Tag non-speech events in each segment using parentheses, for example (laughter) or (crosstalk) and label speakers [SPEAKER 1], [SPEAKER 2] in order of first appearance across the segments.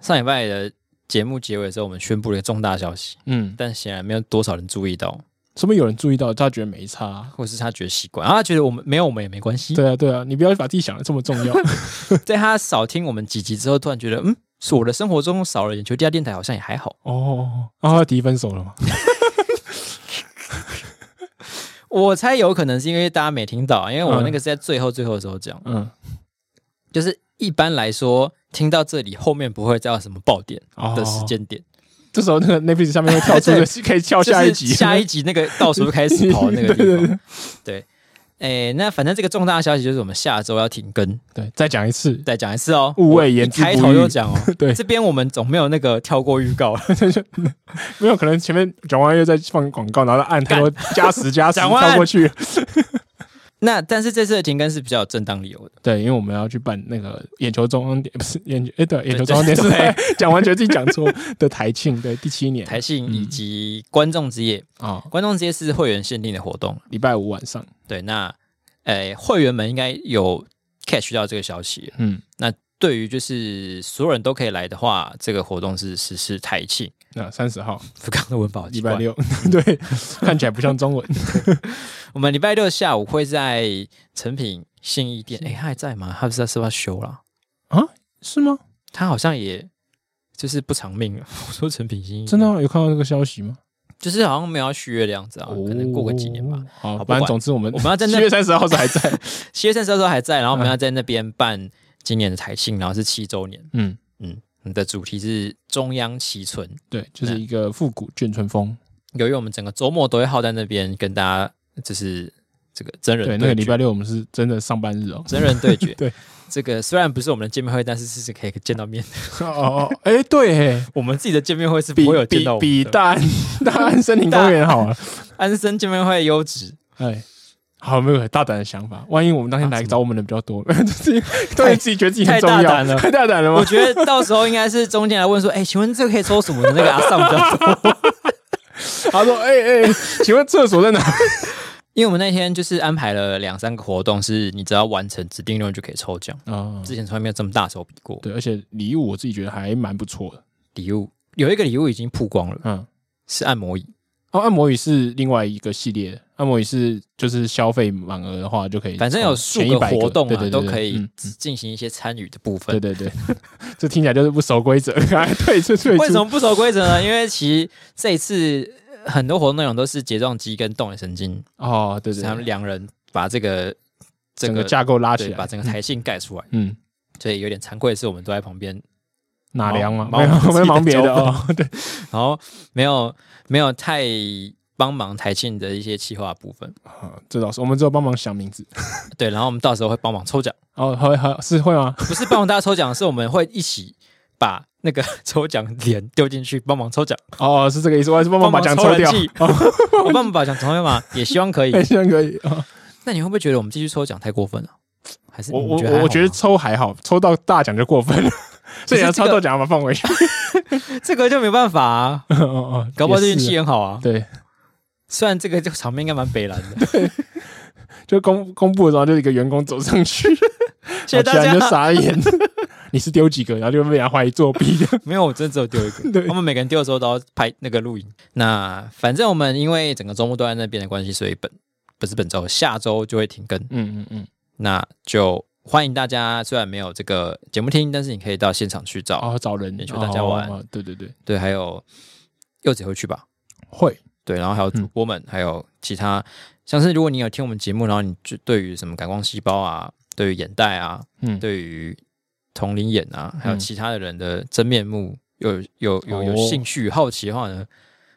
[SPEAKER 1] 上礼拜的节目结尾的时候，我们宣布了一个重大消息，
[SPEAKER 2] 嗯，
[SPEAKER 1] 但显然没有多少人注意到，
[SPEAKER 2] 说不定有人注意到，他觉得没差啊。
[SPEAKER 1] 或者是他觉得习惯，啊，他觉得我们没有我们也没关系。
[SPEAKER 2] 对啊，对啊，你不要把自己想的这么重要。
[SPEAKER 1] 在他少听我们几集之后，突然觉得，嗯，是我的生活中少了眼球地下电台，好像也还好。
[SPEAKER 2] (laughs) 哦，啊，他提分手了吗？
[SPEAKER 1] 我猜有可能是因为大家没听到，因为我那个是在最后最后的时候讲，
[SPEAKER 2] 嗯，
[SPEAKER 1] 就是一般来说听到这里后面不会再有什么爆点
[SPEAKER 2] 哦
[SPEAKER 1] 的时间点，
[SPEAKER 2] 这时候那个 Netflix 下面会跳 (laughs) 出
[SPEAKER 1] 对
[SPEAKER 2] 的，可以跳
[SPEAKER 1] 就是
[SPEAKER 2] 哦下一集。
[SPEAKER 1] 下一集那个倒数就开始跑的那个地
[SPEAKER 2] 对对
[SPEAKER 1] 方，对。哎，那反正这个重大消息就是我们下周要停更，
[SPEAKER 2] (laughs) 对，再讲一次。
[SPEAKER 1] 再讲一次哦。
[SPEAKER 2] 勿
[SPEAKER 1] 我
[SPEAKER 2] 谓
[SPEAKER 1] 一
[SPEAKER 2] 言之
[SPEAKER 1] 开
[SPEAKER 2] 不
[SPEAKER 1] 头
[SPEAKER 2] 预
[SPEAKER 1] 就讲哦，
[SPEAKER 2] (laughs) 对，
[SPEAKER 1] 这边我们总没有那个跳过预
[SPEAKER 2] (laughs)
[SPEAKER 1] 告，
[SPEAKER 2] 没有可能前面讲完又在放广告，然后按太多加时加时
[SPEAKER 1] 讲完
[SPEAKER 2] 跳过去。
[SPEAKER 1] 那但是这次的停更是比较有正当理由的，
[SPEAKER 2] 对，因为我们要去办那个眼球中央电， (laughs) 不是眼球，哎，对，眼球
[SPEAKER 1] 对
[SPEAKER 2] 中央电视
[SPEAKER 1] 对
[SPEAKER 2] 台 (laughs) 讲完觉得自己讲错的台庆，对，第七年
[SPEAKER 1] 台庆以及观众之夜。
[SPEAKER 2] 啊，
[SPEAKER 1] 观众之夜是会员限定的活动，
[SPEAKER 2] 礼拜五晚上，
[SPEAKER 1] 对，那呃会员们应该有 catch 到这个消息。
[SPEAKER 2] 嗯，
[SPEAKER 1] 对于就是所有人都可以来的话，这个活动是实施台庆。
[SPEAKER 2] 那三十号
[SPEAKER 1] 刚刚的文保
[SPEAKER 2] 礼拜，六， (laughs) 对，看起来不像中文。
[SPEAKER 1] 我们礼拜六下午会在成品信义店。哎，他还在吗？他不知道是不是要休了？
[SPEAKER 2] (laughs) 是吗？
[SPEAKER 1] 他好像也就是不偿命了。 (laughs) 我说成品信义店
[SPEAKER 2] 真的、啊吗有看到这个消息吗？
[SPEAKER 1] 就是好像没有要续约的样子啊，
[SPEAKER 2] 哦
[SPEAKER 1] 可能过个几年吧。。
[SPEAKER 2] 好，
[SPEAKER 1] 不
[SPEAKER 2] 哦反正
[SPEAKER 1] 管
[SPEAKER 2] 总之我们
[SPEAKER 1] 我们要在那
[SPEAKER 2] 七月三十号是还在。
[SPEAKER 1] (laughs) 七月三十号还在，然后我们
[SPEAKER 2] 哎
[SPEAKER 1] 要在那边办今年的台庆，然后是七周年。
[SPEAKER 2] 嗯，
[SPEAKER 1] 嗯，我们的主题是中央齐存，
[SPEAKER 2] 对，就是一个复古眷村风。
[SPEAKER 1] 由于我们整个周末都会耗在那边跟大家就是这个真人对
[SPEAKER 2] 对，那个礼
[SPEAKER 1] 决。
[SPEAKER 2] 拜六我们是真的上班日
[SPEAKER 1] (laughs)
[SPEAKER 2] 哦
[SPEAKER 1] 真人对决。
[SPEAKER 2] (laughs) 对，
[SPEAKER 1] 这个虽然不是我们的见面会，但是是可以见到面。
[SPEAKER 2] 哦哦，哎，对嘿，
[SPEAKER 1] 我们自己的见面会是
[SPEAKER 2] 比
[SPEAKER 1] 不会有见
[SPEAKER 2] 比
[SPEAKER 1] 到我
[SPEAKER 2] 比
[SPEAKER 1] 们的。
[SPEAKER 2] 大安 (laughs) 大安森林公园好了。啊
[SPEAKER 1] 安生见面会优质，
[SPEAKER 2] 哎，好，没有大胆的想法。万一我们当天
[SPEAKER 1] 啊
[SPEAKER 2] 来
[SPEAKER 1] 什么
[SPEAKER 2] 找我们的比较多， (laughs) 自己对自己觉得自己
[SPEAKER 1] 太 (laughs)
[SPEAKER 2] 很重
[SPEAKER 1] 大
[SPEAKER 2] 要，
[SPEAKER 1] 胆了
[SPEAKER 2] 太大胆了
[SPEAKER 1] 我
[SPEAKER 2] 吗？
[SPEAKER 1] 觉得到时候应该是中间来问说，哎、请问这个可以抽什么的那个阿尚比较多，
[SPEAKER 2] 他说：“哎哎，请问厕所在
[SPEAKER 1] (laughs)
[SPEAKER 2] 哪
[SPEAKER 1] 因为我们那天就是安排了两三个活动，是你只要完成指定任务就可以抽奖，？”
[SPEAKER 2] 啊，
[SPEAKER 1] 之前从来没有这么大手笔过。
[SPEAKER 2] 对，而且礼物我自己觉得还蛮不错的。
[SPEAKER 1] 礼物有一个礼物已经曝光了，
[SPEAKER 2] 嗯，
[SPEAKER 1] 是按摩椅，
[SPEAKER 2] 哦，按摩椅是另外一个系列的，按摩椅是就是消费满额的话就可以，
[SPEAKER 1] 反正有数
[SPEAKER 2] 前一
[SPEAKER 1] 个
[SPEAKER 2] 百
[SPEAKER 1] 活动
[SPEAKER 2] 对
[SPEAKER 1] 啊，
[SPEAKER 2] 对对
[SPEAKER 1] 都
[SPEAKER 2] 对
[SPEAKER 1] 可以
[SPEAKER 2] 嗯
[SPEAKER 1] 进行一些参与的部分
[SPEAKER 2] 对。对对， (laughs) 这听起来就是不守规则，还退出退出。
[SPEAKER 1] 为什么不守规则呢？因为其实这一次呃很多活动内容都是睫状肌跟动眼神经，
[SPEAKER 2] 哦，对
[SPEAKER 1] 是
[SPEAKER 2] 对，
[SPEAKER 1] 他们两人把这个这
[SPEAKER 2] 整
[SPEAKER 1] 个
[SPEAKER 2] 个架构拉起
[SPEAKER 1] 对，
[SPEAKER 2] 来
[SPEAKER 1] 把，整个台性盖出来，
[SPEAKER 2] 嗯，
[SPEAKER 1] 所以有点惭愧的是，我们都在旁边，
[SPEAKER 2] 哪凉吗？
[SPEAKER 1] 忙
[SPEAKER 2] 没有，
[SPEAKER 1] 忙
[SPEAKER 2] 我们忙别的
[SPEAKER 1] 自己的
[SPEAKER 2] 哦。 (laughs) 对，
[SPEAKER 1] 然后没有没有太帮忙台庆的一些企划部分。
[SPEAKER 2] 啊这倒是，我们只有帮忙想名字。
[SPEAKER 1] 对，然后我们到时候会帮忙抽奖，
[SPEAKER 2] 哦，会会是会吗？
[SPEAKER 1] 不是帮忙大家抽奖，是我们会一起把那个抽奖帘丢进去帮忙抽
[SPEAKER 2] (laughs)
[SPEAKER 1] 奖，
[SPEAKER 2] 哦，是这个意思，我还是帮忙把
[SPEAKER 1] 帮
[SPEAKER 2] 奖
[SPEAKER 1] 忙抽
[SPEAKER 2] 抽掉
[SPEAKER 1] 人。气
[SPEAKER 2] 哦，
[SPEAKER 1] (laughs) 我帮我们把奖抽掉
[SPEAKER 2] (laughs)
[SPEAKER 1] 嘛，也希望可以。
[SPEAKER 2] 哎这样可以。哦
[SPEAKER 1] 那你会不会觉得我们继续抽奖太过分了？还是
[SPEAKER 2] 我
[SPEAKER 1] 你
[SPEAKER 2] 我
[SPEAKER 1] 觉哎还好
[SPEAKER 2] 哎我觉得
[SPEAKER 1] 吗
[SPEAKER 2] 抽还好，抽到大奖就过分了， (laughs) 所以要抽到奖把它放回去。 (laughs)
[SPEAKER 1] 这个就没办法啊，
[SPEAKER 2] 哦哦，
[SPEAKER 1] (laughs) 搞不好这
[SPEAKER 2] 也
[SPEAKER 1] 运
[SPEAKER 2] 是
[SPEAKER 1] 气很好啊。
[SPEAKER 2] 对，
[SPEAKER 1] 虽然这个这个场面应该蛮北蓝的，
[SPEAKER 2] 就公公布的时候，就一个员工走上
[SPEAKER 1] (laughs)
[SPEAKER 2] 去，
[SPEAKER 1] 谢谢大
[SPEAKER 2] 然后其他人就
[SPEAKER 1] 家。
[SPEAKER 2] 傻眼。
[SPEAKER 1] (laughs)
[SPEAKER 2] 你是丢几个，然后就被人家怀疑作弊的。
[SPEAKER 1] 没有，我真的只有丢一个。
[SPEAKER 2] (laughs) 对
[SPEAKER 1] 我们每个人丢的时候都要拍那个录影。那反正我们因为整个周末都在那边的关系，所以本不是本周，下周就会停更。
[SPEAKER 2] 嗯嗯嗯，
[SPEAKER 1] 那就欢迎大家，虽然没有这个节目听，但是你可以到现场去找。
[SPEAKER 2] 哦，找人
[SPEAKER 1] 也求大家晚安
[SPEAKER 2] 哦哦对对对，
[SPEAKER 1] 对，还有柚子也会去吧？
[SPEAKER 2] 会
[SPEAKER 1] 对，然后还有
[SPEAKER 2] 嗯
[SPEAKER 1] 主播们，还有其他，像是如果你有听我们节目，然后你就对于什么感光细胞啊，对于眼袋啊，
[SPEAKER 2] 嗯
[SPEAKER 1] 对于同龄眼啊，还有
[SPEAKER 2] 嗯
[SPEAKER 1] 其他的人的真面目有有有有
[SPEAKER 2] 哦
[SPEAKER 1] 兴趣、好奇的话呢，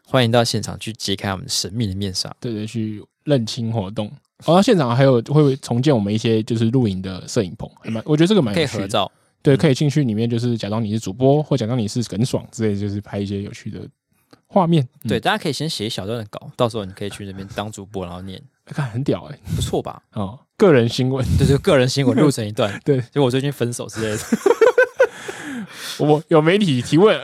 [SPEAKER 1] 欢迎到现场去揭开我们神秘的面纱。
[SPEAKER 2] 对对去认亲活动。哦，现场还有会重建我们一些就是露营的摄影棚，还蛮我觉得这个蛮
[SPEAKER 1] 嗯可以
[SPEAKER 2] 有趣
[SPEAKER 1] 合
[SPEAKER 2] 的。
[SPEAKER 1] 照，嗯
[SPEAKER 2] 对，可以进去里面，就是假装你是主播，或假装你是耿爽之类，就是拍一些有趣的画面。嗯
[SPEAKER 1] 对，，大家可以先写一小段的稿，到时候你可以去那边当主播，然后念，
[SPEAKER 2] 看很屌哎、
[SPEAKER 1] 不错
[SPEAKER 2] (laughs)
[SPEAKER 1] 吧？
[SPEAKER 2] 哦，个人新闻， (laughs)，
[SPEAKER 1] 对，就个人新闻录成一段
[SPEAKER 2] 对
[SPEAKER 1] 就我最近分手之类的，
[SPEAKER 2] 我有媒体
[SPEAKER 1] (laughs)
[SPEAKER 2] 提问，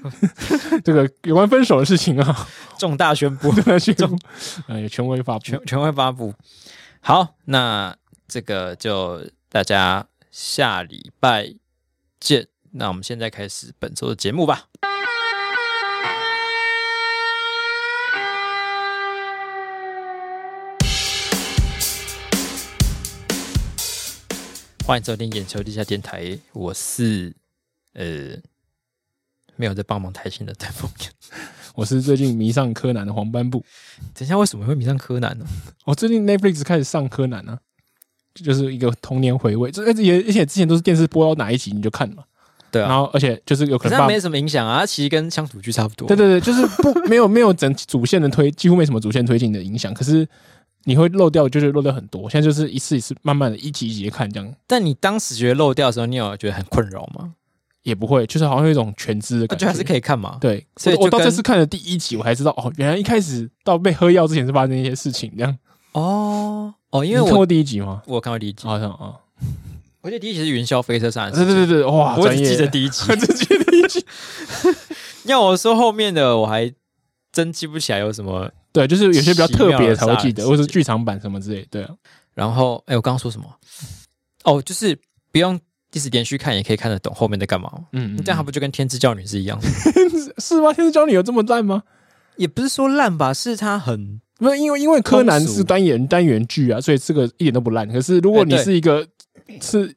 [SPEAKER 2] (laughs) 这个有关分手的事情啊，
[SPEAKER 1] 重大宣布，
[SPEAKER 2] 对那些 (laughs) 呃有权威发布
[SPEAKER 1] 全， (laughs) 全会发布。好，那这个就大家下礼拜见。那我们现在开始本周的节目吧。欢迎收听眼球地下电台，我是呃没有在帮忙台新的邓峰。
[SPEAKER 2] 我是最近迷上柯南的黄斑部。
[SPEAKER 1] (laughs) 等一下，为什么会迷上柯南呢？
[SPEAKER 2] 我、最近 Netflix 开始上柯南啊，这就是一个童年回味。这而且也而且之前都是电视播到哪一集你就看嘛，
[SPEAKER 1] 对
[SPEAKER 2] 然
[SPEAKER 1] 啊，
[SPEAKER 2] 后而且就是有
[SPEAKER 1] 可
[SPEAKER 2] 可
[SPEAKER 1] 是
[SPEAKER 2] 能
[SPEAKER 1] 它
[SPEAKER 2] 爸
[SPEAKER 1] 没什么影响啊，它其实跟乡土剧差不多。
[SPEAKER 2] 对对对，就是不没有没有整主线的推，几乎没什么主线推进的影响。可是你会漏掉，就是漏掉很多。现在就是一次一次慢慢的一集一集地看，这样
[SPEAKER 1] 但你当时觉得漏掉的时候，你有觉得很困扰吗？
[SPEAKER 2] 也不会，就是好像有一种全知的
[SPEAKER 1] 我
[SPEAKER 2] 感
[SPEAKER 1] 觉得还是可
[SPEAKER 2] 以。
[SPEAKER 1] 以看嘛。
[SPEAKER 2] 对，
[SPEAKER 1] 所以
[SPEAKER 2] 我我
[SPEAKER 1] 就
[SPEAKER 2] 到这
[SPEAKER 1] 跟
[SPEAKER 2] 次看了第一集，我才知道哦，原来一开始到被喝药之前是发生一些事情。这样，
[SPEAKER 1] 哦哦，因为
[SPEAKER 2] 你
[SPEAKER 1] 我
[SPEAKER 2] 看
[SPEAKER 1] 哦
[SPEAKER 2] 过第一集吗？
[SPEAKER 1] 我有看过第一集，
[SPEAKER 2] 好像啊，
[SPEAKER 1] 我觉得第一集是云霄飞车上的事
[SPEAKER 2] 对
[SPEAKER 1] 情，
[SPEAKER 2] 对对对，哇，
[SPEAKER 1] (laughs) 我
[SPEAKER 2] 专
[SPEAKER 1] 只
[SPEAKER 2] 业。
[SPEAKER 1] 记得第一集
[SPEAKER 2] 只记得第一集。
[SPEAKER 1] (laughs) 要我说后面的，我还真记不起来有什么。
[SPEAKER 2] 对，就是有些比较特别的才会记
[SPEAKER 1] 奇妙的
[SPEAKER 2] 得，
[SPEAKER 1] 煞
[SPEAKER 2] 或者是剧场版什么之类的。对啊，
[SPEAKER 1] 然后，哎，我刚刚说什么？哦，就是不用一直连续看，也可以看得懂后面在干嘛嘛。
[SPEAKER 2] 嗯，嗯
[SPEAKER 1] 你这样还不就跟天之教女是一样？
[SPEAKER 2] 是吗？天之教你有这么烂吗？
[SPEAKER 1] (laughs) 也不是说烂吧，是它很
[SPEAKER 2] 不是因为因为柯南
[SPEAKER 1] 通俗
[SPEAKER 2] 是单元单元剧啊，所以这个一点都不烂。可是如果
[SPEAKER 1] 哎
[SPEAKER 2] 你
[SPEAKER 1] 对
[SPEAKER 2] 是一个、是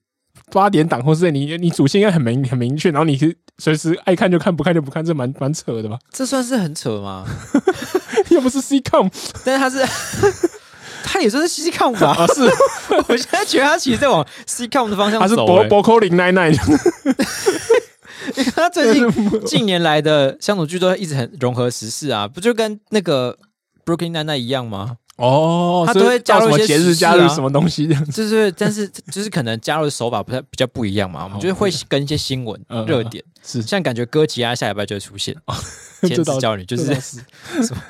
[SPEAKER 2] 八点档，或是你你主线应该很明很明确，然后你是随时爱看就看，不看就不看，这蛮蛮扯的吧？ (laughs)
[SPEAKER 1] 这算是很扯吗？
[SPEAKER 2] 又不是 sitcom
[SPEAKER 1] 但是它是， (laughs) 它也算是 C com 吧？ (laughs)
[SPEAKER 2] 啊， (laughs) 是
[SPEAKER 1] 我现在觉得它其实在往 C com 的方向
[SPEAKER 2] 它是
[SPEAKER 1] 走、
[SPEAKER 2] 博
[SPEAKER 1] 哎
[SPEAKER 2] 博扣零奈奈，
[SPEAKER 1] 因为 (laughs) 它最近
[SPEAKER 2] (laughs)
[SPEAKER 1] 近年来的乡土剧都一直很融合时事啊，不就跟那个 Brooklyn Nine-Nine 一样吗？
[SPEAKER 2] 哦
[SPEAKER 1] 它都会
[SPEAKER 2] 所以
[SPEAKER 1] 加入
[SPEAKER 2] 到
[SPEAKER 1] 一
[SPEAKER 2] 什么
[SPEAKER 1] 些
[SPEAKER 2] 节
[SPEAKER 1] 时
[SPEAKER 2] 日，
[SPEAKER 1] 事啊
[SPEAKER 2] 加入什么东西这样子。
[SPEAKER 1] 就是，但是就是可能加入的手法不太比较不一样嘛，我们就是会跟一些新闻
[SPEAKER 2] 哦嗯
[SPEAKER 1] 热点，
[SPEAKER 2] 是
[SPEAKER 1] 像感觉哥吉拉下礼拜就会出现， (laughs) 天之
[SPEAKER 2] 这倒
[SPEAKER 1] 教女就是
[SPEAKER 2] 这倒
[SPEAKER 1] 什么，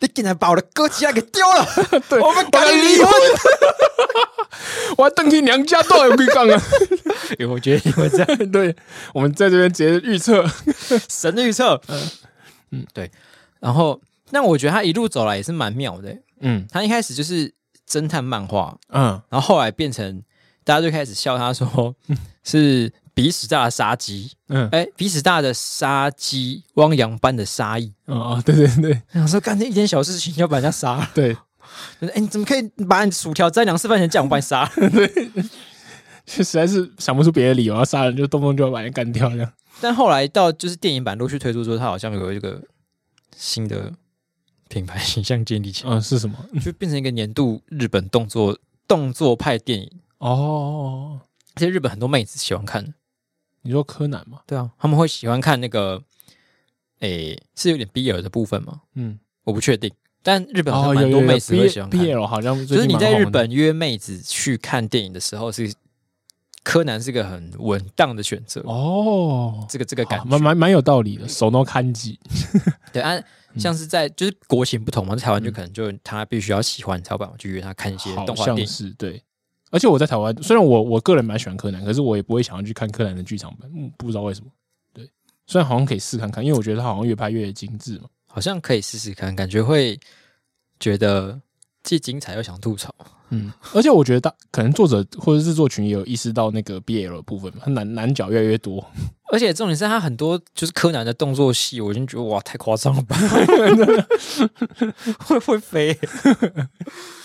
[SPEAKER 1] 你竟然把我的哥吉拉给丢了，
[SPEAKER 2] (laughs) 对
[SPEAKER 1] 我们赶紧离婚。
[SPEAKER 2] 我要登去娘家都有归杠啊！
[SPEAKER 1] 哎我觉得你们这样
[SPEAKER 2] (laughs) 对，我们在这边直接预测，
[SPEAKER 1] 神的预测，
[SPEAKER 2] 嗯
[SPEAKER 1] 嗯，对，然后那我觉得他一路走来也是蛮妙的，欸
[SPEAKER 2] 嗯
[SPEAKER 1] 他一开始就是侦探漫画，
[SPEAKER 2] 嗯，
[SPEAKER 1] 然后后来变成大家就开始笑他 (laughs) 说是鼻屎大的杀鸡，
[SPEAKER 2] 嗯
[SPEAKER 1] 哎，鼻屎大的杀鸡，汪洋般的杀意。
[SPEAKER 2] 哦哦，对对对
[SPEAKER 1] 想说干这一点小事情就要把人家杀了，
[SPEAKER 2] 对，
[SPEAKER 1] (laughs) 就是哎，你怎么可以把你薯条沾两次饭前酱，我把你杀了？ (laughs)
[SPEAKER 2] 实在是想不出别的理由要杀人，就动不动就要把人干掉这样。
[SPEAKER 1] 但后来到就是电影版陆续推出之后，它好像有一个新的品牌形象建立起来，
[SPEAKER 2] 嗯，是什么？
[SPEAKER 1] 就变成一个年度日本动作动作派电影，
[SPEAKER 2] 哦，
[SPEAKER 1] 而且日本很多妹子喜欢看的。
[SPEAKER 2] 你说柯南吗？
[SPEAKER 1] 对啊，他们会喜欢看那个，诶、是有点 BL 的部分吗？
[SPEAKER 2] 嗯，
[SPEAKER 1] 我不确定，但日本好像
[SPEAKER 2] 哦，有
[SPEAKER 1] 蛮多
[SPEAKER 2] 有有
[SPEAKER 1] 妹子会喜
[SPEAKER 2] BL
[SPEAKER 1] 欢看的，
[SPEAKER 2] BL 好像
[SPEAKER 1] 就
[SPEAKER 2] 最
[SPEAKER 1] 是
[SPEAKER 2] 近
[SPEAKER 1] 你
[SPEAKER 2] 蛮
[SPEAKER 1] 在
[SPEAKER 2] 红
[SPEAKER 1] 日
[SPEAKER 2] 的，
[SPEAKER 1] 本约妹子去看电影的时候是，柯南是个很稳当的选择。
[SPEAKER 2] 哦，
[SPEAKER 1] 这个这个感
[SPEAKER 2] 好
[SPEAKER 1] 觉，
[SPEAKER 2] 蛮蛮蛮有道理的，手弄看机。
[SPEAKER 1] 对啊，
[SPEAKER 2] 嗯
[SPEAKER 1] 像是在就是国情不同嘛，在台湾就可能就他必须要喜欢，才有办法去约他看一些
[SPEAKER 2] 好
[SPEAKER 1] 动画
[SPEAKER 2] 像
[SPEAKER 1] 电影。
[SPEAKER 2] 是对。而且我在台湾，虽然我我个人蛮喜欢柯南，可是我也不会想要去看柯南的剧场版，嗯，不知道为什么。对，虽然好像可以试看看，因为我觉得它好像越拍越精致嘛。
[SPEAKER 1] 好像可以试试看，感觉会觉得既精彩又想吐槽。
[SPEAKER 2] 嗯，而且我觉得大可能作者或者制作群也有意识到那个 BL 的部分嘛，它男男角越来越多，
[SPEAKER 1] 而且重点是他很多就是柯南的动作戏，我已经觉得哇太夸张了
[SPEAKER 2] (laughs)
[SPEAKER 1] 吧， (laughs) 会会飞、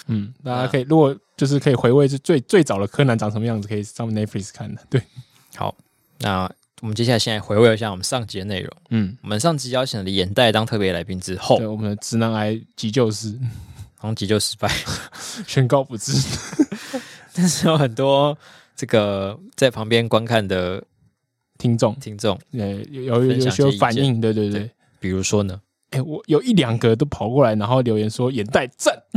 [SPEAKER 2] 嗯，大
[SPEAKER 1] 啊
[SPEAKER 2] 家可以、如果就是可以回味是最最早的柯南长什么样子，可以上 Netflix 看的。对，
[SPEAKER 1] 好，那我们接下来现在回味一下我们上集的内容。
[SPEAKER 2] 嗯，
[SPEAKER 1] 我们上集邀请了眼袋当特别来宾之后
[SPEAKER 2] (laughs) 对，，我们的直男癌急救师
[SPEAKER 1] 上集就失败，
[SPEAKER 2] (laughs)
[SPEAKER 1] (laughs)
[SPEAKER 2] 宣告不治。
[SPEAKER 1] 但是有很多这个在旁边观看的
[SPEAKER 2] 听众，
[SPEAKER 1] 听众，
[SPEAKER 2] 呃，有有
[SPEAKER 1] 分享
[SPEAKER 2] 有
[SPEAKER 1] 一些
[SPEAKER 2] 些反
[SPEAKER 1] 意见
[SPEAKER 2] 应，对对对
[SPEAKER 1] 对。比如说呢，
[SPEAKER 2] 哎、我有一两个都跑过来，然后留言说眼袋赞，
[SPEAKER 1] (laughs)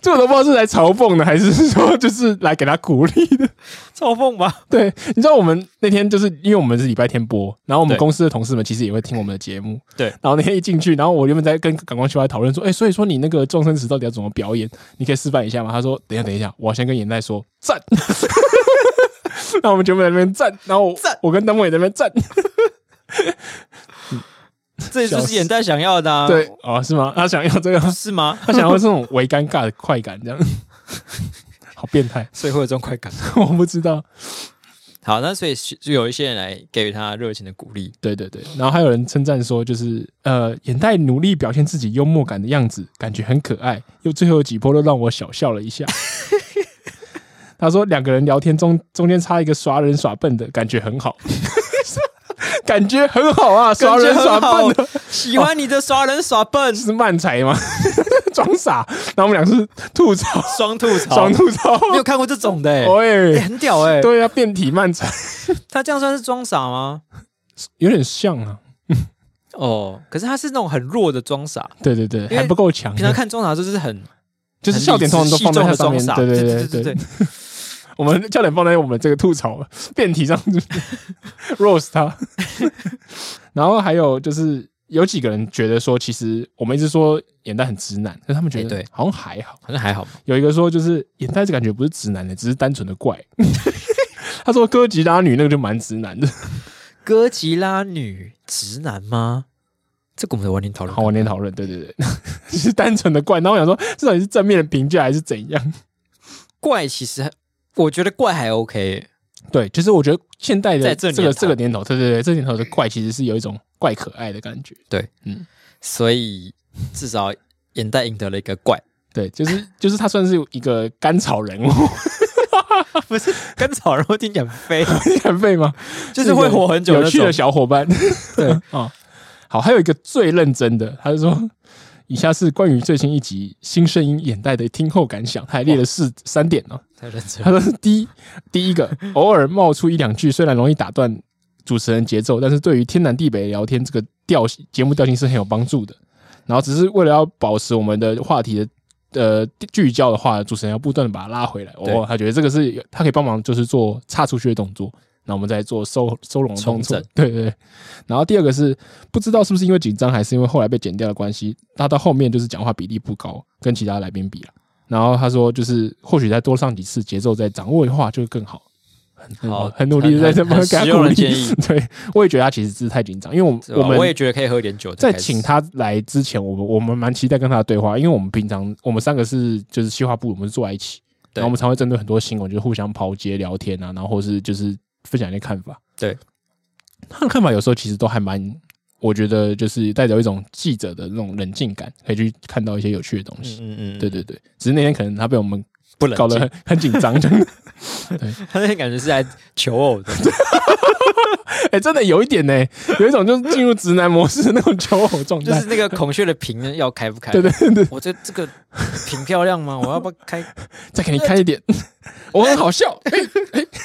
[SPEAKER 2] 这我都不知道是来嘲讽的，还是说就是来给他鼓励的。 (laughs)
[SPEAKER 1] 嘲讽 (laughs) 吧，
[SPEAKER 2] 对，你知道我们那天就是因为我们是礼拜天播，然后我们
[SPEAKER 1] 对
[SPEAKER 2] 公司的同事们其实也会听我们的节目。
[SPEAKER 1] 对
[SPEAKER 2] 然后那天一进去，然后我原本在跟感光秀还讨论说，哎、所以说你那个撞生词到底要怎么表演？你可以示范一下吗？他说，等一下，等一下，我要先跟眼袋说赞。 (laughs) 那我们全部在那边赞，然后我
[SPEAKER 1] 赞
[SPEAKER 2] 我跟丹木也在那边赞，
[SPEAKER 1] 这也就是眼袋想要的、啊，
[SPEAKER 2] 对，，哦，是吗？他想要这个，
[SPEAKER 1] 是吗？
[SPEAKER 2] 他想要这种微尴尬的 (laughs) 快感，这样，好变态， (laughs)
[SPEAKER 1] 所以会有这种快感。
[SPEAKER 2] 我不知道。
[SPEAKER 1] 好，那所以是就有一些人来给予他热情的鼓励，
[SPEAKER 2] 对对对，然后还有人称赞说，就是呃，眼袋努力表现自己幽默感的样子，感觉很可爱，又最后几波都让我小笑了一 (laughs) 下。他说两个人聊天中中间插一个耍人耍笨的感觉很 (laughs) 好，感觉很好啊，耍人耍笨的
[SPEAKER 1] 喜欢你的耍人耍笨，
[SPEAKER 2] 是慢才吗？ (laughs) 装傻，然后我们俩是吐槽，
[SPEAKER 1] 双吐槽，
[SPEAKER 2] 爽吐 (laughs) 槽，
[SPEAKER 1] 没有看过这种的、欸，
[SPEAKER 2] 喂、
[SPEAKER 1] 欸很屌哎、
[SPEAKER 2] 对啊，变体慢才，
[SPEAKER 1] 他这样算是装傻吗？
[SPEAKER 2] 有点像啊，
[SPEAKER 1] 哦，可是他是那种很弱的装傻，
[SPEAKER 2] 对对对，
[SPEAKER 1] 为
[SPEAKER 2] 还不够强，
[SPEAKER 1] 平常看装傻就是很
[SPEAKER 2] 嗯就是笑点通常都放在他上面，
[SPEAKER 1] 很
[SPEAKER 2] 对
[SPEAKER 1] 理直气
[SPEAKER 2] 对
[SPEAKER 1] 壮地装傻对对对
[SPEAKER 2] 对。我们笑点放在我们这个吐槽辩题上 (laughs) ，rose 他。 (laughs) 然后还有就是有几个人觉得说，其实我们一直说眼袋很直男，可是他们觉
[SPEAKER 1] 哎
[SPEAKER 2] 得
[SPEAKER 1] 对
[SPEAKER 2] 好像还好。
[SPEAKER 1] 好像还好嘛。
[SPEAKER 2] 有一个说就是眼袋这感觉不是直男的，只是单纯的怪。 (laughs) 他说哥吉拉女那个就蛮直男的。
[SPEAKER 1] 哥吉拉女直男吗？这个我们晚点讨论
[SPEAKER 2] 好，。晚点讨论。对对 (laughs) 对，只是单纯的怪。然后我想说，这到底是正面的评价还是怎样？
[SPEAKER 1] 怪其实我觉得怪还 OK，
[SPEAKER 2] 对，就是我觉得现代的
[SPEAKER 1] 在这
[SPEAKER 2] 这
[SPEAKER 1] 年
[SPEAKER 2] 个
[SPEAKER 1] 头
[SPEAKER 2] 这个年头，对对对，这年头的怪其实是有一种怪可爱的感觉。
[SPEAKER 1] 所以至少眼袋赢得了一个
[SPEAKER 2] (laughs)
[SPEAKER 1] 怪，
[SPEAKER 2] 对，就是就是他算是一个甘草人物， (laughs)
[SPEAKER 1] 不是甘草人会听讲
[SPEAKER 2] (laughs)
[SPEAKER 1] 飞，
[SPEAKER 2] 你很废吗？
[SPEAKER 1] 就是会活很久
[SPEAKER 2] 有
[SPEAKER 1] 那
[SPEAKER 2] 趣的
[SPEAKER 1] 种。
[SPEAKER 2] 小
[SPEAKER 1] (laughs)
[SPEAKER 2] 伙伴。
[SPEAKER 1] 对
[SPEAKER 2] 啊、好，还有一个最认真的，他就说。以下是关于最新一集《新声音眼袋》的听后感想，他还列了四三点哦。
[SPEAKER 1] 太
[SPEAKER 2] (laughs)
[SPEAKER 1] 认真
[SPEAKER 2] 他
[SPEAKER 1] 了，
[SPEAKER 2] 说第一，第一个偶尔冒出一两句，虽然容易打断主持人节奏，但是对于天南地北聊天这个调性节目调性是很有帮助的。然后只是为了要保持我们的话题的呃聚焦的话，主持人要不断的把它拉回来。
[SPEAKER 1] 对
[SPEAKER 2] 哦，他觉得这个是有他可以帮忙，就是做岔出去的动作。那我们再做收收拢的动
[SPEAKER 1] 重
[SPEAKER 2] 作
[SPEAKER 1] 整，
[SPEAKER 2] 对对对。然后第二个是不知道是不是因为紧张，还是因为后来被剪掉的关系，他到后面就是讲话比例不高，跟其他来宾比了。然后他说，就是或许再多上几次，节奏再掌握的话就会更好。很
[SPEAKER 1] 好
[SPEAKER 2] 很努力的在这帮
[SPEAKER 1] 很
[SPEAKER 2] 给他
[SPEAKER 1] 实
[SPEAKER 2] 鼓
[SPEAKER 1] 用的
[SPEAKER 2] 励。 (laughs)
[SPEAKER 1] 建议
[SPEAKER 2] 对，我也觉得他其实是太紧张，因为我们
[SPEAKER 1] 是吧哦
[SPEAKER 2] 我们
[SPEAKER 1] 我也觉得可以喝点酒再
[SPEAKER 2] 在
[SPEAKER 1] 开始。
[SPEAKER 2] 请他来之前，我们我们蛮期待跟他的对话，因为我们平常我们三个是就是企划部，我们是坐在一起，
[SPEAKER 1] 对
[SPEAKER 2] 然后我们常会针对很多新闻就是互相抛接聊天啊，然后或是就是分享一些看法。
[SPEAKER 1] 对，
[SPEAKER 2] 他的看法有时候其实都还蛮，我觉得就是带着一种记者的那种冷静感，可以去看到一些有趣的东
[SPEAKER 1] 嗯
[SPEAKER 2] 西。
[SPEAKER 1] 嗯嗯，
[SPEAKER 2] (laughs) 对对对，只是那天可能他被我们
[SPEAKER 1] 不冷
[SPEAKER 2] 搞
[SPEAKER 1] 静
[SPEAKER 2] 得很很紧
[SPEAKER 1] (laughs)
[SPEAKER 2] 张，真的，
[SPEAKER 1] 他那天感觉是来求偶
[SPEAKER 2] (laughs)
[SPEAKER 1] 的，
[SPEAKER 2] 哎、真的有一点呢、有一种就是进入直男模式的那种求偶状
[SPEAKER 1] 就
[SPEAKER 2] 态
[SPEAKER 1] 是。那个孔雀的屏要开不开？
[SPEAKER 2] 对对对对，
[SPEAKER 1] 我这这个屏漂亮吗？我要不要
[SPEAKER 2] (laughs)
[SPEAKER 1] 开？
[SPEAKER 2] 再给你看一
[SPEAKER 1] (laughs)
[SPEAKER 2] 点，我很好笑。嘿嘿
[SPEAKER 1] 给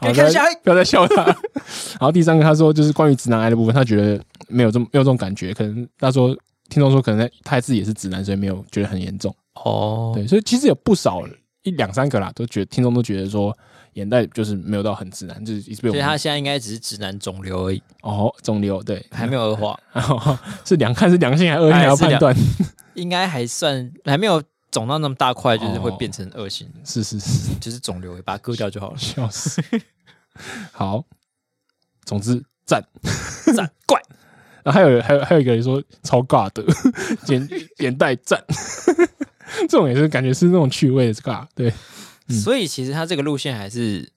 [SPEAKER 2] 好
[SPEAKER 1] 你看一
[SPEAKER 2] 不要
[SPEAKER 1] 下哎
[SPEAKER 2] 不要再笑他。 (laughs) 然后第三个，他说就是关于直男癌的部分，他觉得没有这么没有这种感觉，可能他说听众说可能他自己也是直男，所以没有觉得很严重。
[SPEAKER 1] 哦，
[SPEAKER 2] 对，所以其实有不少一两三个啦，都觉得听众都觉得说眼袋就是没有到很直男，就是一直被我
[SPEAKER 1] 所以他
[SPEAKER 2] 们
[SPEAKER 1] 现在应该只是直男肿瘤而已，
[SPEAKER 2] 哦肿瘤对，
[SPEAKER 1] 还没有恶化，
[SPEAKER 2] 然后是良看是良性还是恶性还要
[SPEAKER 1] 哎是
[SPEAKER 2] 判
[SPEAKER 1] 良
[SPEAKER 2] 断，
[SPEAKER 1] (laughs) 应该还算还没有肿到那么大块，就是会变成恶性，
[SPEAKER 2] 是是是。
[SPEAKER 1] 就是肿瘤，把它割掉就好了。
[SPEAKER 2] 笑死。好，总之赞
[SPEAKER 1] 赞怪。
[SPEAKER 2] 然后还有还有还有一个人说超尬的 (laughs) 眼眼袋赞， (laughs) 这种也是感觉是那种趣味的尬，对嗯
[SPEAKER 1] 所以其实他这个路线还是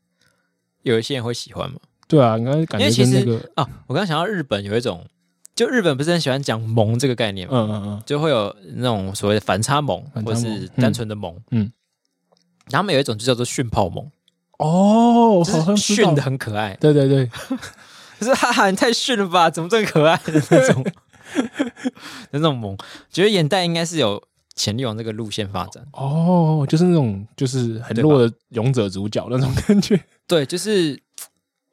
[SPEAKER 1] 有一些人会喜欢嘛。
[SPEAKER 2] 对啊，刚刚感
[SPEAKER 1] 因为
[SPEAKER 2] 觉
[SPEAKER 1] 其
[SPEAKER 2] 跟
[SPEAKER 1] 实
[SPEAKER 2] 那个
[SPEAKER 1] 啊，我刚想到日本有一种，就日本不是很喜欢讲萌这个概念嘛，
[SPEAKER 2] 嗯嗯嗯，
[SPEAKER 1] 就会有那种所谓的反差萌，
[SPEAKER 2] 反差
[SPEAKER 1] 或
[SPEAKER 2] 萌
[SPEAKER 1] 是单纯的萌，
[SPEAKER 2] 嗯嗯
[SPEAKER 1] 然后他们有一种就叫做炫泡萌，
[SPEAKER 2] 哦，好
[SPEAKER 1] 就
[SPEAKER 2] 像
[SPEAKER 1] 是
[SPEAKER 2] 知道
[SPEAKER 1] 炫的，很可爱，
[SPEAKER 2] 对对对，
[SPEAKER 1] 就是哈哈，你太炫了吧，怎么这么可爱的那种， (laughs) 那种萌，觉得眼袋应该是有潜力往这个路线发展。
[SPEAKER 2] 哦，就是那种就是很
[SPEAKER 1] 对吧
[SPEAKER 2] 弱的勇者主角那种感觉，
[SPEAKER 1] 对，就是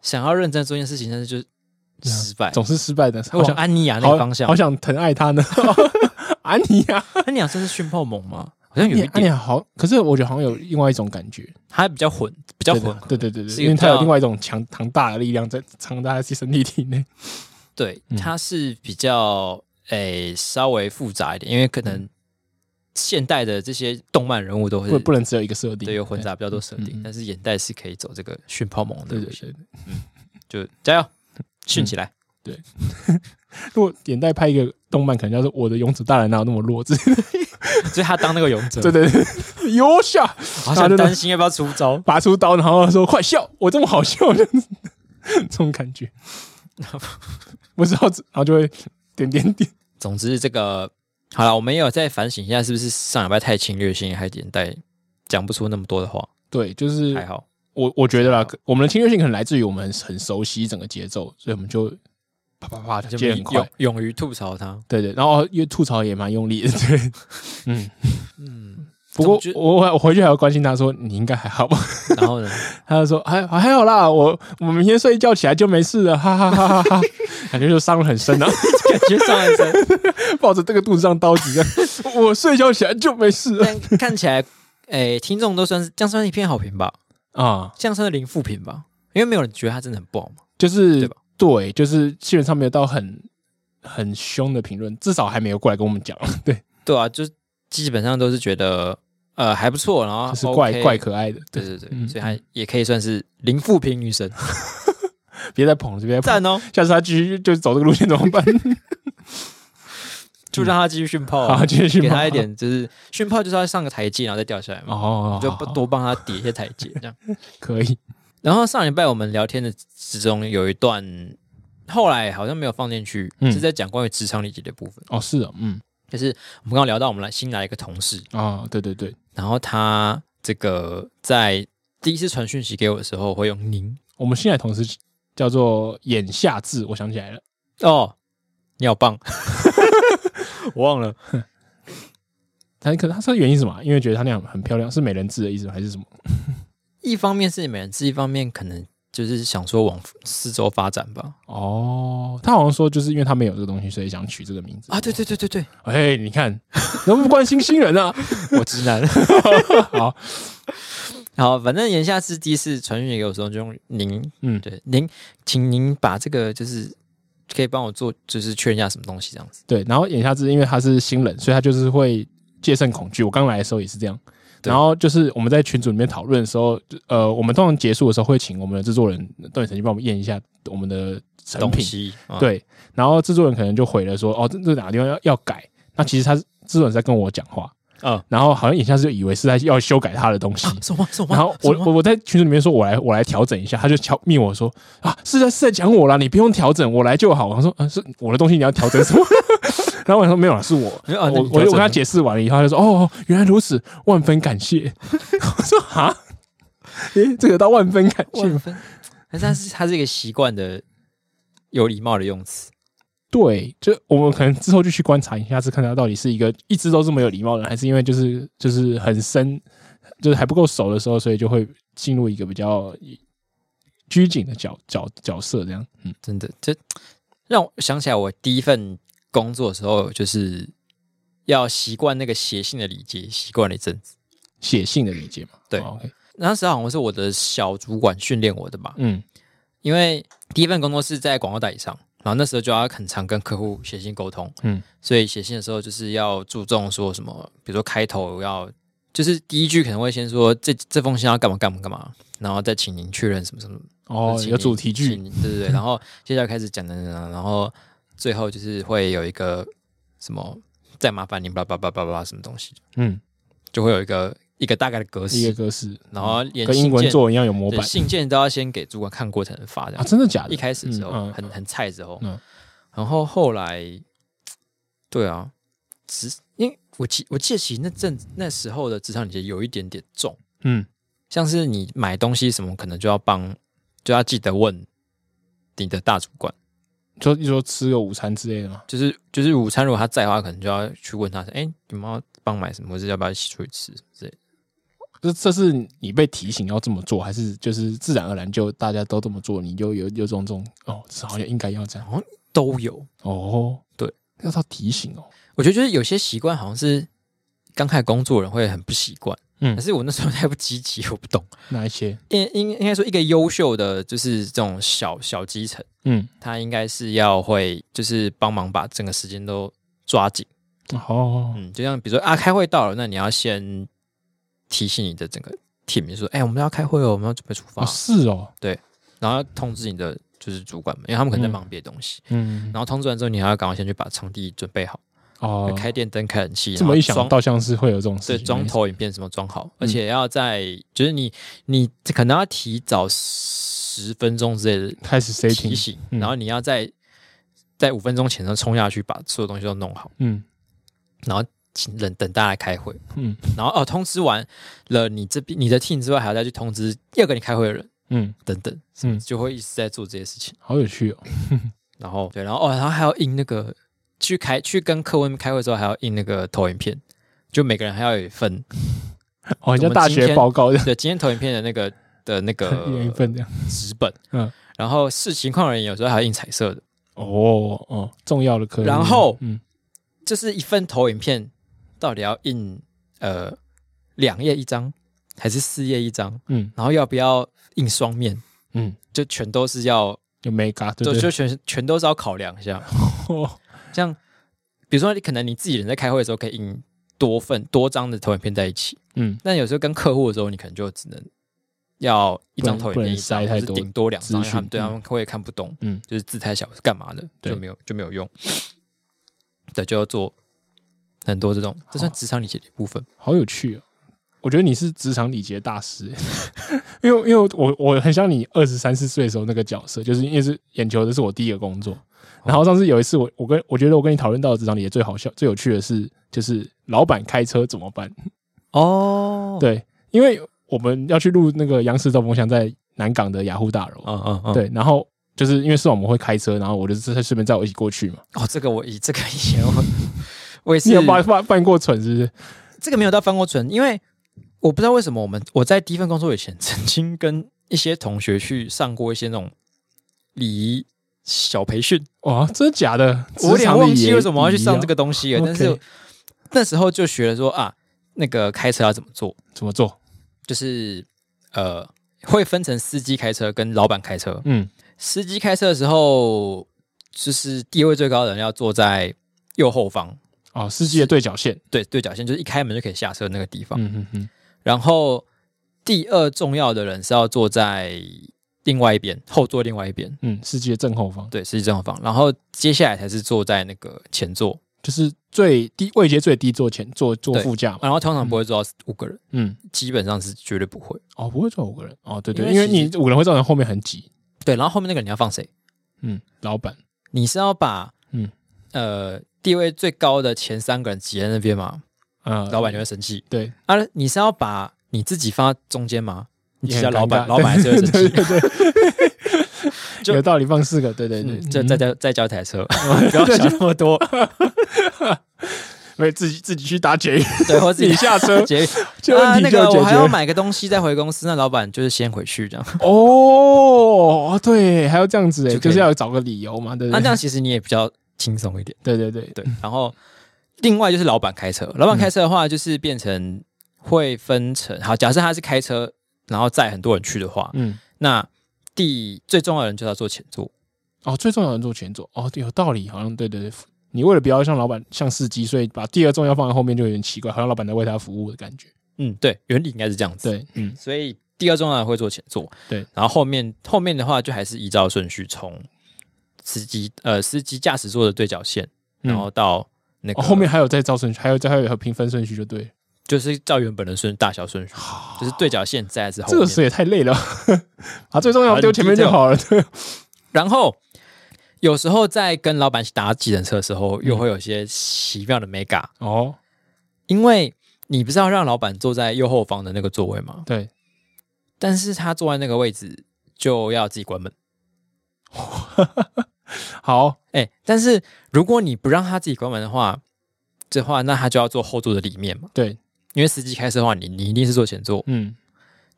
[SPEAKER 1] 想要认真做一件事情，但是就失败。
[SPEAKER 2] 总是失败的。
[SPEAKER 1] 我
[SPEAKER 2] 好
[SPEAKER 1] 想
[SPEAKER 2] 想
[SPEAKER 1] 安妮亚那
[SPEAKER 2] 好
[SPEAKER 1] 个方向
[SPEAKER 2] 好，想疼爱他
[SPEAKER 1] (laughs)
[SPEAKER 2] 呢， (laughs) 安妮亚，
[SPEAKER 1] 安妮亚算是炫泡萌吗？好像有一
[SPEAKER 2] 安妮
[SPEAKER 1] 点，
[SPEAKER 2] 亚好，可是我觉得好像有另外一种感觉，
[SPEAKER 1] 它比较混，比较
[SPEAKER 2] 对
[SPEAKER 1] 混
[SPEAKER 2] 的，对对对
[SPEAKER 1] 是一个
[SPEAKER 2] 对，因为
[SPEAKER 1] 比
[SPEAKER 2] 它有
[SPEAKER 1] 较
[SPEAKER 2] 另外一种强强大的力量在强大在身体体内。
[SPEAKER 1] 对，
[SPEAKER 2] 嗯
[SPEAKER 1] 它是比较诶、稍微复杂一点，因为可能现代的这些动漫人物都
[SPEAKER 2] 不
[SPEAKER 1] 嗯会
[SPEAKER 2] 不能只有一个设定，
[SPEAKER 1] 对有混杂比较多设定，
[SPEAKER 2] 嗯嗯
[SPEAKER 1] 但是眼袋是可以走这个炫泡萌的
[SPEAKER 2] 对。对
[SPEAKER 1] 路线，嗯
[SPEAKER 2] 对对，
[SPEAKER 1] 就加油，炫起来。
[SPEAKER 2] 对如果眼袋拍一个动漫，可能叫做《我的勇者大人》，哪有那么
[SPEAKER 1] (laughs)
[SPEAKER 2] 弱智？
[SPEAKER 1] (laughs) 所以他当那个勇者，
[SPEAKER 2] 对对对，优笑，，
[SPEAKER 1] 好像担心要不要出招
[SPEAKER 2] 拔出刀，然后说：“快笑，我这么好笑。” (laughs) 这样子这种
[SPEAKER 1] (laughs)
[SPEAKER 2] 感觉，不知道，然后就会点点点。
[SPEAKER 1] 总之这个好了，我们也有在反省一下，是不是上礼拜太侵略性，还眼袋讲不出那么多的话，
[SPEAKER 2] 对，就是
[SPEAKER 1] 还好。
[SPEAKER 2] 我我觉得啦，我们的侵略性可能来自于我们很熟悉整个节奏，所以我们就啪啪啪
[SPEAKER 1] 就
[SPEAKER 2] 接得很
[SPEAKER 1] 勇
[SPEAKER 2] 快。
[SPEAKER 1] 勇于吐槽他，
[SPEAKER 2] 对对，然后哦因为吐槽也蛮用力的，对，嗯。
[SPEAKER 1] 嗯，
[SPEAKER 2] 不过
[SPEAKER 1] 总之
[SPEAKER 2] 我我我回去还要关心他说你应该还好吧？
[SPEAKER 1] 然后呢，
[SPEAKER 2] 他就说还还好啦，我我明天睡一觉起来就没事了，哈哈哈哈哈！感觉就伤得很深啊，
[SPEAKER 1] (laughs) 感
[SPEAKER 2] (laughs)
[SPEAKER 1] 觉上半身，
[SPEAKER 2] 抱着这个肚子上刀子这样，我睡一觉起来就没事了
[SPEAKER 1] 但看起来，哎，听众都算是这样算是一片好评吧，
[SPEAKER 2] 啊，
[SPEAKER 1] 这样算是零负评吧，因为没有人觉得他真的很不好嘛。
[SPEAKER 2] 就是
[SPEAKER 1] 对吧
[SPEAKER 2] 对，就是基本上没有到很很凶的评论，至少还没有过来跟我们讲，对，
[SPEAKER 1] 对啊，就是基本上都是觉得呃还不错，然后
[SPEAKER 2] 就是怪
[SPEAKER 1] OK
[SPEAKER 2] 怪可爱的，
[SPEAKER 1] 对
[SPEAKER 2] 对，
[SPEAKER 1] 对对，
[SPEAKER 2] 嗯
[SPEAKER 1] 所以他也可以算是零负评女神，
[SPEAKER 2] 别再捧了，别再捧
[SPEAKER 1] (laughs)
[SPEAKER 2] 了，
[SPEAKER 1] 赞哦，
[SPEAKER 2] 下次他继续就走这个路线怎么办？
[SPEAKER 1] 就让他继续训炮啊、
[SPEAKER 2] 好，继续
[SPEAKER 1] 给
[SPEAKER 2] 骂
[SPEAKER 1] 他一点就是训炮，就是要上个台阶，然后再掉下来嘛，
[SPEAKER 2] 哦，
[SPEAKER 1] 就
[SPEAKER 2] 好好
[SPEAKER 1] 多帮他叠一些台阶这样。
[SPEAKER 2] 可以，
[SPEAKER 1] (laughs) 然后上礼拜我们聊天的之中有一段，后来好像没有放进去，
[SPEAKER 2] 嗯
[SPEAKER 1] 是在讲关于职场礼节的部分。
[SPEAKER 2] 哦，是哦，嗯，
[SPEAKER 1] 就是我们刚刚聊到我们来新来一个同事，
[SPEAKER 2] 啊，对对对，
[SPEAKER 1] 然后他这个在第一次传讯息给我的时候会用您
[SPEAKER 2] 我们现在同事叫做眼下智，我想起来了，
[SPEAKER 1] 哦，你好棒，我 (laughs) 忘了，
[SPEAKER 2] 他可他说原因是什么啊？因为觉得他那样很漂亮，是美人痣的意思吗还是什么？
[SPEAKER 1] 一方面是美人痣，一方面可能就是想说往四周发展吧。
[SPEAKER 2] 哦，他好像说就是因为他没有这个东西，所以想取这个名字
[SPEAKER 1] 啊，对对对对对，
[SPEAKER 2] 哎、你 (laughs) 看，能不关心新人啊？
[SPEAKER 1] 我直男。
[SPEAKER 2] 好，
[SPEAKER 1] 好，反正言下是第一次传讯息给我的时候，就用您，
[SPEAKER 2] 嗯
[SPEAKER 1] 对，您，请您把这个就是可以帮我做，就是确认一下什么东西这样子。
[SPEAKER 2] 对，然后眼下智因为他是新人，所以他就是会戒慎恐惧。我刚来的时候也是这样。然后就是我们在群组里面讨论的时候，就呃，我们通常结束的时候会请我们的制作人段神经帮我们验一下我们的成
[SPEAKER 1] 东
[SPEAKER 2] 品，
[SPEAKER 1] 西，啊，
[SPEAKER 2] 对，然后制作人可能就回了说，哦，这这哪个地方要要改？那其实他是制作人在跟我讲话，
[SPEAKER 1] 嗯，
[SPEAKER 2] 然后好像眼下是以为是在要修改他的东西，
[SPEAKER 1] 啊，什么什么？
[SPEAKER 2] 然后我
[SPEAKER 1] 什么
[SPEAKER 2] 我我在群组里面说，我来我来调整一下，他就敲密我说啊，是在是在讲我啦，你不用调整，我来就好。我想说，啊，是我的东西你要调整什么？ (laughs) 然后我想说没有啦，是我，
[SPEAKER 1] 没有啊那
[SPEAKER 2] 我
[SPEAKER 1] 你
[SPEAKER 2] 我
[SPEAKER 1] 调
[SPEAKER 2] 就
[SPEAKER 1] 整
[SPEAKER 2] 跟他
[SPEAKER 1] 了
[SPEAKER 2] 解释完了以后，他就说哦，原来如此，万分感谢。 (laughs) 我说啊， (laughs) 诶，这个到万分感谢
[SPEAKER 1] 万分，但是它是它是一个习惯的有礼貌的用词。
[SPEAKER 2] 对，就我们可能之后就去观察一下，是看他到底是一个一直都这么有礼貌的人，还是因为就是就是很深，就是还不够熟的时候，所以就会进入一个比较拘谨的角角角色这样。嗯，
[SPEAKER 1] 真的，这让我想起来，我第一份工作的时候，就是要习惯那个写信的礼节，习惯了一阵子。
[SPEAKER 2] 写信的理解嘛。
[SPEAKER 1] 对
[SPEAKER 2] 哦，OK，
[SPEAKER 1] 那时候好像是我的小主管训练我的吧，
[SPEAKER 2] 嗯
[SPEAKER 1] 因为第一份工作是在广告代理商，然后那时候就要很常跟客户写信沟通，
[SPEAKER 2] 嗯，
[SPEAKER 1] 所以写信的时候就是要注重说什么，比如说开头要，就是第一句可能会先说这这封信要干嘛干嘛干嘛，然后再请您确认什么什么，呃
[SPEAKER 2] 哦，
[SPEAKER 1] 请
[SPEAKER 2] 有
[SPEAKER 1] 您
[SPEAKER 2] 主题
[SPEAKER 1] 请
[SPEAKER 2] 句，
[SPEAKER 1] 您对对对，然后接下来开始讲等等等，然后最后就是会有一个什么再麻烦您巴拉巴拉巴拉巴拉什么东西，
[SPEAKER 2] 嗯，
[SPEAKER 1] 就会有一个一个大概的格
[SPEAKER 2] 一个
[SPEAKER 1] 式，
[SPEAKER 2] 格式，
[SPEAKER 1] 然后连
[SPEAKER 2] 跟英
[SPEAKER 1] 信
[SPEAKER 2] 文
[SPEAKER 1] 件
[SPEAKER 2] 作文一样有模
[SPEAKER 1] 对
[SPEAKER 2] 板
[SPEAKER 1] 信件都要先给主管看过才能发这样
[SPEAKER 2] 啊，。真的假的？
[SPEAKER 1] 一开始的时候、
[SPEAKER 2] 嗯嗯
[SPEAKER 1] 很很菜的时候，
[SPEAKER 2] 嗯
[SPEAKER 1] 然后后来，对啊，职因为我记我记得其实那阵那时候的职场礼节有一点点重，
[SPEAKER 2] 嗯，
[SPEAKER 1] 像是你买东西什么，可能就要帮就要记得问你的大主管，
[SPEAKER 2] 就就说吃个午餐之类的嘛。
[SPEAKER 1] 就是就是午餐如果他在的话，可能就要去问他，哎、你们要帮买什么，或是要不要一起出去吃什么之类的。
[SPEAKER 2] 这这是你被提醒要这么做，还是就是自然而然就大家都这么做，你就有有种这种哦，这好像应该要这样
[SPEAKER 1] 都有。
[SPEAKER 2] 哦，
[SPEAKER 1] 对，
[SPEAKER 2] 要他提醒哦，
[SPEAKER 1] 我觉得就是有些习惯好像是刚开始工作的人会很不习惯，
[SPEAKER 2] 嗯
[SPEAKER 1] 可是我那时候太不积极，我不懂。
[SPEAKER 2] 那一些
[SPEAKER 1] 应应应该说，一个优秀的就是这种小小基层，
[SPEAKER 2] 嗯，
[SPEAKER 1] 他应该是要会就是帮忙把整个时间都抓紧。
[SPEAKER 2] 哦，
[SPEAKER 1] 嗯，就像比如说啊，开会到了，那你要先提醒你的
[SPEAKER 2] 哦
[SPEAKER 1] 整个 team，就说哎、我们要开会哦，我们要准备出发，
[SPEAKER 2] 哦是哦，
[SPEAKER 1] 然后通知你的就是主管们，因为他们可能在忙别的东西。
[SPEAKER 2] 嗯，
[SPEAKER 1] 然后通知完之后，你还要赶快先去把场地准备好，
[SPEAKER 2] 哦，
[SPEAKER 1] 开电灯、开冷气，
[SPEAKER 2] 这么一
[SPEAKER 1] 然后装
[SPEAKER 2] 想，倒像是会有这种事嗯
[SPEAKER 1] 对，
[SPEAKER 2] 情。
[SPEAKER 1] 装投影片什么装好，而且要在就是你你可能要提早十分钟之类
[SPEAKER 2] 开始
[SPEAKER 1] 的提
[SPEAKER 2] setting，
[SPEAKER 1] 醒，
[SPEAKER 2] 嗯
[SPEAKER 1] 然后你要在在五分钟前呢冲下去把所有东西都弄好，
[SPEAKER 2] 嗯
[SPEAKER 1] 然后请等等大家来开会，
[SPEAKER 2] 嗯
[SPEAKER 1] 然后哦通知完了你这边你的 team 之外，还要再去通知要跟你开会的人
[SPEAKER 2] 嗯，
[SPEAKER 1] 等等，
[SPEAKER 2] 嗯
[SPEAKER 1] 嗯，就会一直在做这些事情。
[SPEAKER 2] 好有趣哦。
[SPEAKER 1] 然后对，然后哦，然后还要印那个去开去跟客户开会之后，还要印那个投影片，就每个人还要有一份。
[SPEAKER 2] 哦，人家
[SPEAKER 1] 我们
[SPEAKER 2] 大
[SPEAKER 1] 今
[SPEAKER 2] 学
[SPEAKER 1] 天呃
[SPEAKER 2] 报告这样，
[SPEAKER 1] 对，今天投影片的那个的那个
[SPEAKER 2] (laughs) 一人一份这样。
[SPEAKER 1] 纸本，
[SPEAKER 2] 嗯
[SPEAKER 1] 嗯，然后视情况而言，有时候还要印彩色的，
[SPEAKER 2] 哦哦，重要的科目。
[SPEAKER 1] 然后
[SPEAKER 2] 嗯，
[SPEAKER 1] 就是一份投影片到底要印呃两页一张还是四页一张，
[SPEAKER 2] 嗯
[SPEAKER 1] 然后要不要印双面，
[SPEAKER 2] 嗯，
[SPEAKER 1] 就全都是要，
[SPEAKER 2] 就 make up，对
[SPEAKER 1] 就
[SPEAKER 2] 不
[SPEAKER 1] 就
[SPEAKER 2] 对？
[SPEAKER 1] 全全都是要考量一下，
[SPEAKER 2] 哦
[SPEAKER 1] 像比如说你可能你自己人在开会的时候可以印多份多张的投影片在一起，
[SPEAKER 2] (laughs) 嗯，
[SPEAKER 1] 但有时候跟客户的时候，你可能就只能要一张投
[SPEAKER 2] 不
[SPEAKER 1] 影
[SPEAKER 2] 能
[SPEAKER 1] 片一张，
[SPEAKER 2] 塞
[SPEAKER 1] 或
[SPEAKER 2] 太
[SPEAKER 1] 是
[SPEAKER 2] 多
[SPEAKER 1] 顶多两张，因
[SPEAKER 2] 资
[SPEAKER 1] 为
[SPEAKER 2] 讯
[SPEAKER 1] 他们对
[SPEAKER 2] 嗯
[SPEAKER 1] 他们会看不懂，
[SPEAKER 2] 嗯
[SPEAKER 1] 嗯，就是字太小是干嘛的，
[SPEAKER 2] 对
[SPEAKER 1] 就没有就没有用， (sniffs) 对，就要做很多这种，这
[SPEAKER 2] 哦
[SPEAKER 1] 算职场理解的一部分。
[SPEAKER 2] 好有趣哦。我觉得你是职场礼节大师，欸 (laughs) 因为因为我我很像你二十三四岁的时候那个角色，就是因为是眼球，这是我第一个工
[SPEAKER 1] 哦
[SPEAKER 2] 作。然后上次有一次我，我跟我觉得我跟你讨论到的职场里最好笑、最有趣的是，就是老板开车怎么办？
[SPEAKER 1] 哦，，
[SPEAKER 2] 对，因为我们要去录那个央视斗风箱在南港的雅虎大楼，
[SPEAKER 1] 嗯嗯嗯，，
[SPEAKER 2] 对，然后就是因为是我们会开车，然后我就顺顺便载我一起过去嘛。
[SPEAKER 1] 哦，这个我以这个以前我 (laughs) 我也是
[SPEAKER 2] 你有犯犯犯过蠢是不是？
[SPEAKER 1] 这个没有到翻过唇，因为我不知道为什么我们我在第一份工作以前曾经跟一些同学去上过一些那种礼仪小培训。
[SPEAKER 2] 哇，真的假的？
[SPEAKER 1] 我有
[SPEAKER 2] 职
[SPEAKER 1] 点
[SPEAKER 2] 场
[SPEAKER 1] 忘
[SPEAKER 2] 礼
[SPEAKER 1] 记
[SPEAKER 2] 仪
[SPEAKER 1] 为什么要去上这个东西了，
[SPEAKER 2] OK
[SPEAKER 1] 但是那时候就学了说啊，那个开车要怎么做，
[SPEAKER 2] 怎么做？
[SPEAKER 1] 就是呃，会分成司机开车跟老板开车。
[SPEAKER 2] 嗯
[SPEAKER 1] 司机开车的时候，就是地位最高的人要坐在右后方，
[SPEAKER 2] 哦，司机的对角线，
[SPEAKER 1] 对对角线，就是一开门就可以下车那个地方。
[SPEAKER 2] 嗯嗯嗯，
[SPEAKER 1] 然后第二重要的人是要坐在另外一边，后座另外一边，
[SPEAKER 2] 嗯，司机的正后方，
[SPEAKER 1] 对，司机正后方。然后接下来才是坐在那个前座，
[SPEAKER 2] 就是最低位阶最低座前坐坐
[SPEAKER 1] 对啊
[SPEAKER 2] 副驾嘛，
[SPEAKER 1] 然后通常不会坐到五个人，
[SPEAKER 2] 嗯，
[SPEAKER 1] 基本上是绝对不会。
[SPEAKER 2] 哦，不会坐五个人，哦，对对，因
[SPEAKER 1] 因
[SPEAKER 2] 为
[SPEAKER 1] 为其实
[SPEAKER 2] 你五个人会造成后面很挤，
[SPEAKER 1] 对，然后后面那个人要放谁？
[SPEAKER 2] 嗯，老板，
[SPEAKER 1] 你是要把
[SPEAKER 2] 嗯
[SPEAKER 1] 嗯呃地位最高的前三个人挤在那边吗？
[SPEAKER 2] 呃，
[SPEAKER 1] 老板就会生气
[SPEAKER 2] 对，
[SPEAKER 1] 啊！你是要把你自己放在中间吗？你挤
[SPEAKER 2] 也
[SPEAKER 1] 到
[SPEAKER 2] 很
[SPEAKER 1] 老
[SPEAKER 2] 尴
[SPEAKER 1] 板，
[SPEAKER 2] 尬
[SPEAKER 1] 老板还是会
[SPEAKER 2] (laughs)
[SPEAKER 1] 生气。就
[SPEAKER 2] 有道理，放四个，对对对，
[SPEAKER 1] 嗯，就
[SPEAKER 2] 嗯
[SPEAKER 1] 再叫再叫一台
[SPEAKER 2] (laughs)
[SPEAKER 1] 车，不要想那么多。
[SPEAKER 2] 没有自己自己去打劫，
[SPEAKER 1] 对，或自己
[SPEAKER 2] 你下车
[SPEAKER 1] (laughs) 结
[SPEAKER 2] 这
[SPEAKER 1] 啊，
[SPEAKER 2] 问题
[SPEAKER 1] 那
[SPEAKER 2] 就
[SPEAKER 1] 个
[SPEAKER 2] 解
[SPEAKER 1] 我还要
[SPEAKER 2] 决。
[SPEAKER 1] 买个东西再回公司，那老板就是先回去这样。
[SPEAKER 2] 哦，对，还要这样子哎，
[SPEAKER 1] 就可以
[SPEAKER 2] 就是要找个理由嘛，对
[SPEAKER 1] 那
[SPEAKER 2] 不
[SPEAKER 1] 啊这
[SPEAKER 2] 对
[SPEAKER 1] 样？其实你也比较轻松一点，
[SPEAKER 2] 对对对，
[SPEAKER 1] 对。然后另外就是老板开车，老板
[SPEAKER 2] 嗯
[SPEAKER 1] 开车的话就是变成会分成，好，假设他是开车，然后载很多人去的话，
[SPEAKER 2] 嗯，
[SPEAKER 1] 那第最重要的人就要坐前座，
[SPEAKER 2] 哦，最重要的人做前座，哦，对有道理，好像对对对。你为了不要像老板像司机，所以把第二重要放在后面就有点奇怪，好像老板在为他服务的感觉。
[SPEAKER 1] 嗯，对，原理应该是这样子，，
[SPEAKER 2] 对，嗯，
[SPEAKER 1] 所以第二重要的会坐前座，
[SPEAKER 2] 对，
[SPEAKER 1] 然后后面后面的话就还是依照顺序从司机呃司机驾驶座的对角线，
[SPEAKER 2] 嗯
[SPEAKER 1] 然后到那个、
[SPEAKER 2] 哦后面还有再照顺序，还有再还有评分顺序就对了。
[SPEAKER 1] 就是照原本的顺大小顺序，就是对角线在之后
[SPEAKER 2] 这个
[SPEAKER 1] 面，
[SPEAKER 2] 时候也太累了，把最重要的丢前面就好了。对，
[SPEAKER 1] 然后。有时候在跟老板打计程车的时候，又会有一些奇妙的 mega，、
[SPEAKER 2] 哦，
[SPEAKER 1] 因为你不是要让老板坐在右后方的那个座位吗？
[SPEAKER 2] 对，
[SPEAKER 1] 但是他坐在那个位置就要自己关门。
[SPEAKER 2] 好，
[SPEAKER 1] 哎、但是如果你不让他自己关门的话，这话那他就要坐后座的里面嘛，
[SPEAKER 2] 对，
[SPEAKER 1] 因为司机开车的话，你你一定是坐前座，
[SPEAKER 2] 嗯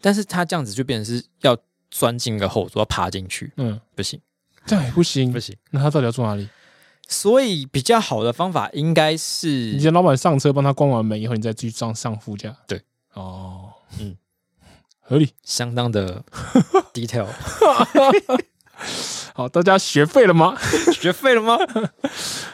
[SPEAKER 1] 但是他这样子就变成是要钻进个后座，要爬进去，
[SPEAKER 2] 嗯，
[SPEAKER 1] 不行
[SPEAKER 2] 这样也不行
[SPEAKER 1] 不。行。
[SPEAKER 2] 那他到底要住哪里？
[SPEAKER 1] 所以比较好的方法应该
[SPEAKER 2] 你
[SPEAKER 1] 是，
[SPEAKER 2] 叫老板上车帮他关完门以后，你再去上上副驾。
[SPEAKER 1] 对，
[SPEAKER 2] 哦，
[SPEAKER 1] 嗯，
[SPEAKER 2] 合理。
[SPEAKER 1] 相当的 (laughs) detail，
[SPEAKER 2] 好，大家学废了吗？
[SPEAKER 1] 学废了 (laughs) 吗？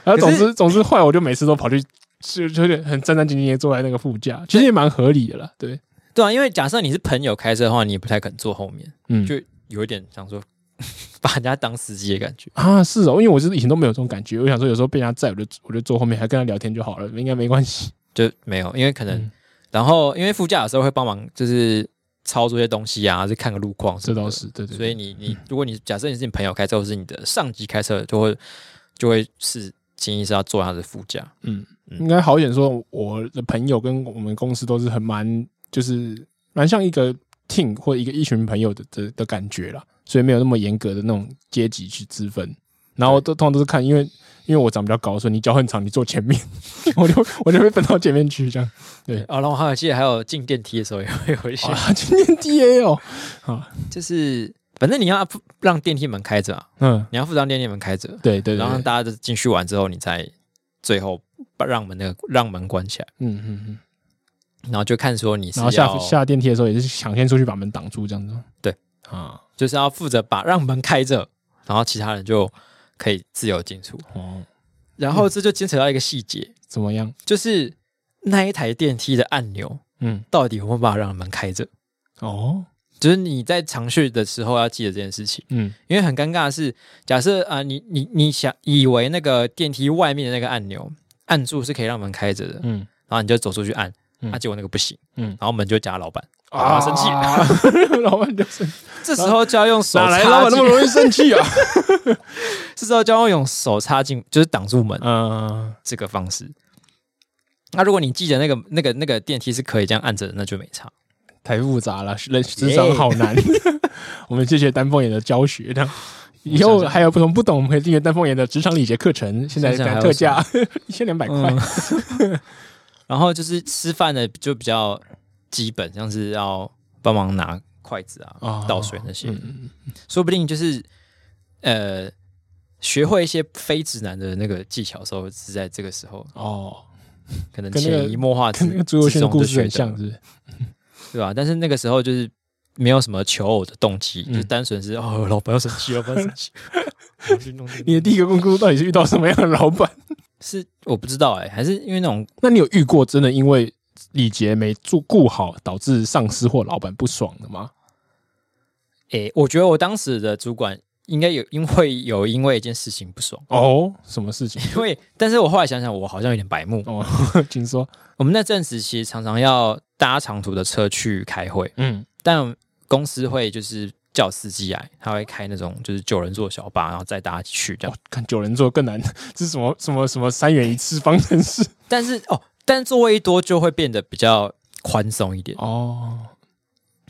[SPEAKER 2] 然后
[SPEAKER 1] 可
[SPEAKER 2] 总
[SPEAKER 1] 是
[SPEAKER 2] 之总之，后来我就每次都跑去，就就有点很战战兢兢的坐在那个副驾，其实也蛮合理的啦。对，
[SPEAKER 1] 对啊，因为假设你是朋友开车的话，你也不太肯坐后面，
[SPEAKER 2] 嗯，
[SPEAKER 1] 就有一点想说， (laughs) 把人家当司机的感觉。
[SPEAKER 2] 啊，是哦，因为我是以前都没有这种感觉，我想说有时候被人家载，我就我就坐后面，还跟他聊天就好了，应该没关系。
[SPEAKER 1] 就没有，因为可能，
[SPEAKER 2] 嗯
[SPEAKER 1] 然后因为副驾的时候会帮忙，就是操作一些东西啊，就看个路况，
[SPEAKER 2] 这倒。是，对对
[SPEAKER 1] 所
[SPEAKER 2] 对，
[SPEAKER 1] 以你你，如果你假设你是你朋友开车，或是你的上级开车，就会就会是建议是要坐他的副驾。嗯
[SPEAKER 2] 应该好一点说，我的朋友跟我们公司都是很蛮，就是蛮像一个 team 或一个一群朋友的的的感觉啦，所以没有那么严格的那种阶级去之分。然后都通常都是看，因为因为我长比较高，所以你脚很长，你坐前面， (laughs) 我就我就被分到前面去
[SPEAKER 1] (laughs)
[SPEAKER 2] 这样。
[SPEAKER 1] 啊，然后我还有记得还有进电梯的时候也会有一些，
[SPEAKER 2] 啊，今天 DA
[SPEAKER 1] (laughs)
[SPEAKER 2] 哦，
[SPEAKER 1] 就是反正你要不让电梯门开着啊，
[SPEAKER 2] 嗯，
[SPEAKER 1] 你要负责让电梯门开着，
[SPEAKER 2] 对对对，
[SPEAKER 1] 然后让
[SPEAKER 2] 对
[SPEAKER 1] 大家都进去完之后，你才最后把让门那个让门关起来，
[SPEAKER 2] 嗯嗯嗯，
[SPEAKER 1] 然后就看说你是
[SPEAKER 2] 然后
[SPEAKER 1] 要
[SPEAKER 2] 下下电梯的时候也是抢先出去把门挡住这样子。
[SPEAKER 1] 对
[SPEAKER 2] 啊，
[SPEAKER 1] 就是要负责把让门开着，然后其他人就可以自由进出。
[SPEAKER 2] 哦，
[SPEAKER 1] 然后这就牵扯到一个细节，
[SPEAKER 2] 怎么样？
[SPEAKER 1] 就是那一台电梯的按钮
[SPEAKER 2] 嗯，
[SPEAKER 1] 到底有没有办法让门开着？
[SPEAKER 2] 哦，
[SPEAKER 1] 就是你在尝试的时候要记得这件事情，
[SPEAKER 2] 嗯
[SPEAKER 1] 因为很尴尬的是，假设啊、你你你想以为那个电梯外面的那个按钮按住是可以让门开着的，
[SPEAKER 2] 嗯，
[SPEAKER 1] 然后你就走出去按，
[SPEAKER 2] 嗯
[SPEAKER 1] 啊，结果那个不行，
[SPEAKER 2] 嗯
[SPEAKER 1] 然后门就夹老板，啊，生气，
[SPEAKER 2] (laughs) 气，老板就生气，
[SPEAKER 1] 这时候就要用手
[SPEAKER 2] 哪来
[SPEAKER 1] 插
[SPEAKER 2] 老板那么
[SPEAKER 1] 进，
[SPEAKER 2] 容易生气啊？
[SPEAKER 1] 这时候就要用手插进，就是挡住门，
[SPEAKER 2] (laughs) 嗯，
[SPEAKER 1] 这个方式。啊那如果你记得那个那个那个电梯是可以这样按着的，那就没差。
[SPEAKER 2] 太复杂了，人职场好 (laughs) 难。我们谢谢丹凤眼的教学，这样以后还有不懂不懂，我们可以订阅丹凤眼的职场礼节课程，现在
[SPEAKER 1] 想想还有
[SPEAKER 2] 特价 (laughs) 一千两百块。
[SPEAKER 1] 然后就是吃饭的就比较基本，像是要帮忙拿筷子啊、
[SPEAKER 2] 哦
[SPEAKER 1] 倒水那些，
[SPEAKER 2] 嗯，
[SPEAKER 1] 说不定就是呃，学会一些非直男的那个技巧的时候，是在这个时候，
[SPEAKER 2] 哦，
[SPEAKER 1] 可能
[SPEAKER 2] 跟那个
[SPEAKER 1] 潜移默化之
[SPEAKER 2] 跟那个朱佑
[SPEAKER 1] 之
[SPEAKER 2] 轩的
[SPEAKER 1] 中
[SPEAKER 2] 故
[SPEAKER 1] 就
[SPEAKER 2] 事
[SPEAKER 1] 学
[SPEAKER 2] 很
[SPEAKER 1] 到
[SPEAKER 2] 像，是不是？
[SPEAKER 1] 对吧、但是那个时候就是没有什么求偶的动机，
[SPEAKER 2] 嗯
[SPEAKER 1] 就单纯是哦，老板要生
[SPEAKER 2] (laughs)
[SPEAKER 1] 气，老板要生气，然后去弄这个
[SPEAKER 2] 你的第一个工作到底是遇到什么样的老板？
[SPEAKER 1] 是我不知道哎、还是因为那种
[SPEAKER 2] (laughs) 那你有遇过真的因为礼节没做顾好，导致上司或老板不爽的吗？
[SPEAKER 1] 诶、欸我觉得我当时的主管应该有因为有因为一件事情不
[SPEAKER 2] (laughs)
[SPEAKER 1] 爽，
[SPEAKER 2] 哦，什么事情？
[SPEAKER 1] 因为但是我后来想想，我好像有点白目。
[SPEAKER 2] 哦， (laughs) 请说。
[SPEAKER 1] 我们那阵时其实常常要搭长途的车去开会，
[SPEAKER 2] 嗯
[SPEAKER 1] 但公司会就是叫司机来，他会开那种就是九人座小巴，然后再大家一起去这样
[SPEAKER 2] 哦。，看九人座更难， (laughs) 这是什么什么什么三元一次方
[SPEAKER 1] (laughs)
[SPEAKER 2] 程式？
[SPEAKER 1] 但是哦，但座位一多就会变得比较宽松一点，
[SPEAKER 2] 哦，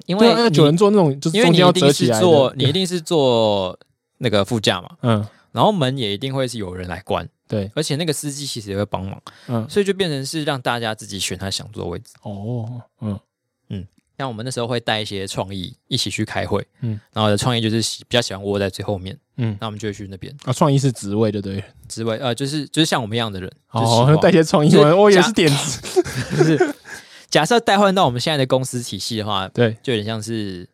[SPEAKER 1] 因
[SPEAKER 2] 对啊，
[SPEAKER 1] 为
[SPEAKER 2] 那个
[SPEAKER 1] 你
[SPEAKER 2] 九人座那种就是
[SPEAKER 1] 因为
[SPEAKER 2] 中
[SPEAKER 1] 你
[SPEAKER 2] 间要
[SPEAKER 1] 一
[SPEAKER 2] 折
[SPEAKER 1] 定
[SPEAKER 2] 起
[SPEAKER 1] 是
[SPEAKER 2] 来的
[SPEAKER 1] 坐你一定是坐那个副驾嘛，
[SPEAKER 2] 嗯
[SPEAKER 1] 然后门也一定会是有人来关。
[SPEAKER 2] 对
[SPEAKER 1] 而且那个司机其实也会帮忙，
[SPEAKER 2] 嗯
[SPEAKER 1] 所以就变成是让大家自己选他想坐的位置。
[SPEAKER 2] 哦嗯
[SPEAKER 1] 像我们那时候会带一些创意一起去开会，
[SPEAKER 2] 嗯
[SPEAKER 1] 嗯，然后我的创意就是喜比较喜欢窝在最后面，
[SPEAKER 2] 嗯
[SPEAKER 1] 那我们就会去那边
[SPEAKER 2] 啊，创意是职位对不对？
[SPEAKER 1] 职位，呃，就是就是像我们一样的人，就是喜
[SPEAKER 2] (laughs) 哦
[SPEAKER 1] 欢、，
[SPEAKER 2] 带些创意，
[SPEAKER 1] 就是
[SPEAKER 2] 我我也
[SPEAKER 1] 假
[SPEAKER 2] 是点子，
[SPEAKER 1] 就是假设代换到我们现在的公司体系的话，
[SPEAKER 2] (laughs) 对，
[SPEAKER 1] 就有点像是，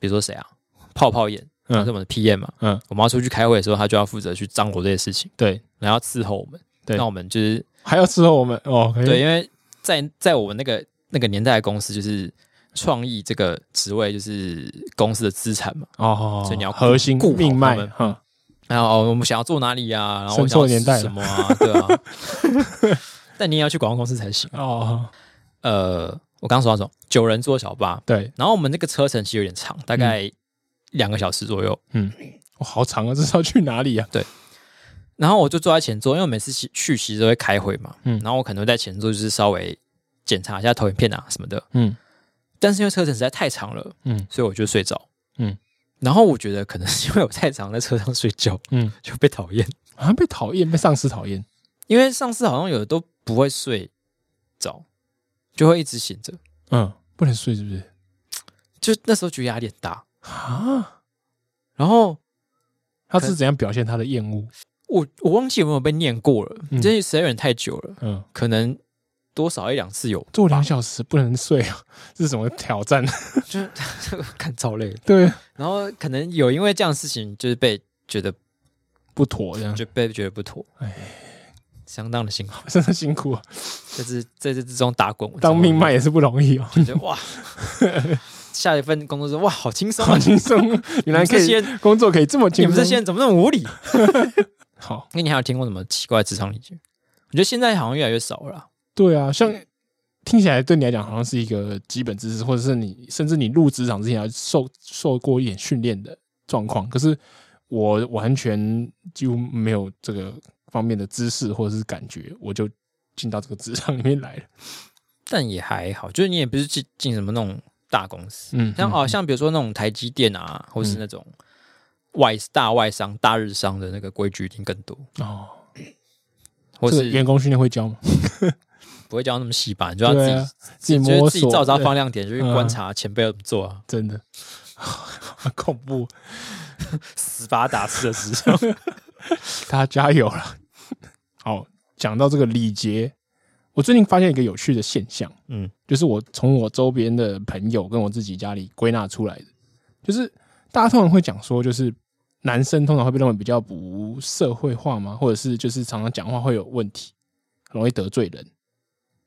[SPEAKER 1] 比如说谁啊，泡泡眼，
[SPEAKER 2] 嗯
[SPEAKER 1] 他是我们的 PM 嘛，
[SPEAKER 2] 嗯
[SPEAKER 1] 嗯，我们要出去开会的时候，他就要负责去张罗这些事情，
[SPEAKER 2] 对，
[SPEAKER 1] 然后要伺候我们，
[SPEAKER 2] 对
[SPEAKER 1] 那我们就是
[SPEAKER 2] 还要伺候我们哦，可以
[SPEAKER 1] 对，因为在在我们那个那个年代的公司，就是创意这个职位就是公司的资产嘛。
[SPEAKER 2] 哦，
[SPEAKER 1] 所以你要顾
[SPEAKER 2] 核心
[SPEAKER 1] 顾好
[SPEAKER 2] 命
[SPEAKER 1] 他
[SPEAKER 2] 脉
[SPEAKER 1] 们
[SPEAKER 2] 哈，
[SPEAKER 1] 然后、哦我们想要做哪里呀、啊然后我
[SPEAKER 2] 生
[SPEAKER 1] 们想要
[SPEAKER 2] 错年
[SPEAKER 1] 吃
[SPEAKER 2] 代了
[SPEAKER 1] 什么啊？对啊。
[SPEAKER 2] (laughs)
[SPEAKER 1] 但你也要去广告公司才行。
[SPEAKER 2] 哦，
[SPEAKER 1] 呃，我刚刚说到什么？九人坐小巴，
[SPEAKER 2] 对，
[SPEAKER 1] 然后我们那个车程其实有点长，大概
[SPEAKER 2] 嗯
[SPEAKER 1] 两个小时左右。
[SPEAKER 2] 哇，好长啊，这是要去哪里啊？
[SPEAKER 1] 然后我就坐在前座，因为我每次去去其实都会开会嘛，
[SPEAKER 2] 嗯
[SPEAKER 1] 嗯，然后我可能会在前座就是稍微检查一下投影片啊什么的，
[SPEAKER 2] 嗯
[SPEAKER 1] 但是因为车程实在太长了，
[SPEAKER 2] 嗯
[SPEAKER 1] 嗯，所以我就睡着，
[SPEAKER 2] 嗯
[SPEAKER 1] 嗯。然后我觉得可能是因为我太常在车上睡觉，
[SPEAKER 2] 嗯，
[SPEAKER 1] 就被讨厌。
[SPEAKER 2] 啊，被讨厌，被上司讨厌，
[SPEAKER 1] 因为上司好像有的都不会睡着，就会一直醒着，
[SPEAKER 2] 嗯，不能睡是不是？
[SPEAKER 1] 就那时候觉得压力很大。
[SPEAKER 2] 啊，
[SPEAKER 1] 然后
[SPEAKER 2] 他是怎样表现他的厌恶？
[SPEAKER 1] 我我忘记有没有被念过了，
[SPEAKER 2] 嗯
[SPEAKER 1] 这实在有点太久了，
[SPEAKER 2] 嗯，
[SPEAKER 1] 可能多少一两次有， (laughs)
[SPEAKER 2] 坐两小时不能睡啊， (laughs) 这是什么挑战？
[SPEAKER 1] 就是 (laughs) 看超累了。
[SPEAKER 2] 对，啊
[SPEAKER 1] 然后可能有因为这样的事情，就是被觉得
[SPEAKER 2] 不妥这样，
[SPEAKER 1] 就被觉得不妥，相当的辛苦，
[SPEAKER 2] 真的辛苦啊，
[SPEAKER 1] 就是在这之中打滚。
[SPEAKER 2] 啊 (laughs) 当命脉也是不容易哦。
[SPEAKER 1] 就哇，下一份工作说哇好轻松啊
[SPEAKER 2] 好，轻松， (laughs) 原来可
[SPEAKER 1] 你
[SPEAKER 2] 以
[SPEAKER 1] 们这些
[SPEAKER 2] 工作可以这么轻
[SPEAKER 1] (laughs) 你
[SPEAKER 2] 松。
[SPEAKER 1] 们这些人怎么那么无理？
[SPEAKER 2] 好，
[SPEAKER 1] 那你还有听过什么奇怪的职场礼节？我觉得现在好像越来越少了啦。
[SPEAKER 2] 对啊，像听起来对你来讲好像是一个基本知识，或者是你甚至你入职场之前要受受过一点训练的状况。可是我完全几乎没有这个方面的知识或者是感觉，我就进到这个职场里面来了。
[SPEAKER 1] 但也还好，就是你也不是进进什么那种大公司，
[SPEAKER 2] 嗯
[SPEAKER 1] 像
[SPEAKER 2] 嗯
[SPEAKER 1] 哦，像比如说那种台积电啊，或是
[SPEAKER 2] 嗯
[SPEAKER 1] 那种外大外商、大日商的那个规矩一定更多，
[SPEAKER 2] 哦，
[SPEAKER 1] 或
[SPEAKER 2] 这个员
[SPEAKER 1] 是
[SPEAKER 2] 工训练会教吗？
[SPEAKER 1] 不会教那么细吧，你就要自
[SPEAKER 2] 对
[SPEAKER 1] 己、
[SPEAKER 2] 啊，自己
[SPEAKER 1] 就
[SPEAKER 2] 摸
[SPEAKER 1] 是自己
[SPEAKER 2] 索，
[SPEAKER 1] 照着它
[SPEAKER 2] 对嗯
[SPEAKER 1] 放亮点，就去观察前辈怎么做啊，
[SPEAKER 2] 真的。 (laughs) 好恐怖！
[SPEAKER 1] 斯巴达式的职场。
[SPEAKER 2] 大家加油了。 (laughs) 好，讲到这个礼节，我最近发现一个有趣的现象，
[SPEAKER 1] 嗯，
[SPEAKER 2] 就是我从我周边的朋友跟我自己家里归纳出来的，就是大家通常会讲说，就是男生通常会被认为比较不社会化嘛，或者是就是常常讲话会有问题，很容易得罪人。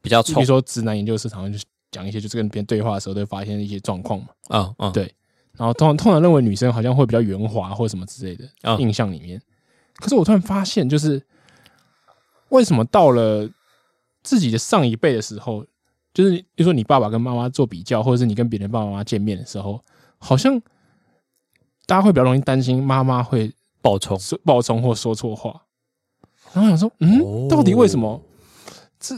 [SPEAKER 1] 比
[SPEAKER 2] (laughs)
[SPEAKER 1] 较
[SPEAKER 2] 就比
[SPEAKER 1] 冲
[SPEAKER 2] 如，说直男研究室常常就是讲一些，就是跟别人对话的时候都会发现一些状况嘛。
[SPEAKER 1] 嗯嗯，
[SPEAKER 2] 对然后通常通常认为女生好像会比较圆滑或什么之类的、
[SPEAKER 1] 嗯
[SPEAKER 2] 印象里面。可是我突然发现，就是为什么到了自己的上一辈的时候，就是你比如说你爸爸跟妈妈做比较，或者是你跟别人爸爸妈妈见面的时候，好像大家会比较容易担心妈妈会
[SPEAKER 1] 爆冲，
[SPEAKER 2] 说爆冲或说错话。然后想说，嗯，
[SPEAKER 1] 哦
[SPEAKER 2] 到底为什么？这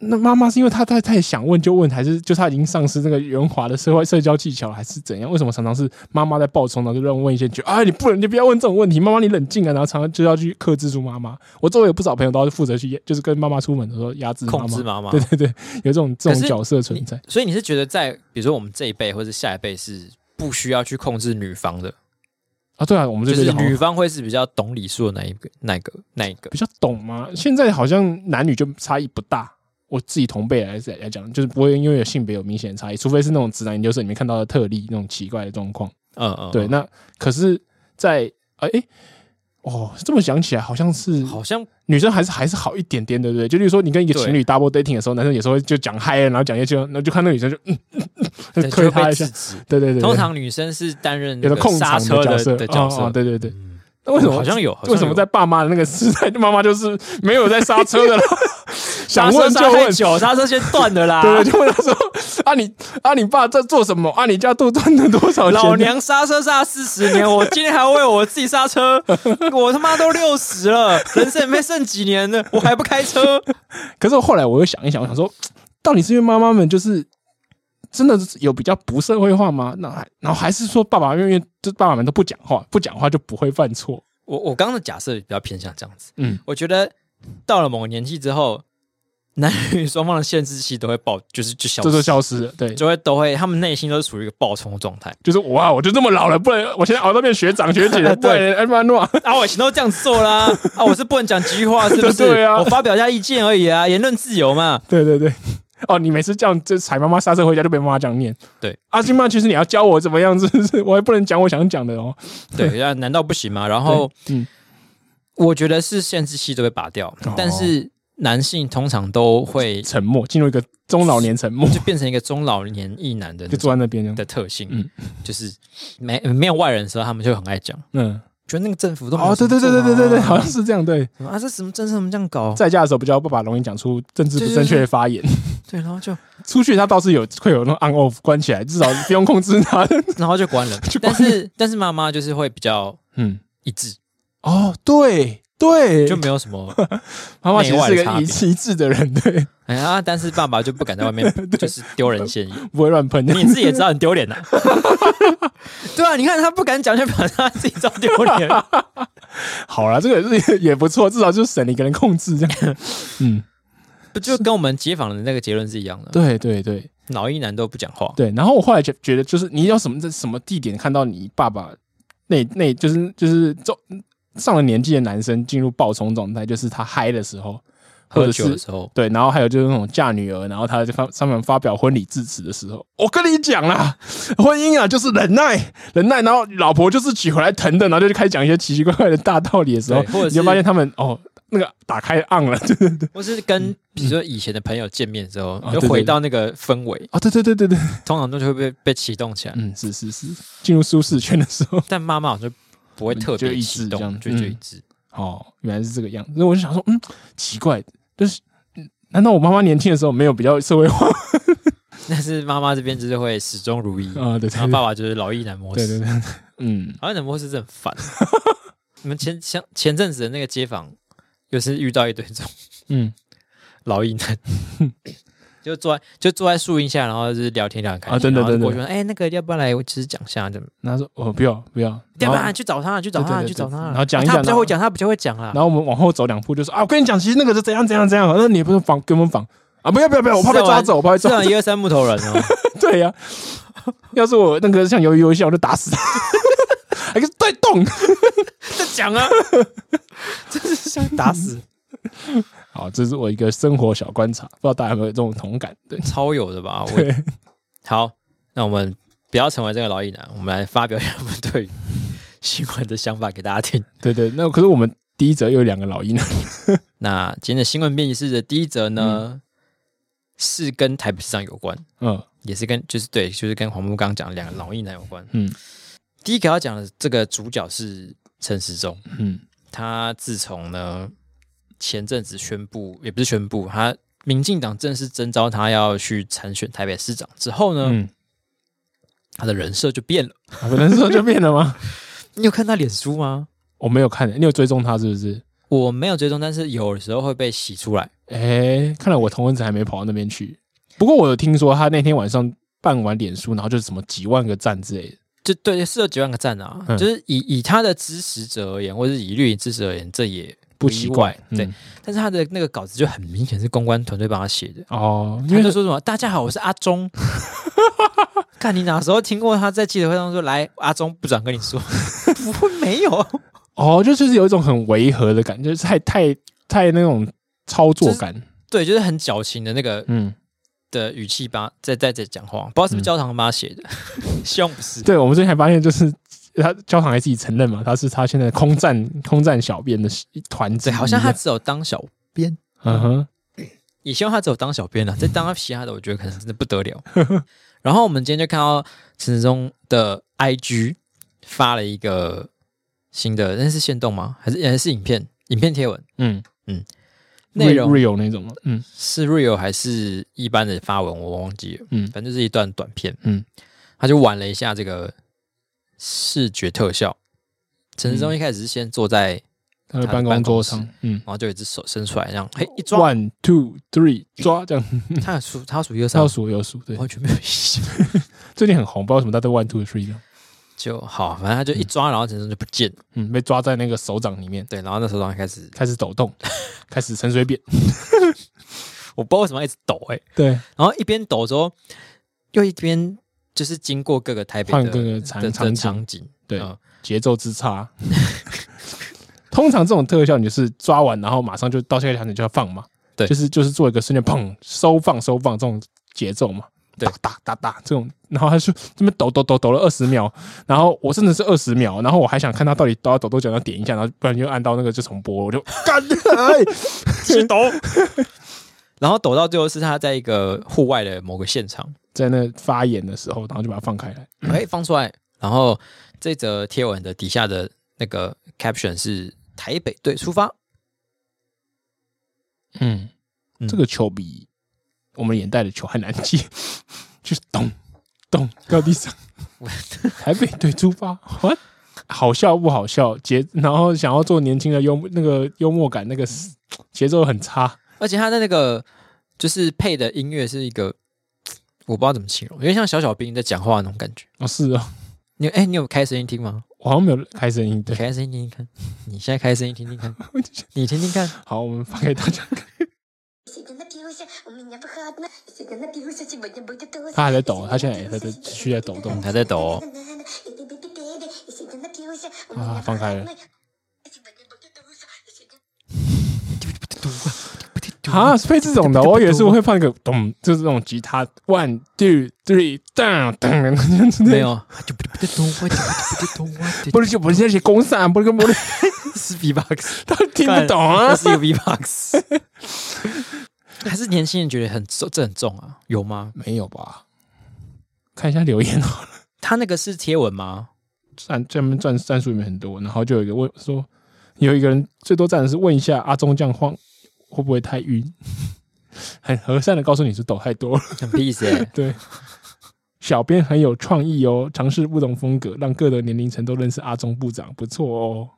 [SPEAKER 2] 那妈妈是因为她太太想问就问，还是就她已经丧失那个圆滑的社会社交技巧，还是怎样？为什么常常是妈妈在爆冲，然后就让问一些觉得啊，你不能，你不要问这种问题，妈妈你冷静啊，然后常常就要去克制住妈妈。我周围有不少朋友都是负责去，就是跟妈妈出门的时候压制妈
[SPEAKER 1] 控
[SPEAKER 2] 妈
[SPEAKER 1] 制，妈妈
[SPEAKER 2] 对。对对，有这种这
[SPEAKER 1] 可
[SPEAKER 2] 种
[SPEAKER 1] 是
[SPEAKER 2] 角色存在。
[SPEAKER 1] 所以你是觉得在比如说我们这一辈或者下一辈是不需要去控制女方的，
[SPEAKER 2] 啊，对啊，我们
[SPEAKER 1] 就
[SPEAKER 2] 这
[SPEAKER 1] 是
[SPEAKER 2] 边好像
[SPEAKER 1] 女方会是比较懂礼数的那一个、那一个、那一个。
[SPEAKER 2] 比较懂吗？现在好像男女就差异不大。我自己同辈来来讲，就是不会因为有性别有明显的差异，除非是那种直男研究社里面看到的特例那种奇怪的状况。
[SPEAKER 1] 嗯嗯，
[SPEAKER 2] 对，
[SPEAKER 1] 嗯
[SPEAKER 2] 那可是在，哎、诶哦，这么想起来，好像是
[SPEAKER 1] 好像
[SPEAKER 2] 女生还是还是好一点点，对不对？就例如说，你跟一个情侣 double dating 的时候，男生有时候就讲嗨，啊然后讲一些就，然后就看那个女生就嗯嗯，嗯
[SPEAKER 1] 对就
[SPEAKER 2] 推
[SPEAKER 1] 会
[SPEAKER 2] 他
[SPEAKER 1] 被
[SPEAKER 2] 一下
[SPEAKER 1] 制，止。
[SPEAKER 2] 对对对对，
[SPEAKER 1] 通常女生是担任
[SPEAKER 2] 有
[SPEAKER 1] 那
[SPEAKER 2] 的
[SPEAKER 1] 个
[SPEAKER 2] 控
[SPEAKER 1] 刹
[SPEAKER 2] 场
[SPEAKER 1] 车
[SPEAKER 2] 角
[SPEAKER 1] 的
[SPEAKER 2] 色
[SPEAKER 1] 的角色
[SPEAKER 2] 哦哦，对对对。
[SPEAKER 1] 嗯
[SPEAKER 2] 那为什么
[SPEAKER 1] 好像有？好像有
[SPEAKER 2] 为什么在爸妈的那个时代，妈妈就是没有在刹车
[SPEAKER 1] (laughs)
[SPEAKER 2] 的啦？
[SPEAKER 1] 刹
[SPEAKER 2] 想
[SPEAKER 1] 车
[SPEAKER 2] 问
[SPEAKER 1] 刹
[SPEAKER 2] 就
[SPEAKER 1] 太
[SPEAKER 2] 问，
[SPEAKER 1] 久，刹车先断了啦。
[SPEAKER 2] (laughs) 对对，就问他说：“啊你啊你爸在做什么？啊你家都赚了多少钱？”
[SPEAKER 1] 老娘刹车刹四十年，我今天还要为我自己刹车，我他妈都六十了，人生也没剩几年了，我还不开车，
[SPEAKER 2] 可是我后来我又想一想，我想说，到底是因为妈妈们就是真的是有比较不社会化吗？那还然后还是说爸爸因为就爸爸们都不讲话，不讲话就不会犯错？
[SPEAKER 1] 我我刚刚的假设比较偏向这样子，
[SPEAKER 2] 嗯
[SPEAKER 1] 嗯，我觉得到了某个年纪之后，男女双方的限制期都会爆，就是就消
[SPEAKER 2] 这就
[SPEAKER 1] 失，
[SPEAKER 2] 消失了。对，
[SPEAKER 1] 就会都会，他们内心都是处于一个爆冲的状态。
[SPEAKER 2] 就是哇，我就这么老了，不然我现在熬到变学长
[SPEAKER 1] (laughs)
[SPEAKER 2] 学姐了，不然哎妈诺，
[SPEAKER 1] 啊，我以前都这样做啦，啊，我是不能讲几句话，是不是？
[SPEAKER 2] 对啊
[SPEAKER 1] 我发表一下意见而已啊，言论自由嘛。
[SPEAKER 2] 对对 (laughs) 对，哦，你每次这样就踩妈妈刹车回家就被妈妈这样念。
[SPEAKER 1] 对，
[SPEAKER 2] 阿金妈，其实你要教我怎么样，是 (laughs) 不是？我也不能讲我想讲的哦。
[SPEAKER 1] 对，啊，难道不行吗？然后
[SPEAKER 2] 对嗯，哦
[SPEAKER 1] 我觉得是限制器都会拔掉，但是男性通常都会
[SPEAKER 2] 沉默，进入一个中老年沉默， (laughs)
[SPEAKER 1] 就变成一个中老年一男的那
[SPEAKER 2] 就
[SPEAKER 1] 种
[SPEAKER 2] 坐在那边这样。
[SPEAKER 1] 的特性，
[SPEAKER 2] 嗯
[SPEAKER 1] 就是没没有外人的时候，他们就很爱讲，
[SPEAKER 2] 嗯，
[SPEAKER 1] 觉得那个政府都没有
[SPEAKER 2] 哦，对对对对对对对，
[SPEAKER 1] 什么做
[SPEAKER 2] (laughs) 好
[SPEAKER 1] 啊
[SPEAKER 2] 像是这样。对，
[SPEAKER 1] 什么啊，这什么政策我们这样搞？
[SPEAKER 2] 在家的时候比较不把容易讲出政治不正确的发 (laughs) 言，
[SPEAKER 1] 对，然后就
[SPEAKER 2] 出去他倒是有会有那种 on off 关起来，至少不用控制他。
[SPEAKER 1] 然后就关了，
[SPEAKER 2] 就关
[SPEAKER 1] 但
[SPEAKER 2] 了
[SPEAKER 1] 是但是妈妈就是会比较
[SPEAKER 2] (laughs) 嗯，
[SPEAKER 1] 一致，
[SPEAKER 2] 哦，对对，
[SPEAKER 1] 就没有什
[SPEAKER 2] (laughs)
[SPEAKER 1] 么。
[SPEAKER 2] 妈妈其实
[SPEAKER 1] 内
[SPEAKER 2] 是
[SPEAKER 1] 外差
[SPEAKER 2] 个一一致的人，对，
[SPEAKER 1] 哎呀，但是爸爸就不敢在外
[SPEAKER 2] (laughs)
[SPEAKER 1] 面就是丢人现眼，
[SPEAKER 2] 不会乱喷。
[SPEAKER 1] 你自己也知道很丢脸的。啊对啊，你看他不敢讲，就表示他自己知道丢
[SPEAKER 2] (laughs)
[SPEAKER 1] 脸。
[SPEAKER 2] (laughs) 好啦，这个是也不错，至少就省了一个人控制这样。嗯，
[SPEAKER 1] 不就跟我们街访的那个结论是一样的？
[SPEAKER 2] (laughs) 对对对，
[SPEAKER 1] 老一男都不讲话，
[SPEAKER 2] 对，然后我后来觉觉得，就是你要什么在什么地点看到你爸爸那那，就是就是中上了年纪的男生进入暴冲状态，就是他嗨的时候，或
[SPEAKER 1] 喝
[SPEAKER 2] 者
[SPEAKER 1] 酒的
[SPEAKER 2] 是
[SPEAKER 1] 时候，
[SPEAKER 2] 对，然后还有就是那种嫁女儿，然后她在发上面发表婚礼致辞的时候，我跟你讲啦，婚姻啊就是忍耐，忍耐，然后老婆就是娶回来疼的，然后就开始讲一些奇奇怪怪的大道理的时候，
[SPEAKER 1] 对或者
[SPEAKER 2] 你就是发现他们哦，那个打开暗了， (laughs) 对对对，
[SPEAKER 1] 或是跟比如说以前的朋友见面之后，
[SPEAKER 2] 嗯啊
[SPEAKER 1] 就
[SPEAKER 2] 对对
[SPEAKER 1] 回
[SPEAKER 2] 对
[SPEAKER 1] 到那个氛围，
[SPEAKER 2] 哦，对对对对对，
[SPEAKER 1] 通常都就会被被启动起来。
[SPEAKER 2] 嗯，是是是，进入舒适圈的时候，
[SPEAKER 1] 但妈妈好像就不会特
[SPEAKER 2] 就
[SPEAKER 1] 别
[SPEAKER 2] 一致
[SPEAKER 1] 启
[SPEAKER 2] 这
[SPEAKER 1] 动，
[SPEAKER 2] 样
[SPEAKER 1] 就
[SPEAKER 2] 嗯
[SPEAKER 1] 就一致。
[SPEAKER 2] 哦，原来是这个样子，那我就想说，嗯，奇怪，就是嗯难道我妈妈年轻的时候没有比较
[SPEAKER 1] (laughs)
[SPEAKER 2] 社会化吗
[SPEAKER 1] 但是妈妈这边就是会始终如一，
[SPEAKER 2] 啊？对
[SPEAKER 1] 然后
[SPEAKER 2] 对
[SPEAKER 1] 爸爸就是老一男模式，
[SPEAKER 2] 对对对，嗯，
[SPEAKER 1] 老一男模式真的很烦。 (laughs) 你们前前前阵子的那个街坊，又是遇到一堆这种
[SPEAKER 2] 嗯，
[SPEAKER 1] 老一男，就坐在就坐在树荫下，然后就是聊天聊得很开心，
[SPEAKER 2] 啊真的
[SPEAKER 1] 然后就
[SPEAKER 2] 真的
[SPEAKER 1] 过去说，哎，那个要不要来，我其实讲一下怎么。
[SPEAKER 2] 然后说哦，不要不要，
[SPEAKER 1] 对
[SPEAKER 2] 然后
[SPEAKER 1] 吧？去找他，去找他，
[SPEAKER 2] 对对对
[SPEAKER 1] 去找他，
[SPEAKER 2] 然后讲一
[SPEAKER 1] 啊
[SPEAKER 2] 讲
[SPEAKER 1] 他比较会讲，他比较会讲啦。
[SPEAKER 2] 然后我们往后走两步，就说啊，我跟你讲，其实那个是怎样怎样怎样，那你不是仿跟我们仿啊？不要不要不要，我怕被抓走，我怕被
[SPEAKER 1] 这
[SPEAKER 2] 抓走
[SPEAKER 1] 样。一二三木头人
[SPEAKER 2] (laughs)
[SPEAKER 1] 哦， (laughs)
[SPEAKER 2] 对呀、要是我那个像鱿鱼游戏，我就打死他。 (laughs) 还是对动，
[SPEAKER 1] 在讲
[SPEAKER 2] (laughs)
[SPEAKER 1] 啊，真是想打死，
[SPEAKER 2] 好，这是我一个生活小观察，不知道大家有没有这种同感？对，
[SPEAKER 1] 超有的吧？我
[SPEAKER 2] 对
[SPEAKER 1] 好，那我们不要成为这个老一男，我们来发表一下我们对于新闻的想法给大家听。
[SPEAKER 2] 对对，那可是我们第一则又有两个老鹰，
[SPEAKER 1] 那今天的新闻编辑室的第一则呢，是跟台北市长有关，
[SPEAKER 2] 嗯
[SPEAKER 1] 也是跟就是对，就是跟黄木刚刚讲的两个老一男有关。
[SPEAKER 2] 嗯
[SPEAKER 1] 第一个要讲的这个主角是陈时中。
[SPEAKER 2] 嗯
[SPEAKER 1] 他自从呢前阵子宣布，也不是宣布，他民进党正式征召他要去参选台北市长之后呢，
[SPEAKER 2] 嗯，
[SPEAKER 1] 他的人设就变了。
[SPEAKER 2] 啊不能说就变了吗？
[SPEAKER 1] 你有看他脸书吗？
[SPEAKER 2] 我没有看，你有追踪他是不是？
[SPEAKER 1] 我没有追踪，但是有的时候会被洗出来。
[SPEAKER 2] 哎、看来我同文子还没跑到那边去。不过我有听说他那天晚上办完脸书，然后就是什么几万个赞之类的。
[SPEAKER 1] 就对，是有几万个赞啊！
[SPEAKER 2] 嗯
[SPEAKER 1] 就是以以他的支持者而言，或者是以绿营支持者而言，这也
[SPEAKER 2] 不
[SPEAKER 1] 意
[SPEAKER 2] 奇
[SPEAKER 1] 外
[SPEAKER 2] 怪，嗯
[SPEAKER 1] 对，但是他的那个稿子就很明显是公关团队帮他写的。
[SPEAKER 2] 哦，因
[SPEAKER 1] 他
[SPEAKER 2] 为
[SPEAKER 1] 就说什么“大家好，我是阿 (laughs) 忠”。看你哪时候听过他在记者会上说“来，阿忠部长跟你说”，不会没有，
[SPEAKER 2] 哦，就就是有一种很违和的感觉，就是太太太那种操作感。
[SPEAKER 1] 对，就是很矫情的那个
[SPEAKER 2] 嗯，
[SPEAKER 1] 的语气吧，在在这讲话，不知道是不是
[SPEAKER 2] 嗯
[SPEAKER 1] 焦糖妈写 (laughs) 的，希望不是。
[SPEAKER 2] 对，我们最近还发现，就是他焦糖还自己承认嘛，他是他现在空战空战小编的一团之
[SPEAKER 1] 对，
[SPEAKER 2] 一
[SPEAKER 1] 好像他只有当小编，
[SPEAKER 2] 嗯哼，
[SPEAKER 1] 也希望他只有当小编了，再当其他的，我觉得可能真的不得了。 (laughs) 然后我们今天就看到陈时中的 IG 发了一个新的，那是限动吗？还是还是影片？影片贴文
[SPEAKER 2] 嗯，
[SPEAKER 1] 内容
[SPEAKER 2] real 那种嘛，嗯
[SPEAKER 1] 是 real 还是一般的发文，我忘记了。
[SPEAKER 2] 嗯
[SPEAKER 1] 反正就是一段短片。
[SPEAKER 2] 嗯，
[SPEAKER 1] 他就玩了一下这个视觉特效。陈
[SPEAKER 2] 嗯
[SPEAKER 1] 志忠一开始是先坐在，
[SPEAKER 2] 他的
[SPEAKER 1] 他的
[SPEAKER 2] 办
[SPEAKER 1] 办
[SPEAKER 2] 公
[SPEAKER 1] 公
[SPEAKER 2] 桌
[SPEAKER 1] 室
[SPEAKER 2] 上，嗯
[SPEAKER 1] 然后就有一只手伸出来，这样，嘿，一抓，
[SPEAKER 2] ，one two three 抓这样，哦
[SPEAKER 1] 他有数，他有数一二三
[SPEAKER 2] 要，数有数，对
[SPEAKER 1] 我，完全没有印象。
[SPEAKER 2] 最近很红，不知道为什么，他都 one two three 这样，
[SPEAKER 1] 就好，反正他就一抓，然后陈志忠就不见了。
[SPEAKER 2] 嗯，被抓在那个手掌里面，
[SPEAKER 1] 对，然后那手掌开始，
[SPEAKER 2] 开始抖 (laughs) 动，开始陈水扁，
[SPEAKER 1] 我不知道为什么要一直抖哎、欸
[SPEAKER 2] 对，
[SPEAKER 1] 然后一边抖之后，又一边就是经过各个台北
[SPEAKER 2] (laughs) 换
[SPEAKER 1] 的
[SPEAKER 2] 各个
[SPEAKER 1] 的
[SPEAKER 2] 场
[SPEAKER 1] 的
[SPEAKER 2] 场景哦
[SPEAKER 1] 场景，
[SPEAKER 2] 对
[SPEAKER 1] 嗯
[SPEAKER 2] 节奏之差。 (laughs) 通常这种特效你就是抓完，然后马上就到下一个场景就要放嘛，
[SPEAKER 1] 对
[SPEAKER 2] 就是就是做一个瞬间砰收放收放这种节奏嘛，
[SPEAKER 1] 对
[SPEAKER 2] 哒哒哒哒这种，然后他就这么抖抖抖抖了二十秒，然后我真的是二十秒，然后我还想看他到底抖要抖多久，然后点一下，然后不然就按到那个就重播，我就干，哎
[SPEAKER 1] 去抖。然后抖到最后是他在一个户外的某个现场，
[SPEAKER 2] 在那发言的时候，然后就把它放开来，
[SPEAKER 1] 哎、放出来。然后这则贴文的底下的那个 caption 是“台北队出发
[SPEAKER 2] 嗯，
[SPEAKER 1] 嗯
[SPEAKER 2] 这个球比我们眼袋的球还难记，就是咚咚掉地上。台北队出发，what？好笑不好笑？节然后想要做年轻的幽默，那个幽默感，那个节奏很差。”，
[SPEAKER 1] 而且他的那个就是配的音乐是一个我不知道怎么形容，有点像小小兵在讲话那种感觉。
[SPEAKER 2] 哦，是哦，
[SPEAKER 1] 你哎、你有开声音听吗？
[SPEAKER 2] 我好像没有开声音。
[SPEAKER 1] 你
[SPEAKER 2] 对，
[SPEAKER 1] 开声音听听看，你现在开声音听听看，你听听看。
[SPEAKER 2] 好，我们发给大家。
[SPEAKER 3] Всегда напился, у меня выходной. Всегда напился, сегодня будет туз.
[SPEAKER 2] 他还在抖，他现在也在在继续在抖动。
[SPEAKER 1] 还在抖哦
[SPEAKER 3] Всегда напился, у
[SPEAKER 2] А,
[SPEAKER 3] меня
[SPEAKER 2] фонтаны.
[SPEAKER 3] выходной. Сегодня будет туз. Сегодня-
[SPEAKER 2] 啊，是配这种的，我以为是会放一个咚，就是这种吉他 one two three 当当，
[SPEAKER 1] 没有，
[SPEAKER 2] 不是就不是那些公散，不是跟不是，
[SPEAKER 1] 是
[SPEAKER 2] (laughs)
[SPEAKER 1] B-box，
[SPEAKER 2] 他听不懂啊
[SPEAKER 1] 那。是一个 B-box。还是年轻人觉得很重，这很重啊？有吗？
[SPEAKER 2] 没有吧？看一下留言哦， (laughs)
[SPEAKER 1] 他那个是贴文吗？
[SPEAKER 2] 赞这边赞赞数里面很多，然后就有一个问说，有一个人最多赞的是问一下阿忠这样晃会不会太晕， (laughs) 很和善的告诉你是抖太多了。
[SPEAKER 1] 很 peace
[SPEAKER 2] (laughs)
[SPEAKER 1] 欸
[SPEAKER 2] 对，小编很有创意哦，尝试不同风格，让各个年龄层都认识阿忠部长，不错哦。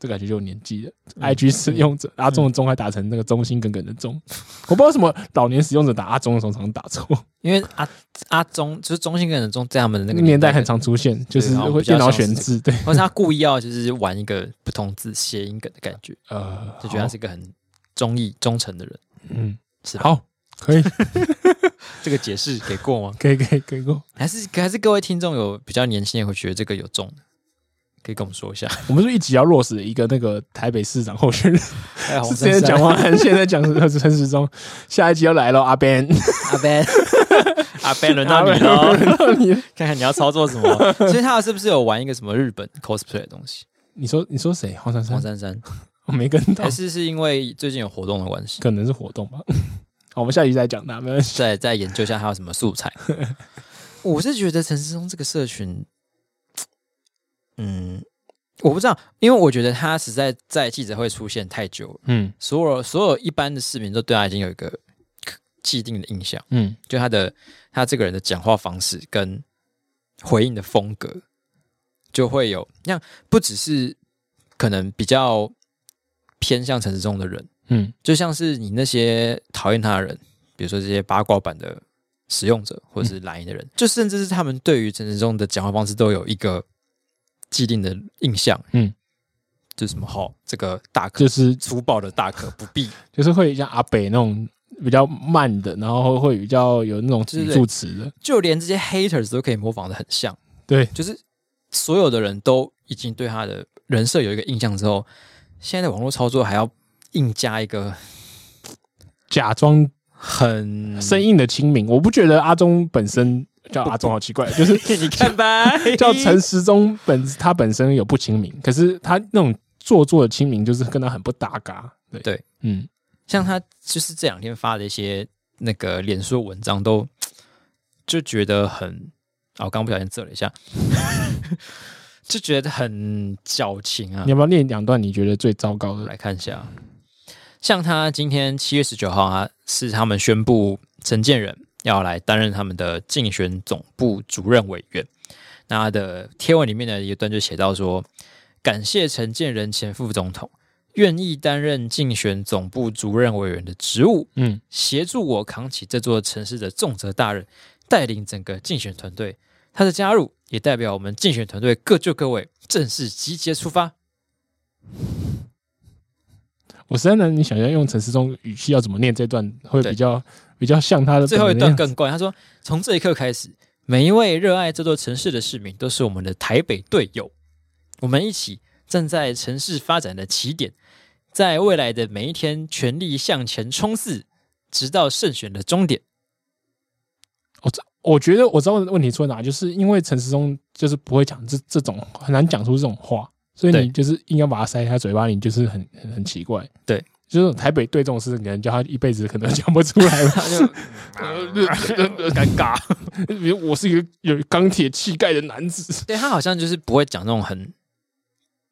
[SPEAKER 2] 这感觉就有年纪了。IG 使用者、阿忠的忠还打成那个忠心耿耿的忠，我不知道为什么老年使用者打阿忠的时候常常打错，
[SPEAKER 1] 因为阿阿忠就是中性跟人中，在他们的那
[SPEAKER 2] 那个
[SPEAKER 1] 个
[SPEAKER 2] 年代
[SPEAKER 1] 代
[SPEAKER 2] 很，常出现，就是
[SPEAKER 1] 然后
[SPEAKER 2] 会
[SPEAKER 1] 比较
[SPEAKER 2] 电脑
[SPEAKER 1] 像
[SPEAKER 2] 选
[SPEAKER 1] 是
[SPEAKER 2] 字，对，
[SPEAKER 1] 或是他故意要就是玩一个不同字谐音梗的感觉，
[SPEAKER 2] 呃，
[SPEAKER 1] 就觉得他
[SPEAKER 2] 好
[SPEAKER 1] 是一个很忠义忠诚的人。
[SPEAKER 2] 嗯，
[SPEAKER 1] 是吧
[SPEAKER 2] 好， (laughs) 可以，
[SPEAKER 1] 这个解释给过
[SPEAKER 2] (laughs)
[SPEAKER 1] 吗？
[SPEAKER 2] 可以，可以，可以过。
[SPEAKER 1] 还是还是各位听众有比较年轻人会觉得这个有中的，可以跟我们说一下。
[SPEAKER 2] 我们是不是一直要落实一个那个台北市长候选人，
[SPEAKER 1] 还有
[SPEAKER 2] (laughs) 是
[SPEAKER 1] 红
[SPEAKER 2] 之前
[SPEAKER 1] 杉杉
[SPEAKER 2] 讲完， (laughs) 现在讲陈时中，下一集要来了，阿 Ben，
[SPEAKER 1] 阿 Ben，阿 Ben 轮
[SPEAKER 2] 阿
[SPEAKER 1] 到你
[SPEAKER 2] Ben，
[SPEAKER 1] 了，
[SPEAKER 2] 轮到你了，
[SPEAKER 1] (laughs) 看看你要操作什 (laughs) 么。所以他是不是有玩一个什么日本 cosplay 的东西？
[SPEAKER 2] 你说你说谁？黄珊珊
[SPEAKER 1] 黄，珊珊
[SPEAKER 2] 我没跟到
[SPEAKER 1] 还，是是因为最近有活动的关系？
[SPEAKER 2] 可能是活动吧。 (laughs) 好，我们下集再讲他，没关系。
[SPEAKER 1] 再再研究一下还有什么素材。 (laughs) 我是觉得陈思忠这个社群，嗯，我不知道，因为我觉得他实在在记者会出现太久了，
[SPEAKER 2] 嗯
[SPEAKER 1] 所有所有一般的市民都对他已经有一个既定的印象，
[SPEAKER 2] 嗯，
[SPEAKER 1] 就他的他这个人的讲话方式跟回应的风格，就会有像不只是可能比较偏向陈思忠的人，
[SPEAKER 2] 嗯
[SPEAKER 1] 就像是你那些讨厌他的人，比如说这些八卦版的使用者或者是蓝营的人，
[SPEAKER 2] 嗯
[SPEAKER 1] 就甚至是他们对于陈时中的讲话方式都有一个既定的印象，
[SPEAKER 2] 嗯，
[SPEAKER 1] 就什么好这个大可
[SPEAKER 2] 就是
[SPEAKER 1] 粗暴的大可不必，
[SPEAKER 2] 就是会像阿北那种比较慢的，然后会比较有那种
[SPEAKER 1] 对
[SPEAKER 2] 语
[SPEAKER 1] 对
[SPEAKER 2] 助词的，
[SPEAKER 1] 就连这些 haters 都可以模仿的很像，
[SPEAKER 2] 对，
[SPEAKER 1] 就是所有的人都已经对他的人设有一个印象之后，现在的网络操作还要硬加一个
[SPEAKER 2] 假装
[SPEAKER 1] 很
[SPEAKER 2] 生硬的亲民。我不觉得阿忠本身叫阿忠好奇
[SPEAKER 1] (laughs)
[SPEAKER 2] 怪，就是
[SPEAKER 1] 你看吧， (laughs)
[SPEAKER 2] 叫陈时中本他本身有不亲民，可是他那种做作的亲民就是跟他很不搭嘎。对
[SPEAKER 1] 对，
[SPEAKER 2] 嗯，
[SPEAKER 1] 像他就是这两天发的一些那个脸书文章都，就觉得很啊，我刚刚不小心遮了一下， (laughs) 就觉得很矫情啊
[SPEAKER 2] 你。要不要念两段你觉得最糟糕的？
[SPEAKER 1] 来看一下，像他今天七月十九号啊，是他们宣布陈建仁要来担任他们的竞选总部主任委员。那他的贴文里面的一段就写到说，感谢陈建仁前副总统愿意担任竞选总部主任委员的职务，
[SPEAKER 2] 嗯，
[SPEAKER 1] 协助我扛起这座城市的重责大任，带领整个竞选团队。他的加入也代表我们竞选团队各就各位，正式集结出发。
[SPEAKER 2] 我实在难以想象用陈时中语气要怎么念这段会
[SPEAKER 1] 对
[SPEAKER 2] 比较比较像他
[SPEAKER 1] (laughs)
[SPEAKER 2] 的
[SPEAKER 1] 最后一
[SPEAKER 2] 本人
[SPEAKER 1] 段
[SPEAKER 2] 样
[SPEAKER 1] 更怪，他说：“从这一刻开始，每一位热爱这座城市的市民都是我们的台北队友，我们一起站在城市发展的起点，在未来的每一天全力向前冲刺，直到胜选的终点。
[SPEAKER 2] 我觉得我知道问题出在哪，就是因为陈时中就是不会讲这这种很难讲出这种话，所以你
[SPEAKER 1] 对
[SPEAKER 2] 就是硬要把它塞在他嘴巴里，就是很很很奇怪。
[SPEAKER 1] 对，
[SPEAKER 2] 就是台北对这种事，情，可能叫他一辈子可能讲不出来”吧。
[SPEAKER 1] 他就 (laughs)
[SPEAKER 2] 尴尬，比如我是一个有钢铁气概的男子，
[SPEAKER 1] 对他好像就是不会讲那种很，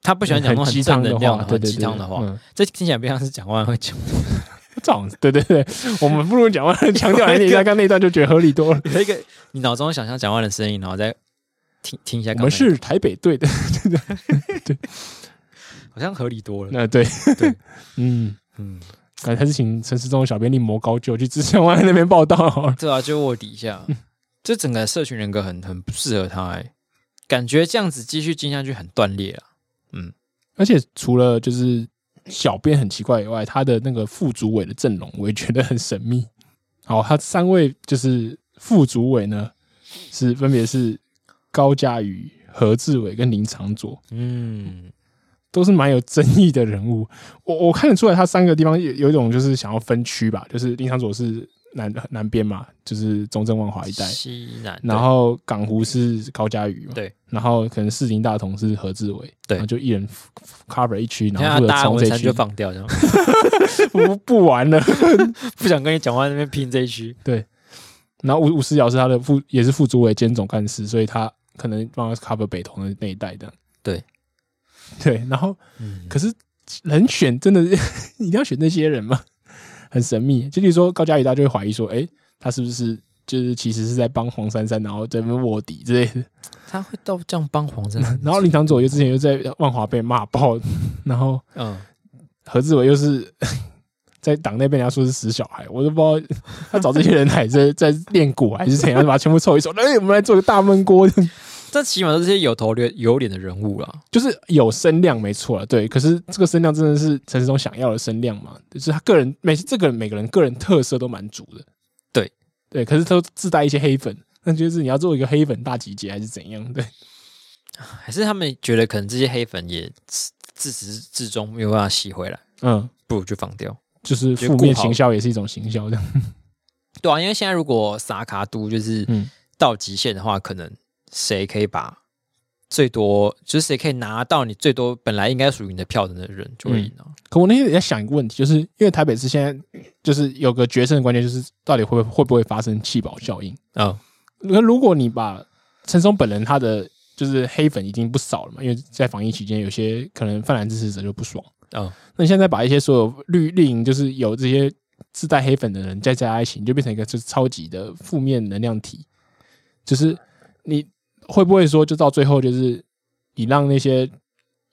[SPEAKER 1] 他不
[SPEAKER 2] 不
[SPEAKER 1] 喜欢讲那种
[SPEAKER 2] 鸡
[SPEAKER 1] 很
[SPEAKER 2] 汤
[SPEAKER 1] 正
[SPEAKER 2] 的
[SPEAKER 1] 能量
[SPEAKER 2] 话，
[SPEAKER 1] 的 (laughs)
[SPEAKER 2] 对
[SPEAKER 1] 很
[SPEAKER 2] 对
[SPEAKER 1] 鸡
[SPEAKER 2] 对，
[SPEAKER 1] 汤的话。
[SPEAKER 2] 嗯
[SPEAKER 1] 这听起来不像是讲话会讲，
[SPEAKER 2] 这样子，对对对，我们不如讲完强
[SPEAKER 1] (laughs)
[SPEAKER 2] 调一点，刚刚那一段就觉得合理多了。
[SPEAKER 1] 有一个你脑中想象讲话的声音，然后再听听一下
[SPEAKER 2] 我
[SPEAKER 1] 刚才，
[SPEAKER 2] 们是台北队的，
[SPEAKER 1] 好像合理多了。
[SPEAKER 2] 那对
[SPEAKER 1] 对，
[SPEAKER 2] (laughs) 嗯。
[SPEAKER 1] 嗯，
[SPEAKER 2] 感觉还是请陈时中的小编另谋高就，去之前湾那边报道好了。 (laughs)
[SPEAKER 1] 对啊，就卧底一下，
[SPEAKER 2] 嗯
[SPEAKER 1] 这整个社群人格很很不适合他、欸，感觉这样子继续进下去很断裂啊。
[SPEAKER 2] 而且除了就是小编很奇怪以外，他的那个副主委的阵容我也觉得很神秘。好，他三位就是副主委呢，是分别是高嘉瑜、何志伟跟林长佐。
[SPEAKER 1] 嗯，
[SPEAKER 2] 都是蛮有争议的人物。我我看得出来，他三个地方有有一种就是想要分区吧，就是林长佐是南南边嘛，就是中正万华一带，
[SPEAKER 1] 西南，
[SPEAKER 2] 然后港湖是高嘉瑜嘛，
[SPEAKER 1] 对，
[SPEAKER 2] 然后可能市林大同是何志伟，
[SPEAKER 1] 对
[SPEAKER 2] 然后就一人 cover 一区，
[SPEAKER 1] 你
[SPEAKER 2] 然
[SPEAKER 1] 看
[SPEAKER 2] 后负
[SPEAKER 1] 他
[SPEAKER 2] 责
[SPEAKER 1] 搭
[SPEAKER 2] 冲
[SPEAKER 1] 文
[SPEAKER 2] 这
[SPEAKER 1] 山
[SPEAKER 2] 区
[SPEAKER 1] 就，放掉，这样
[SPEAKER 2] (laughs) 不不玩了。
[SPEAKER 1] 不想跟你讲话，那边拼这一区，
[SPEAKER 2] 然后吴吴思瑶是他的副，也是副主委兼总干事，所以他可能帮他 cover 北投的那一带的。
[SPEAKER 1] 对，
[SPEAKER 2] (laughs) 对，然后
[SPEAKER 1] 嗯，
[SPEAKER 2] 可是人选真的 (laughs) 一定要选那些人吗？很神秘。就例如说高嘉瑜，大家就会怀疑说，哎、他是不是就是其实是在帮黄珊珊，然后在那边卧底之类的。
[SPEAKER 1] 他会到这样帮黄真的，
[SPEAKER 2] (laughs) 然后林长佐又之前又在万华被骂爆，然后
[SPEAKER 1] 嗯，
[SPEAKER 2] 何志伟又是 (laughs) 在党内被人家说是死小孩，我都不知道他找这些人还是 (laughs) 在在练蛊还是怎样，把他全部凑一凑，哎、我们来做个大闷锅，
[SPEAKER 1] 这起码都是些有头有有脸的人物啦，
[SPEAKER 2] 就是有声量没错了，对。可是这个声量真的是陈时中想要的声量嘛？就是他个人每这个人每个人个人特色都蛮足的，
[SPEAKER 1] 对
[SPEAKER 2] 对。可是他都自带一些黑粉，那就是你要做一个黑粉大集结还是怎样？对，
[SPEAKER 1] 还是他们觉得可能这些黑粉也自自始至终没有办法吸回来，
[SPEAKER 2] 嗯，
[SPEAKER 1] 不如就放掉。
[SPEAKER 2] 就是
[SPEAKER 1] 就
[SPEAKER 2] 负
[SPEAKER 1] 顾
[SPEAKER 2] 面
[SPEAKER 1] 好
[SPEAKER 2] 行销也是一种行销，这样。
[SPEAKER 1] 对啊，因为现在如果萨卡都就是
[SPEAKER 2] 嗯
[SPEAKER 1] 到极限的话，可能谁可以把最多，就是谁可以拿到你最多本来应该属于你的票的那个人就会赢啊了、
[SPEAKER 2] 可我那天也在想一个问题，就是因为台北市现在就是有个决胜的关键，就是到底会不会会不会发生弃保效应？
[SPEAKER 1] 嗯、
[SPEAKER 2] 那如果你把陈松本人他的就是黑粉已经不少了嘛，因为在防疫期间，有些可能泛蓝支持者就不爽。
[SPEAKER 1] 嗯，
[SPEAKER 2] 那你现在把一些所有绿绿营，就是有这些自带黑粉的人再加在一起，你就变成一个就是超级的负面能量体。就是你会不会说，就到最后就是你让那些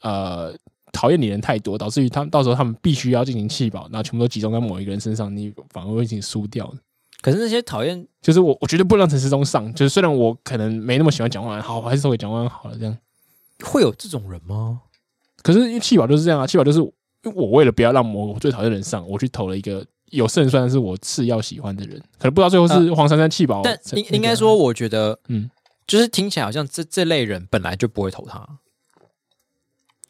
[SPEAKER 2] 呃讨厌你的人太多，导致于他们到时候他们必须要进行弃保，然后全部都集中在某一个人身上，你反而会已经输掉了。
[SPEAKER 1] 可是那些讨厌，
[SPEAKER 2] 就是我，我绝对不让陈世忠上。就是虽然我可能没那么喜欢蒋万安，好，我还是投给蒋万安好了。这样，
[SPEAKER 1] 会有这种人吗？
[SPEAKER 2] 可是因为弃保就是这样啊，弃保就是因为我为了不要让我最讨厌的人上，我去投了一个有胜算，是我次要喜欢的人。可能不知道最后是黄珊珊弃
[SPEAKER 1] 呃
[SPEAKER 2] 保，
[SPEAKER 1] 但
[SPEAKER 2] 陈
[SPEAKER 1] 哦应应该，说，我觉得，
[SPEAKER 2] 嗯，
[SPEAKER 1] 就是听起来好像这这类人本来就不会投他，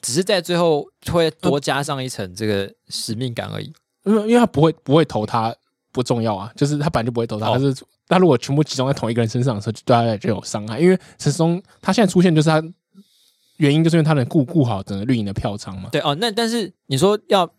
[SPEAKER 1] 只是在最后会多加上一层这个使命感而已。
[SPEAKER 2] 因为因为他不会不会投他不重要啊，就是他本来就不会投他，
[SPEAKER 1] 哦
[SPEAKER 2] 但是他如果全部集中在同一个人身上的时候，就对他就有伤害。因为陈世忠他现在出现就是他原因，就是因为他能顾顾好整个绿营的票仓嘛。
[SPEAKER 1] 对哦，那但是你说要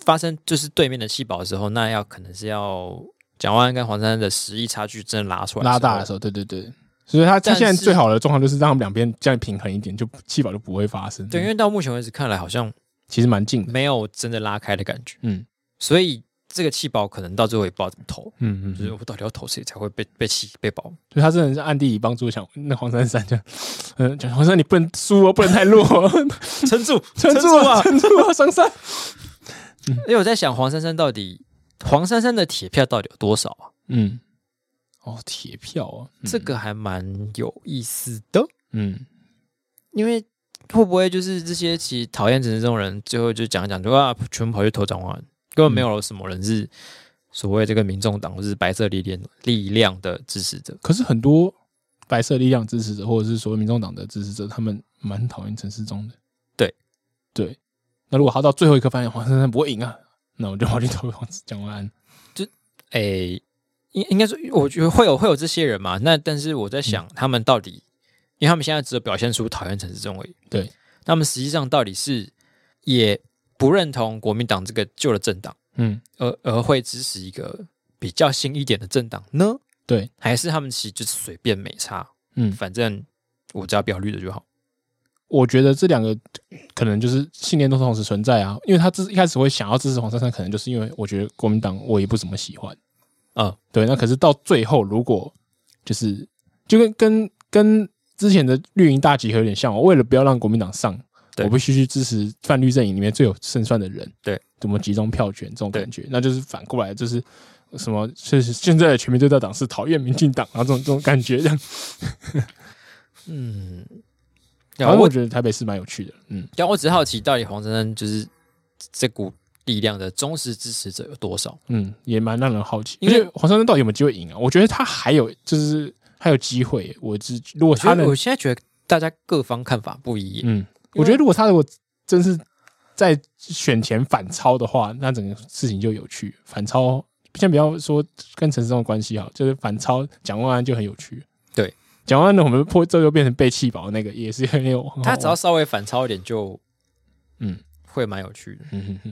[SPEAKER 1] 发生就是对面的弃保的时候，那要可能是要蒋万安跟黄珊珊的实力差距真的拉出来
[SPEAKER 2] 拉大的
[SPEAKER 1] 时
[SPEAKER 2] 时候，对对对。所以他他
[SPEAKER 1] 但
[SPEAKER 2] 现在
[SPEAKER 1] 是
[SPEAKER 2] 最好的状况就是让他们两边这样平衡一点，就气保就不会发生。
[SPEAKER 1] 候，对，因为到目前为止看来好像
[SPEAKER 2] 其实蛮近的。
[SPEAKER 1] 没有真的拉开的感觉，
[SPEAKER 2] 嗯
[SPEAKER 1] 所以这个弃保可能到最后也不知道怎么投，
[SPEAKER 2] 嗯嗯，
[SPEAKER 1] 就是我到底要投谁才会被被弃被
[SPEAKER 2] (laughs)
[SPEAKER 1] 保？
[SPEAKER 2] 所以他真的是暗地里帮助想那黄珊珊就，嗯，讲黄珊珊你不能输哦，不能太弱哦，
[SPEAKER 1] 撑住，
[SPEAKER 2] (laughs) 撑住啊，！ (laughs) 撑住啊，珊珊。
[SPEAKER 1] 因为我在想黄珊珊到底黄珊珊的铁票到底有多少啊？
[SPEAKER 2] 嗯，哦，铁票啊，嗯
[SPEAKER 1] 这个还蛮有意思的，
[SPEAKER 2] 嗯，
[SPEAKER 1] 因为会不会就是这些其实讨厌陈世忠的人，最后就讲一讲就啊，全部跑去投蒋万安，根本没有什么人是所谓这个民众党或是白色力量力量的支持者。
[SPEAKER 2] 可是很多白色力量支持者或者是所谓民众党的支持者，他们蛮讨厌陈世忠的。
[SPEAKER 1] 对
[SPEAKER 2] 对，那如果他到最后一刻发现黄珊珊不会赢啊，那我就跑去投 (laughs) 黄蒋万安。
[SPEAKER 1] 诶、应应该说，我觉得会有会有这些人嘛。那但是我在想，他们到底，因为他们现在只有表现出讨厌陈世忠而已，
[SPEAKER 2] 对，
[SPEAKER 1] 那他们实际上到底是也不认同国民党这个旧的政党，
[SPEAKER 2] 嗯，
[SPEAKER 1] 而而会支持一个比较新一点的政党呢？
[SPEAKER 2] 对，
[SPEAKER 1] 还是他们其实就是随便没差，
[SPEAKER 2] 嗯
[SPEAKER 1] 反正我只要不要绿的就好。
[SPEAKER 2] 我觉得这两个可能就是信念都同时存在啊，因为他自一开始会想要支持黄珊珊，可能就是因为我觉得国民党我也不怎么喜欢，
[SPEAKER 1] 嗯，
[SPEAKER 2] 对，那可是到最后如果就是就跟跟跟之前的绿营大集合有点像、哦，为了不要让国民党上，
[SPEAKER 1] 对
[SPEAKER 2] 我必须去支持泛绿阵营里面最有胜算的人，
[SPEAKER 1] 对，
[SPEAKER 2] 怎么集中票权这种感觉，那就是反过来就是什么，就是现在的全民对照党是讨厌民进党，然啊后这种这种感觉这样，
[SPEAKER 1] 嗯，然
[SPEAKER 2] 然
[SPEAKER 1] 后
[SPEAKER 2] 后
[SPEAKER 1] 我
[SPEAKER 2] 我觉得台北市蛮有趣的，嗯
[SPEAKER 1] 然后我只是好奇，到底黄珊珊就是这股力量的忠实支持者有多少？
[SPEAKER 2] 嗯，也蛮让人好奇，
[SPEAKER 1] 因
[SPEAKER 2] 因
[SPEAKER 1] 为
[SPEAKER 2] 为黄珊珊到底有没有机会赢啊？我觉得他还有就是还有机会，我只如果
[SPEAKER 1] 我觉
[SPEAKER 2] 他
[SPEAKER 1] 得
[SPEAKER 2] 能嗯
[SPEAKER 1] 我现在觉得大家各方看法不一，
[SPEAKER 2] 嗯，我觉得如果他如果真是在选前反超的话，那整个事情就有趣。反超先不要说跟陈世忠的关系好，就是反超蒋万安就很有趣。
[SPEAKER 1] 对，
[SPEAKER 2] 蒋万安呢，我们破之后又变成被气饱的那个，也是很有很好玩。
[SPEAKER 1] 他只要稍微反超一点就，
[SPEAKER 2] 哦嗯，
[SPEAKER 1] 会蛮有趣的。
[SPEAKER 2] (laughs) 嗯哼哼，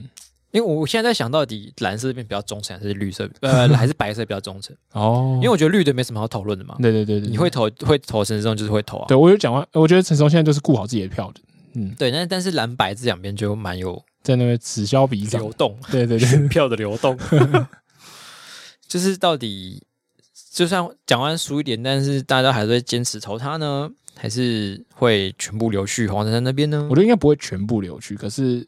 [SPEAKER 1] 因为我我现在在想到底蓝色这边比较忠诚，还是绿色呃还是白色比较忠诚？
[SPEAKER 2] 哦，
[SPEAKER 1] 因为我觉得绿的没什么好讨论的嘛。
[SPEAKER 2] 对对对对，
[SPEAKER 1] 你会投会投陈世忠就是会投啊。
[SPEAKER 2] 嗯对我有讲完，我觉得陈世忠现在就是顾好自己的票的，嗯，
[SPEAKER 1] 对，但但是蓝白这两边就蛮有
[SPEAKER 2] 在那边此消彼长。
[SPEAKER 1] 流动，
[SPEAKER 2] 对对对，
[SPEAKER 1] 选票的流动， (laughs) 就是到底就算蒋万安输一点，但是大家还是会坚持投他呢，还是会全部流去黄珊珊那边呢
[SPEAKER 2] 我？觉得应该不会全部流去，可是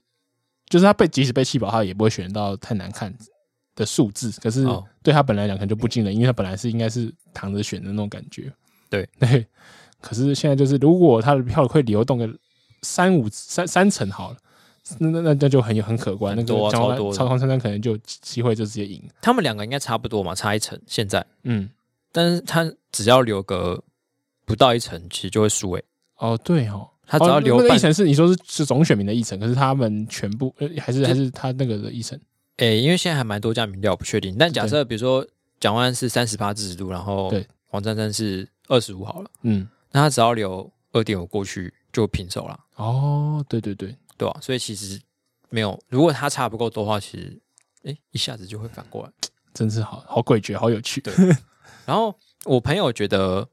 [SPEAKER 2] 就是他被即使被气饱，他也不会选到太难看的数字。可是
[SPEAKER 1] 哦
[SPEAKER 2] 对他本来讲可能就不尽人意，因为他本来是应该是躺着选的那种感觉。
[SPEAKER 1] 对
[SPEAKER 2] (laughs) 对，可是现在就是如果他的票会流动个三五三三成好了。那那那那就很有很可观，那
[SPEAKER 1] 很
[SPEAKER 2] 个
[SPEAKER 1] 多啊
[SPEAKER 2] 张
[SPEAKER 1] 超多的
[SPEAKER 2] 超黄珊珊可能就有机会就直接赢。
[SPEAKER 1] 他们两个应该差不多嘛，差一层现在，
[SPEAKER 2] 嗯，
[SPEAKER 1] 但是他只要留个不到一层，其实就会输诶、
[SPEAKER 2] 哦对哦，
[SPEAKER 1] 他只要
[SPEAKER 2] 哦
[SPEAKER 1] 留
[SPEAKER 2] 那那
[SPEAKER 1] 半
[SPEAKER 2] 个议程是你说是是总选民的议程，可是他们全部呃还是
[SPEAKER 1] 就
[SPEAKER 2] 还是他那个的议程。
[SPEAKER 1] 诶、欸因为现在还蛮多家民调我不确定，但假设比如说蒋万安是三十八支持度，然后
[SPEAKER 2] 对
[SPEAKER 1] 黄珊珊是二十五好了，
[SPEAKER 2] 嗯，
[SPEAKER 1] 那他只要留二点五过去就平手了。
[SPEAKER 2] 哦对对对，
[SPEAKER 1] 对啊，所以其实没有，如果他差不够多的话，其实哎、诶一下子就会反过来。
[SPEAKER 2] 真是好好诡谲，好有趣。
[SPEAKER 1] 然后我朋友觉得，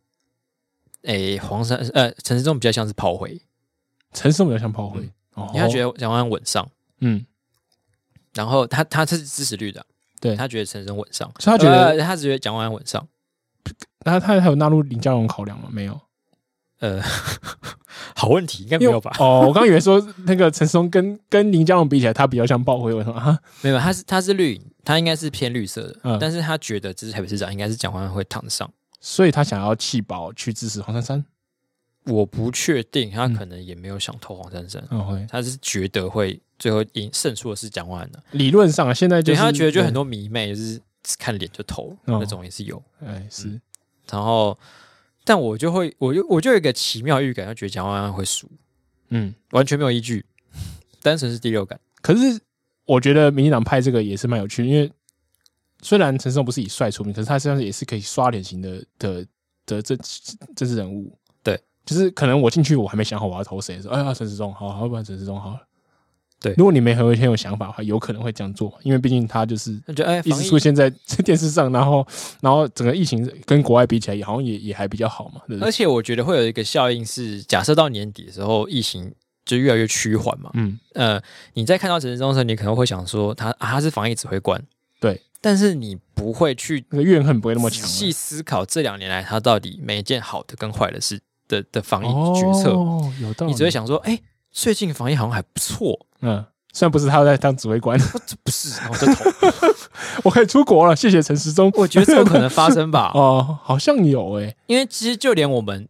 [SPEAKER 1] 哎、黄山呃陈世忠比较像是炮灰，
[SPEAKER 2] (laughs) 陈胜比较像炮灰，哦
[SPEAKER 1] 因为他嗯觉得蒋万安稳上，
[SPEAKER 2] 嗯，
[SPEAKER 1] 然后他他是支持率的，
[SPEAKER 2] 对
[SPEAKER 1] 他觉得陈世忠稳上，
[SPEAKER 2] 所以他觉得
[SPEAKER 1] 呃、他只觉得蒋万安稳上，
[SPEAKER 2] 那他还有纳入林佳龙考量吗？没有，
[SPEAKER 1] 呃， (laughs) 好问题应该没
[SPEAKER 2] 因为
[SPEAKER 1] 有吧？
[SPEAKER 2] (laughs) 哦，我刚以为说那个陈松跟跟林佳龙比起来，他比较像炮灰。我说啊，
[SPEAKER 1] 没有，他是他是绿营，他应该是偏绿色的，
[SPEAKER 2] 嗯
[SPEAKER 1] 但是他觉得这是台北市长应该是蒋万安会躺上。
[SPEAKER 2] 所以他想要弃保去支持黄珊珊。
[SPEAKER 1] 我不确定，他可能也没有想投黄珊珊，
[SPEAKER 2] 嗯，会
[SPEAKER 1] 他是觉得会最后赢胜出的是蒋万安的，
[SPEAKER 2] 理论上啊，现在就
[SPEAKER 1] 对
[SPEAKER 2] 是
[SPEAKER 1] 他觉得就很，多迷妹就是只看脸就投、
[SPEAKER 2] 哦
[SPEAKER 1] 那种也是有，
[SPEAKER 2] 哎，是
[SPEAKER 1] 嗯然后但我就会我就我就有一个奇妙预感，就觉得蒋万安会输，
[SPEAKER 2] 嗯，
[SPEAKER 1] 完全没有依据，单纯是第六感，
[SPEAKER 2] 可是我觉得民进党派这个也是蛮有趣的，因为虽然陈松不是以帅出名，可是他实际上也是可以刷脸型的的的政政治人物。
[SPEAKER 1] 对，
[SPEAKER 2] 就是可能我进去我还没想好我要投谁的时候，哎呀，陈时中好，好，要不然陈时中好了。
[SPEAKER 1] 对
[SPEAKER 2] 如果你没很有很有想法的话，有可能会这样做，因为毕竟他就是
[SPEAKER 1] 那就哎
[SPEAKER 2] 一
[SPEAKER 1] 防
[SPEAKER 2] 直
[SPEAKER 1] 疫
[SPEAKER 2] 出现在电视上，然后然后整个疫情跟国外比起来，也好像也也还比较好嘛，对不
[SPEAKER 1] 而
[SPEAKER 2] 对？
[SPEAKER 1] 且我觉得会有一个效应是，假设到年底的时候，疫情就越来越趋缓嘛。
[SPEAKER 2] 嗯，
[SPEAKER 1] 呃，你在看到陈时中的时候，你可能会想说他、啊、他是防疫指挥官，
[SPEAKER 2] 对，
[SPEAKER 1] 但是你不会去
[SPEAKER 2] 那个怨恨不会那么强
[SPEAKER 1] 仔
[SPEAKER 2] 了。
[SPEAKER 1] 细思考这两年来他到底每一件好的跟坏的事的的防疫决策，
[SPEAKER 2] 哦，有道理。
[SPEAKER 1] 你只会想说，哎、最近防疫好像还不错，哦
[SPEAKER 2] 嗯，虽然不是他在当指挥官，
[SPEAKER 1] 这不是，然后就
[SPEAKER 2] (laughs)
[SPEAKER 1] 投。
[SPEAKER 2] 我可以出国了，谢谢陈时中。
[SPEAKER 1] 我觉得这有可能发生吧，
[SPEAKER 2] (laughs) 哦，好像有诶、
[SPEAKER 1] 因为其实就连我们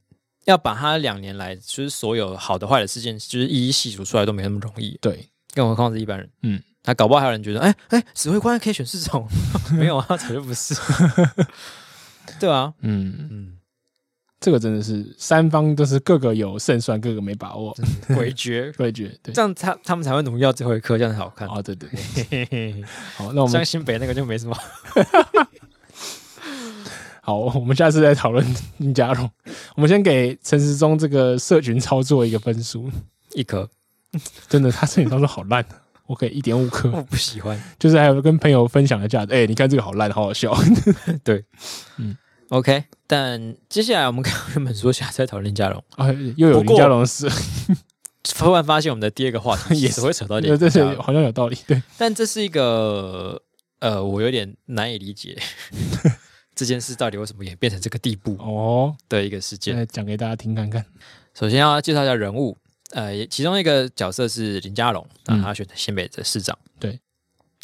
[SPEAKER 1] 要把他两年来就是所有好的坏的事件，就是一一细数出来都没那么容易，
[SPEAKER 2] 对，
[SPEAKER 1] 更何况是一般人。
[SPEAKER 2] 嗯，
[SPEAKER 1] 那搞不好还有人觉得，哎、哎，指挥官可以选市长， (laughs) 没有
[SPEAKER 2] (laughs)
[SPEAKER 1] 啊，绝对不是。对啊，
[SPEAKER 2] 嗯，
[SPEAKER 1] 嗯，
[SPEAKER 2] 这个真的是三方都是各个有胜算，各个没把握，
[SPEAKER 1] (laughs) 诡谲，
[SPEAKER 2] 对决对
[SPEAKER 1] 这。样他他们才会努力到最后一刻，这样才好看。
[SPEAKER 2] 哦，对对，对
[SPEAKER 1] 嘿嘿嘿
[SPEAKER 2] 好，那我
[SPEAKER 1] 像
[SPEAKER 2] 们
[SPEAKER 1] 新北那个就没什么。
[SPEAKER 2] 好，我们下次再讨论林佳
[SPEAKER 1] (laughs)
[SPEAKER 2] 荣。我们先给陈时中这个社群操作一个分数，
[SPEAKER 1] (laughs) 一颗，
[SPEAKER 2] 真的，他摄影操作好烂，啊我给一点五颗，
[SPEAKER 1] 我不喜欢。
[SPEAKER 2] 就是还有跟朋友分享一下，哎、你看这个好烂，好好笑。 (laughs)
[SPEAKER 1] OK，但接下来我们刚刚原本说下次再讨论嘉荣，
[SPEAKER 2] 啊，又有
[SPEAKER 1] 不
[SPEAKER 2] 林
[SPEAKER 1] 过
[SPEAKER 2] 佳荣的事，
[SPEAKER 1] 突然发现我们的第二个话题
[SPEAKER 2] 也
[SPEAKER 1] (laughs) 也是
[SPEAKER 2] 是
[SPEAKER 1] 会扯到
[SPEAKER 2] 对
[SPEAKER 1] 点
[SPEAKER 2] 对
[SPEAKER 1] 嘉
[SPEAKER 2] 对，
[SPEAKER 1] 荣，
[SPEAKER 2] 好像有道理。对，
[SPEAKER 1] 但这是一个呃，我有点难以理解 (laughs) 这件事到底为什么演变成这个地步
[SPEAKER 2] 哦，
[SPEAKER 1] 的一个事件。
[SPEAKER 2] 来讲给大家听看看。
[SPEAKER 1] 首先要介绍一下人物，呃，其中一个角色是林佳龙，那他选新北的市长。
[SPEAKER 2] 对，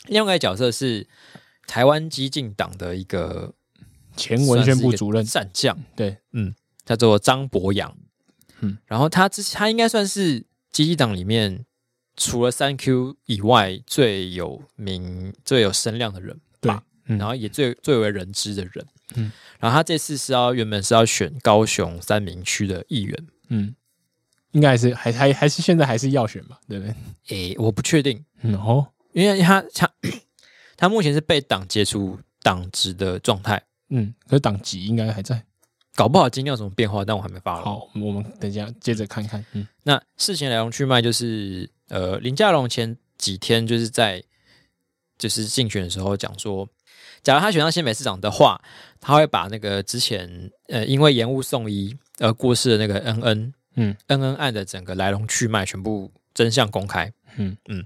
[SPEAKER 1] 另外一个角色是台湾激进党的一个
[SPEAKER 2] 前文宣部主任，
[SPEAKER 1] 算是一个战将，
[SPEAKER 2] 对，
[SPEAKER 1] 叫做张博洋。
[SPEAKER 2] 嗯
[SPEAKER 1] 嗯，然后他之他应该算是激进党里面除了三 Q 以外最有名、最有声量的人吧，
[SPEAKER 2] 对嗯
[SPEAKER 1] 然后也最最为人知的人。
[SPEAKER 2] 嗯
[SPEAKER 1] 嗯，然后他这次是要原本是要选高雄三明区的议员，
[SPEAKER 2] 嗯应该还是还还还是现在还是要选吧，对不对？
[SPEAKER 1] 诶、我不确定，
[SPEAKER 2] 嗯哦，
[SPEAKER 1] 因为他他他目前是被党解除党职的状态，
[SPEAKER 2] 嗯，可是党籍应该还在。
[SPEAKER 1] 搞不好今天有什么变化，但我还没发了。
[SPEAKER 2] 好，我们等一下接着看看。嗯，
[SPEAKER 1] 那事情来龙去脉就是，呃，林佳龙前几天就是在就是竞选的时候讲说，假如他选上新北市长的话，他会把那个之前呃因为延误送医而过世的那个恩恩，
[SPEAKER 2] 嗯，
[SPEAKER 1] 恩恩案的整个来龙去脉全部真相公开，
[SPEAKER 2] 嗯
[SPEAKER 1] 嗯，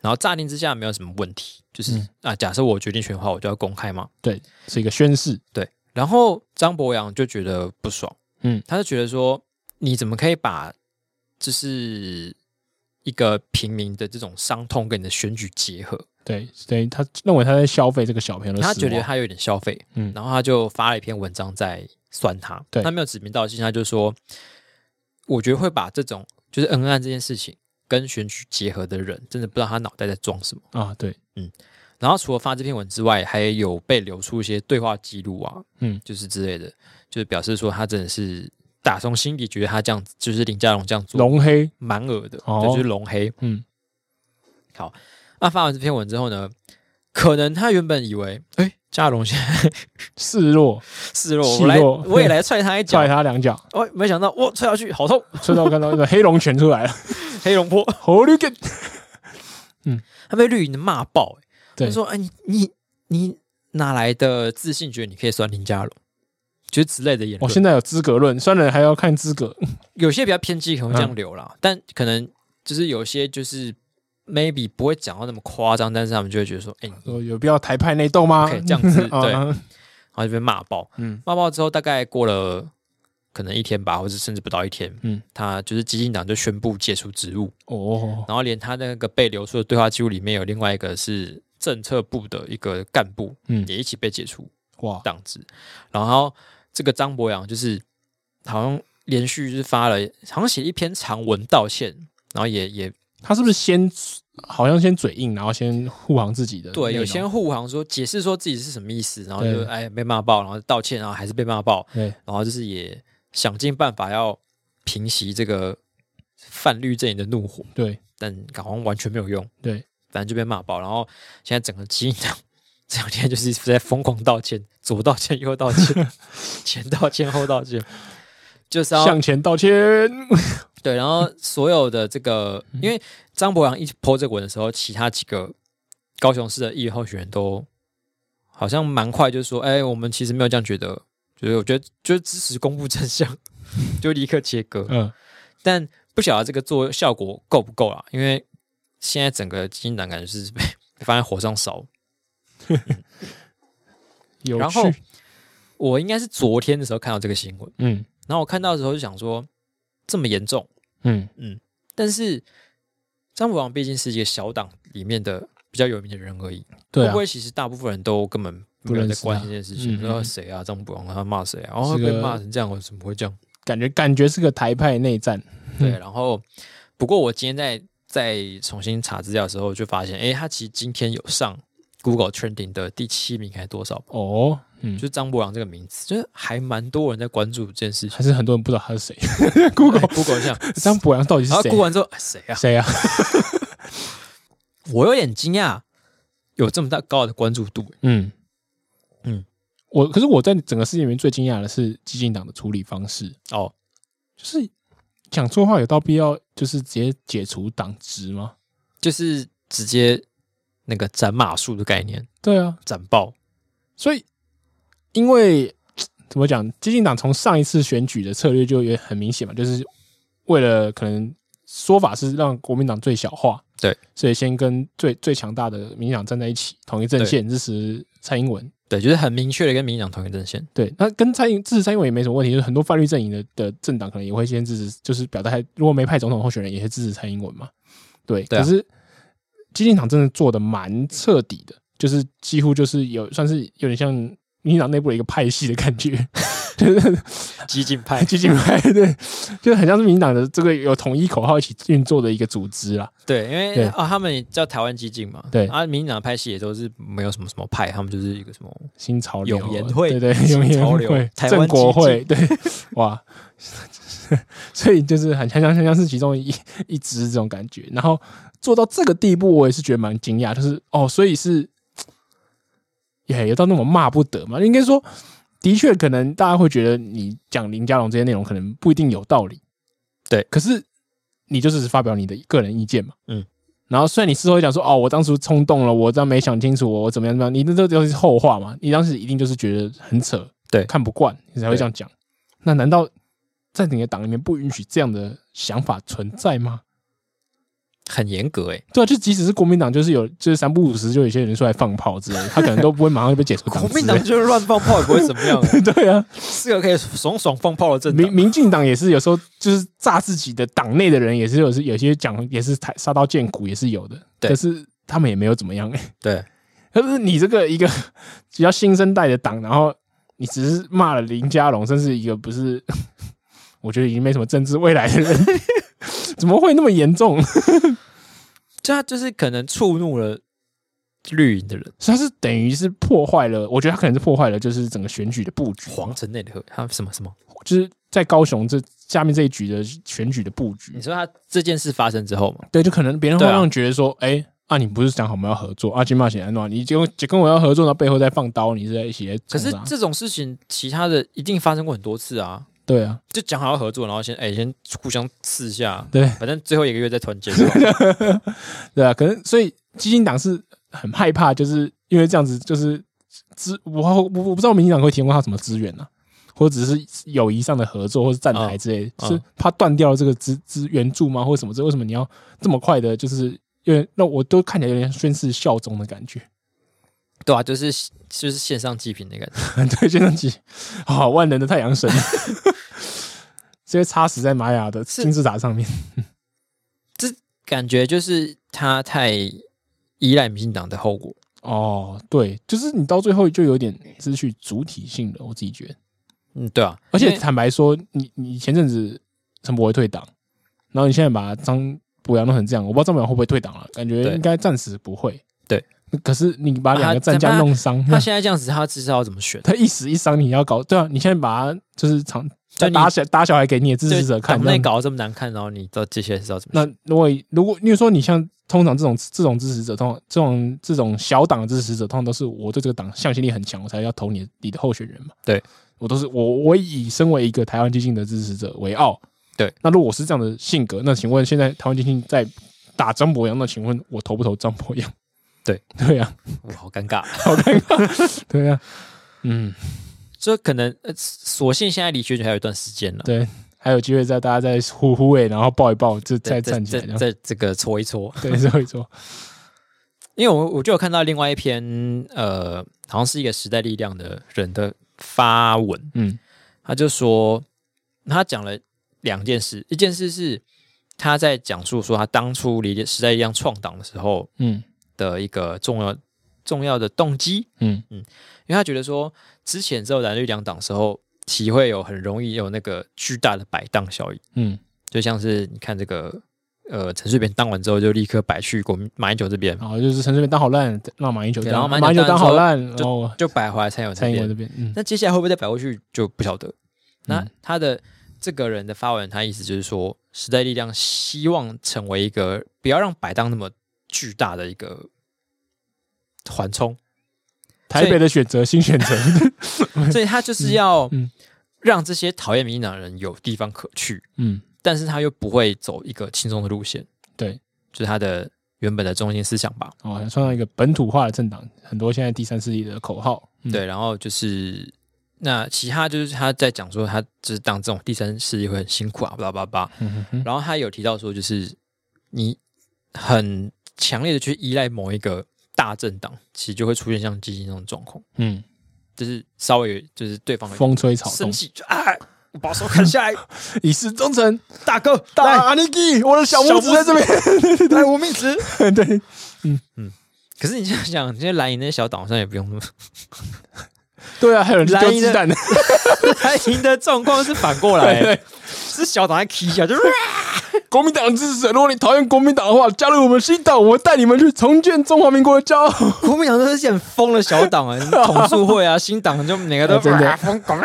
[SPEAKER 1] 然后乍听之下没有什么问题，就是、
[SPEAKER 2] 嗯
[SPEAKER 1] 啊，假设我决定选的话，我就要公开嘛，
[SPEAKER 2] 对，是一个宣誓。
[SPEAKER 1] 对，然后张博洋就觉得不爽，
[SPEAKER 2] 嗯
[SPEAKER 1] 他就觉得说，你怎么可以把就是一个平民的这种伤痛跟你的选举结合？
[SPEAKER 2] 对，等于他认为他在消费这个小朋友的死
[SPEAKER 1] 他
[SPEAKER 2] 亡。
[SPEAKER 1] 觉得他有点消费，
[SPEAKER 2] 嗯
[SPEAKER 1] 然后他就发了一篇文章在酸他，
[SPEAKER 2] 对
[SPEAKER 1] 他没有指名道姓，他就说，我觉得会把这种就是恩恩案这件事情跟选举结合的人，真的不知道他脑袋在装什么。
[SPEAKER 2] 啊，对，
[SPEAKER 1] 然后除了发这篇文之外，还有被流出一些对话记录啊，
[SPEAKER 2] 嗯
[SPEAKER 1] 就是之类的，就是表示说他真的是打从心底觉得他这样子，就是林佳龙这样做
[SPEAKER 2] 龙黑，
[SPEAKER 1] 蛮恶的，
[SPEAKER 2] 哦
[SPEAKER 1] 对就是龙黑。
[SPEAKER 2] 嗯
[SPEAKER 1] 那发完这篇文之后呢，可能他原本以为，哎，佳龙现在
[SPEAKER 2] 示弱，
[SPEAKER 1] 示弱，
[SPEAKER 2] 示
[SPEAKER 1] 我来
[SPEAKER 2] 弱
[SPEAKER 1] 我也来踹
[SPEAKER 2] (laughs)
[SPEAKER 1] 他一脚
[SPEAKER 2] 踹，他两脚，
[SPEAKER 1] 哦，没想到我踹下去好痛，
[SPEAKER 2] 吹到看到一个黑龙拳出
[SPEAKER 1] (laughs)
[SPEAKER 2] 来了，
[SPEAKER 1] 黑龙坡，
[SPEAKER 2] 猴绿根，
[SPEAKER 1] 他被绿营的骂爆、欸，
[SPEAKER 2] 对
[SPEAKER 1] 他说，哎，你你你哪来的自信，觉得你可以酸林佳龙，就是之类的言
[SPEAKER 2] 我
[SPEAKER 1] 论。
[SPEAKER 2] 哦现在有资格论，酸人还要看资格， (laughs)
[SPEAKER 1] 有些比较偏激可能会这样留啦，但可能就是有些就是 maybe 不会讲到那么夸张，但是他们就会觉得说，哎、你
[SPEAKER 2] 说有必要台派内斗吗
[SPEAKER 1] 不可以？这样子，对，然
[SPEAKER 2] (laughs) 啊，
[SPEAKER 1] 后就被骂爆，
[SPEAKER 2] 嗯
[SPEAKER 1] 骂爆之后大概过了可能一天吧，或者甚至不到一天，
[SPEAKER 2] 嗯
[SPEAKER 1] 嗯，他就是激进党就宣布解除职务，
[SPEAKER 2] 哦，
[SPEAKER 1] 然后连他那个被流出的对话记录里面有另外一个是政策部的一个干部，嗯，
[SPEAKER 2] 嗯
[SPEAKER 1] 也一起被解除
[SPEAKER 2] 哇，
[SPEAKER 1] 党职，然后这个张博洋就是好像连续就是发了，好像写了一篇长文道歉，然后也也
[SPEAKER 2] 他是不是先好像先嘴硬，然后先护航自己的内容？
[SPEAKER 1] 对，有些护航说解释说自己是什么意思，然后就
[SPEAKER 2] 对
[SPEAKER 1] 哎被骂爆，然后道歉，然后啊还是被骂爆，
[SPEAKER 2] 对，
[SPEAKER 1] 然后就是也想尽办法要平息这个泛绿阵营的怒火，
[SPEAKER 2] 对
[SPEAKER 1] 但好像完全没有用，
[SPEAKER 2] 对，
[SPEAKER 1] 反正就被骂爆。然后现在整个基因党这两天就是一直在疯狂道歉，左道歉右道歉， (laughs) 前道歉后道歉，就是要
[SPEAKER 2] 向前道歉，
[SPEAKER 1] 对，然后所有的这个，因为张博洋一 po 这个文的时候，其他几个高雄市的议员候选人都好像蛮快就说：“哎，我们其实没有这样觉得，就是我觉得就是支持公布真相， (laughs) 就立刻切割。
[SPEAKER 2] 嗯，”
[SPEAKER 1] 但不晓得这个做效果够不够啦，因为现在整个基金党感觉是被被放在火上烧。
[SPEAKER 2] 有
[SPEAKER 1] 然后
[SPEAKER 2] 趣，
[SPEAKER 1] 我应该是昨天的时候看到这个新闻，
[SPEAKER 2] 嗯
[SPEAKER 1] 然后我看到的时候就想说，这么严重，
[SPEAKER 2] 嗯，
[SPEAKER 1] 但是张博洋毕竟是一个小党里面的比较有名的人而已，
[SPEAKER 2] 对
[SPEAKER 1] 会
[SPEAKER 2] 啊
[SPEAKER 1] 不，会其实大部分人都根本
[SPEAKER 2] 不
[SPEAKER 1] 没有
[SPEAKER 2] 认
[SPEAKER 1] 在
[SPEAKER 2] 识
[SPEAKER 1] 关
[SPEAKER 2] 他
[SPEAKER 1] 心这件事
[SPEAKER 2] 嗯
[SPEAKER 1] 情？
[SPEAKER 2] 嗯
[SPEAKER 1] 说
[SPEAKER 2] 嗯
[SPEAKER 1] 谁啊，张博洋他骂谁啊？然后
[SPEAKER 2] 是
[SPEAKER 1] 被
[SPEAKER 2] 个
[SPEAKER 1] 骂成这样，我怎么会这样？
[SPEAKER 2] 感觉感觉是个台派内战，
[SPEAKER 1] 对，
[SPEAKER 2] 嗯
[SPEAKER 1] 然后不过我今天在在重新查资料的时候，就发现，诶，他其实今天有上 Google Trending 的第七名还是多少吧？
[SPEAKER 2] 哦，嗯
[SPEAKER 1] 就。是张博洋这个名字，就是还蛮多人在关注这件事情。
[SPEAKER 2] 还是很多人不知道他是谁。Google (laughs)
[SPEAKER 1] Google 一下，
[SPEAKER 2] 张博洋 (laughs) 到底是
[SPEAKER 1] 然后
[SPEAKER 2] 谁
[SPEAKER 1] Google？完之后，哎谁啊？
[SPEAKER 2] 谁啊？
[SPEAKER 1] 我有点惊讶，有这么大高的关注度、
[SPEAKER 2] 嗯嗯
[SPEAKER 1] 嗯，
[SPEAKER 2] 我可是我在整个事情里面最惊讶的是激进党的处理方式，
[SPEAKER 1] 哦，
[SPEAKER 2] 就是讲错话有到必要就是直接解除党职吗？
[SPEAKER 1] 就是直接那个斩马术的概念，
[SPEAKER 2] 对啊，
[SPEAKER 1] 斩爆。
[SPEAKER 2] 所以因为怎么讲，激进党从上一次选举的策略就也很明显嘛，就是为了可能说法是让国民党最小化，
[SPEAKER 1] 对，
[SPEAKER 2] 所以先跟最最强大的民进党站在一起，统一阵线支持蔡英文。
[SPEAKER 1] 对，就是很明确的跟民进党同一阵线。 (laughs)
[SPEAKER 2] 对，那跟蔡英支持蔡英文也没什么问题，就是很多泛绿阵营的的政党可能也会先支持，就是表态，如果没派总统候选人，也会支持蔡英文嘛。对，
[SPEAKER 1] 对啊
[SPEAKER 2] 可是激进党真的做的蛮彻底的，就是几乎就是有算是有点像民进党内部的一个派系的感觉， (laughs) 就是
[SPEAKER 1] 激进 (laughs) 派
[SPEAKER 2] 激进派，对，就是很像是民进党的这个有统一口号一起运作的一个组织啦。
[SPEAKER 1] 对，因为
[SPEAKER 2] 对
[SPEAKER 1] 啊、他们叫台湾激进嘛，
[SPEAKER 2] 对
[SPEAKER 1] 啊，民进党派系也都是没有什么什么派，他们就是一个什么
[SPEAKER 2] 新潮流
[SPEAKER 1] 永延会
[SPEAKER 2] 对对，
[SPEAKER 1] 新
[SPEAKER 2] 永延
[SPEAKER 1] 潮流
[SPEAKER 2] 会、
[SPEAKER 1] 台湾
[SPEAKER 2] 正 (laughs) 国
[SPEAKER 1] 激
[SPEAKER 2] 会，对，哇，所以就是很像像像像是其中一一支这种感觉。然后做到这个地步，我也是觉得蛮惊讶，就是哦，所以是也也到那么骂不得嘛？应该说，的确可能大家会觉得你讲林佳龙这些内容可能不一定有道理，
[SPEAKER 1] 对
[SPEAKER 2] 可是你就只是发表你的个人意见嘛，
[SPEAKER 1] 嗯。
[SPEAKER 2] 然后虽然你事后会讲说哦，我当初冲动了，我这样没想清楚，我我怎么样怎么样，你那这都是后话嘛。你当时一定就是觉得很扯，
[SPEAKER 1] 对
[SPEAKER 2] 看不惯，你才会
[SPEAKER 1] 对
[SPEAKER 2] 这样讲。那难道在你的党里面不允许这样的想法存在吗？
[SPEAKER 1] 很严格哎、
[SPEAKER 2] 对啊，就即使是国民党，就是有就是三不五时就有些人出来放炮之类的，他可能都不会马上就被解除党
[SPEAKER 1] (laughs) 国
[SPEAKER 2] 籍
[SPEAKER 1] 民党就是乱放炮也不会怎么样，
[SPEAKER 2] (laughs) 对啊，
[SPEAKER 1] (laughs) 是个可以爽爽放炮的啊政
[SPEAKER 2] 民
[SPEAKER 1] 党。
[SPEAKER 2] 民进党也是有时候就是炸自己的党内的人，也是有时有些讲也是抬杀刀见骨也是有的，
[SPEAKER 1] 对
[SPEAKER 2] 可是他们也没有怎么样、欸。
[SPEAKER 1] 对，
[SPEAKER 2] 可是你这个 (laughs) 一个比较新生代的党，然后你只是骂了林佳龙，甚至一个不是， (laughs) 我觉得已经没什么政治未来的人， (laughs) 怎么会那么严重？
[SPEAKER 1] 这他就是可能触怒了绿营的人，
[SPEAKER 2] 所以他是等于是破坏了，我觉得他可能是破坏了就是整个选举的布局，
[SPEAKER 1] 皇城内的他什么什么？
[SPEAKER 2] 就是在高雄这下面这一局的选举的布局
[SPEAKER 1] 你，说他这件事发生之后嘛，
[SPEAKER 2] 对，就可能别人会
[SPEAKER 1] 对啊
[SPEAKER 2] 让人觉得说，哎、啊，你不是讲好我们要合作，啊，金马显然诺，你就就跟我要合作，然后背后在放刀，你是在一起在
[SPEAKER 1] 可
[SPEAKER 2] 冲
[SPEAKER 1] 是
[SPEAKER 2] 啥
[SPEAKER 1] 这种事情其他的一定发生过很多次啊。
[SPEAKER 2] 对啊，
[SPEAKER 1] 就讲好要合作，然后先哎、先互相刺一下，
[SPEAKER 2] 对
[SPEAKER 1] 反正最后一个月再团结就好。
[SPEAKER 2] 对啊，可能所以基金党是很害怕，就是因为这样子，就是资我我我不知道民进党会提供他什么资源呢、啊。或者只是友谊上的合作，或是站台之类，
[SPEAKER 1] 嗯
[SPEAKER 2] 是怕断掉了这个资资援助吗，或者什么之类？为什么你要这么快的，就是因为那我都看起来有点宣誓效忠的感觉。
[SPEAKER 1] (laughs)
[SPEAKER 2] (laughs)
[SPEAKER 1] 对啊，就是就是线上祭品的感觉。
[SPEAKER 2] 对，就像起啊、万能的太
[SPEAKER 1] (laughs)
[SPEAKER 2] 阳神，直接插死在玛雅的
[SPEAKER 1] 是
[SPEAKER 2] 金字塔上面。
[SPEAKER 1] 感觉就是他太依赖民进党的后果。
[SPEAKER 2] 哦，对，就是你到最后就有点失去主体性了，我自己觉得。
[SPEAKER 1] 嗯，对啊，
[SPEAKER 2] 而且
[SPEAKER 1] 因为
[SPEAKER 2] 坦白说，你你前阵子陈柏惟退党，然后你现在把张博洋弄成这样，我不知道张博洋会不会退党了，感觉
[SPEAKER 1] 对
[SPEAKER 2] 应该暂时不会。
[SPEAKER 1] 对，
[SPEAKER 2] 可是你把两
[SPEAKER 1] 啊
[SPEAKER 2] 个
[SPEAKER 1] 他
[SPEAKER 2] 战将弄伤，
[SPEAKER 1] 他现在这样子，他知道要怎么选。
[SPEAKER 2] (laughs) 他一死一伤，你要搞对啊？你现在把他就是长
[SPEAKER 1] 就你
[SPEAKER 2] 打小打小孩给你的支持者
[SPEAKER 1] 对，
[SPEAKER 2] 看，
[SPEAKER 1] 党
[SPEAKER 2] 这
[SPEAKER 1] 内
[SPEAKER 2] 样
[SPEAKER 1] 搞得这么难看，然后你到接下来是要怎么
[SPEAKER 2] 那
[SPEAKER 1] 选？
[SPEAKER 2] 如果如果你说你像通常这种这种支持者，通常这种这种小党的支持者，通常都是我对这个党向心力很强，我才要投你的你的候选人嘛。
[SPEAKER 1] 对
[SPEAKER 2] 我都是我我以身为一个台湾激进的支持者为傲。
[SPEAKER 1] 对，
[SPEAKER 2] 那如果我是这样的性格，那请问现在台湾激进在打张博洋，那请问我投不投张博洋？
[SPEAKER 1] (laughs) 对
[SPEAKER 2] (laughs) 对呀、
[SPEAKER 1] 我好尴尬。
[SPEAKER 2] 好尴尬， (laughs) 对呀、嗯，
[SPEAKER 1] 就可能呃，索性现在离选举还有一段时间了，
[SPEAKER 2] 对，还有机会再大家再呼呼诶，然后抱一抱，就
[SPEAKER 1] 对
[SPEAKER 2] 再站起来这
[SPEAKER 1] 再
[SPEAKER 2] 样，
[SPEAKER 1] 再这个搓一搓。
[SPEAKER 2] (laughs) 对，最后一桌，
[SPEAKER 1] 因为我我就有看到另外一篇呃，好像是一个时代力量的人的发文，
[SPEAKER 2] 嗯
[SPEAKER 1] 他就说他讲了两件事，一件事是他在讲述说他当初理解时代力量创党的时候
[SPEAKER 2] 嗯
[SPEAKER 1] 的一个重要重要的动机，
[SPEAKER 2] 嗯，
[SPEAKER 1] 因为他觉得说之前只有蓝绿两党的时候，体会有很容易有那个巨大的摆荡效应，
[SPEAKER 2] 嗯，
[SPEAKER 1] 就像是你看这个呃陈水扁当完之后就立刻摆去国民马英九这边，
[SPEAKER 2] 然后啊就是陈水扁当好烂，让马英九
[SPEAKER 1] 对
[SPEAKER 2] 当，
[SPEAKER 1] 然后马英
[SPEAKER 2] 马
[SPEAKER 1] 九
[SPEAKER 2] 英九
[SPEAKER 1] 当的
[SPEAKER 2] 当
[SPEAKER 1] 时候
[SPEAKER 2] 好烂，然
[SPEAKER 1] 就
[SPEAKER 2] 后
[SPEAKER 1] 就摆回来蔡英文这
[SPEAKER 2] 蔡英文
[SPEAKER 1] 边
[SPEAKER 2] 这。边，嗯，
[SPEAKER 1] 那接下来会不会再摆过去就不晓得。那
[SPEAKER 2] 嗯
[SPEAKER 1] 他的这个人的发文，他意思就是说，时代力量希望成为一个不要让摆荡那么巨大的一个缓
[SPEAKER 2] (laughs)
[SPEAKER 1] 冲，
[SPEAKER 2] 台北的选择，新
[SPEAKER 1] (laughs)
[SPEAKER 2] 选择，
[SPEAKER 1] 所以他就是要
[SPEAKER 2] 嗯
[SPEAKER 1] 让这些讨厌民进党的人有地方可去，
[SPEAKER 2] 嗯，
[SPEAKER 1] 但是他又不会走一个轻松的路线，
[SPEAKER 2] 对，
[SPEAKER 1] 就是他的原本的中心思想吧。
[SPEAKER 2] 哦，创造一个本土化的政党，很多现在第三势力的口号，嗯，
[SPEAKER 1] 对，然后就是那其他就是他在讲说，他就是当这种第三势力会很辛苦啊，巴拉巴拉巴拉。
[SPEAKER 2] 嗯哼
[SPEAKER 1] 然后他有提到说，就是你很强烈的去依赖某一个大政党，其实就会出现像基金那种状况，
[SPEAKER 2] 嗯，
[SPEAKER 1] 就是稍微有就是对方
[SPEAKER 2] 风吹草
[SPEAKER 1] 生
[SPEAKER 2] 动，
[SPEAKER 1] 气就啊，我把手砍下来，
[SPEAKER 2] 以示忠诚，
[SPEAKER 1] 大哥，
[SPEAKER 2] 大
[SPEAKER 1] 来
[SPEAKER 2] 阿尼基，我的小拇指在这边，
[SPEAKER 1] 来无名指。
[SPEAKER 2] (laughs) 对，
[SPEAKER 1] (laughs) 可是你这样想，这些蓝营那些小岛好像也不用那么
[SPEAKER 2] 对啊，还有人丢
[SPEAKER 1] 蓝银的
[SPEAKER 2] 鸡蛋的，
[SPEAKER 1] 他赢的状况是反过
[SPEAKER 2] (laughs) 对
[SPEAKER 1] 来
[SPEAKER 2] 对，，
[SPEAKER 1] 是小党在踢一下，就是
[SPEAKER 2] 国民党支持者，如果你讨厌国民党的话，加入我们新党，我们带你们去重建中华民国的骄傲。
[SPEAKER 1] 国民党都是很疯的小党啊，统促会啊，新党就每个都
[SPEAKER 2] 哎真的
[SPEAKER 1] 疯狂，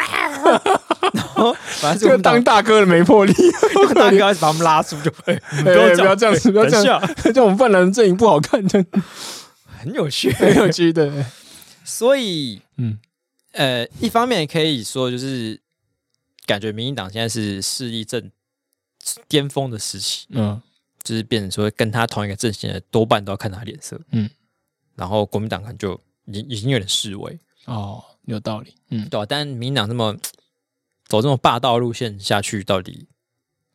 [SPEAKER 1] 然后 (laughs) 反正是
[SPEAKER 2] 这
[SPEAKER 1] 我
[SPEAKER 2] 个
[SPEAKER 1] 们党
[SPEAKER 2] 当大哥的
[SPEAKER 1] (laughs)
[SPEAKER 2] 没魄力，
[SPEAKER 1] 那个大哥要是把我们拉住就，哎
[SPEAKER 2] (laughs)
[SPEAKER 1] 你们
[SPEAKER 2] 哎
[SPEAKER 1] 不
[SPEAKER 2] 不要
[SPEAKER 1] 要这 (laughs) 样
[SPEAKER 2] 这样子，不要这样
[SPEAKER 1] 等一，
[SPEAKER 2] (laughs) 这样我们泛蓝阵营不好看，这样 (laughs)
[SPEAKER 1] 很有趣。
[SPEAKER 2] 很有趣的。
[SPEAKER 1] (laughs) 所以，
[SPEAKER 2] 嗯
[SPEAKER 1] 嗯，呃，一方面可以说就是感觉民进党现在是势力正巅峰的时期，
[SPEAKER 2] 嗯
[SPEAKER 1] 就是变成说跟他同一个阵线的多半都要看他脸色，
[SPEAKER 2] 嗯
[SPEAKER 1] 嗯，然后国民党可能就已已经有点示威，
[SPEAKER 2] 哦，有道理。嗯，
[SPEAKER 1] 对吧、但民进党这么走这种霸道路线下去，到底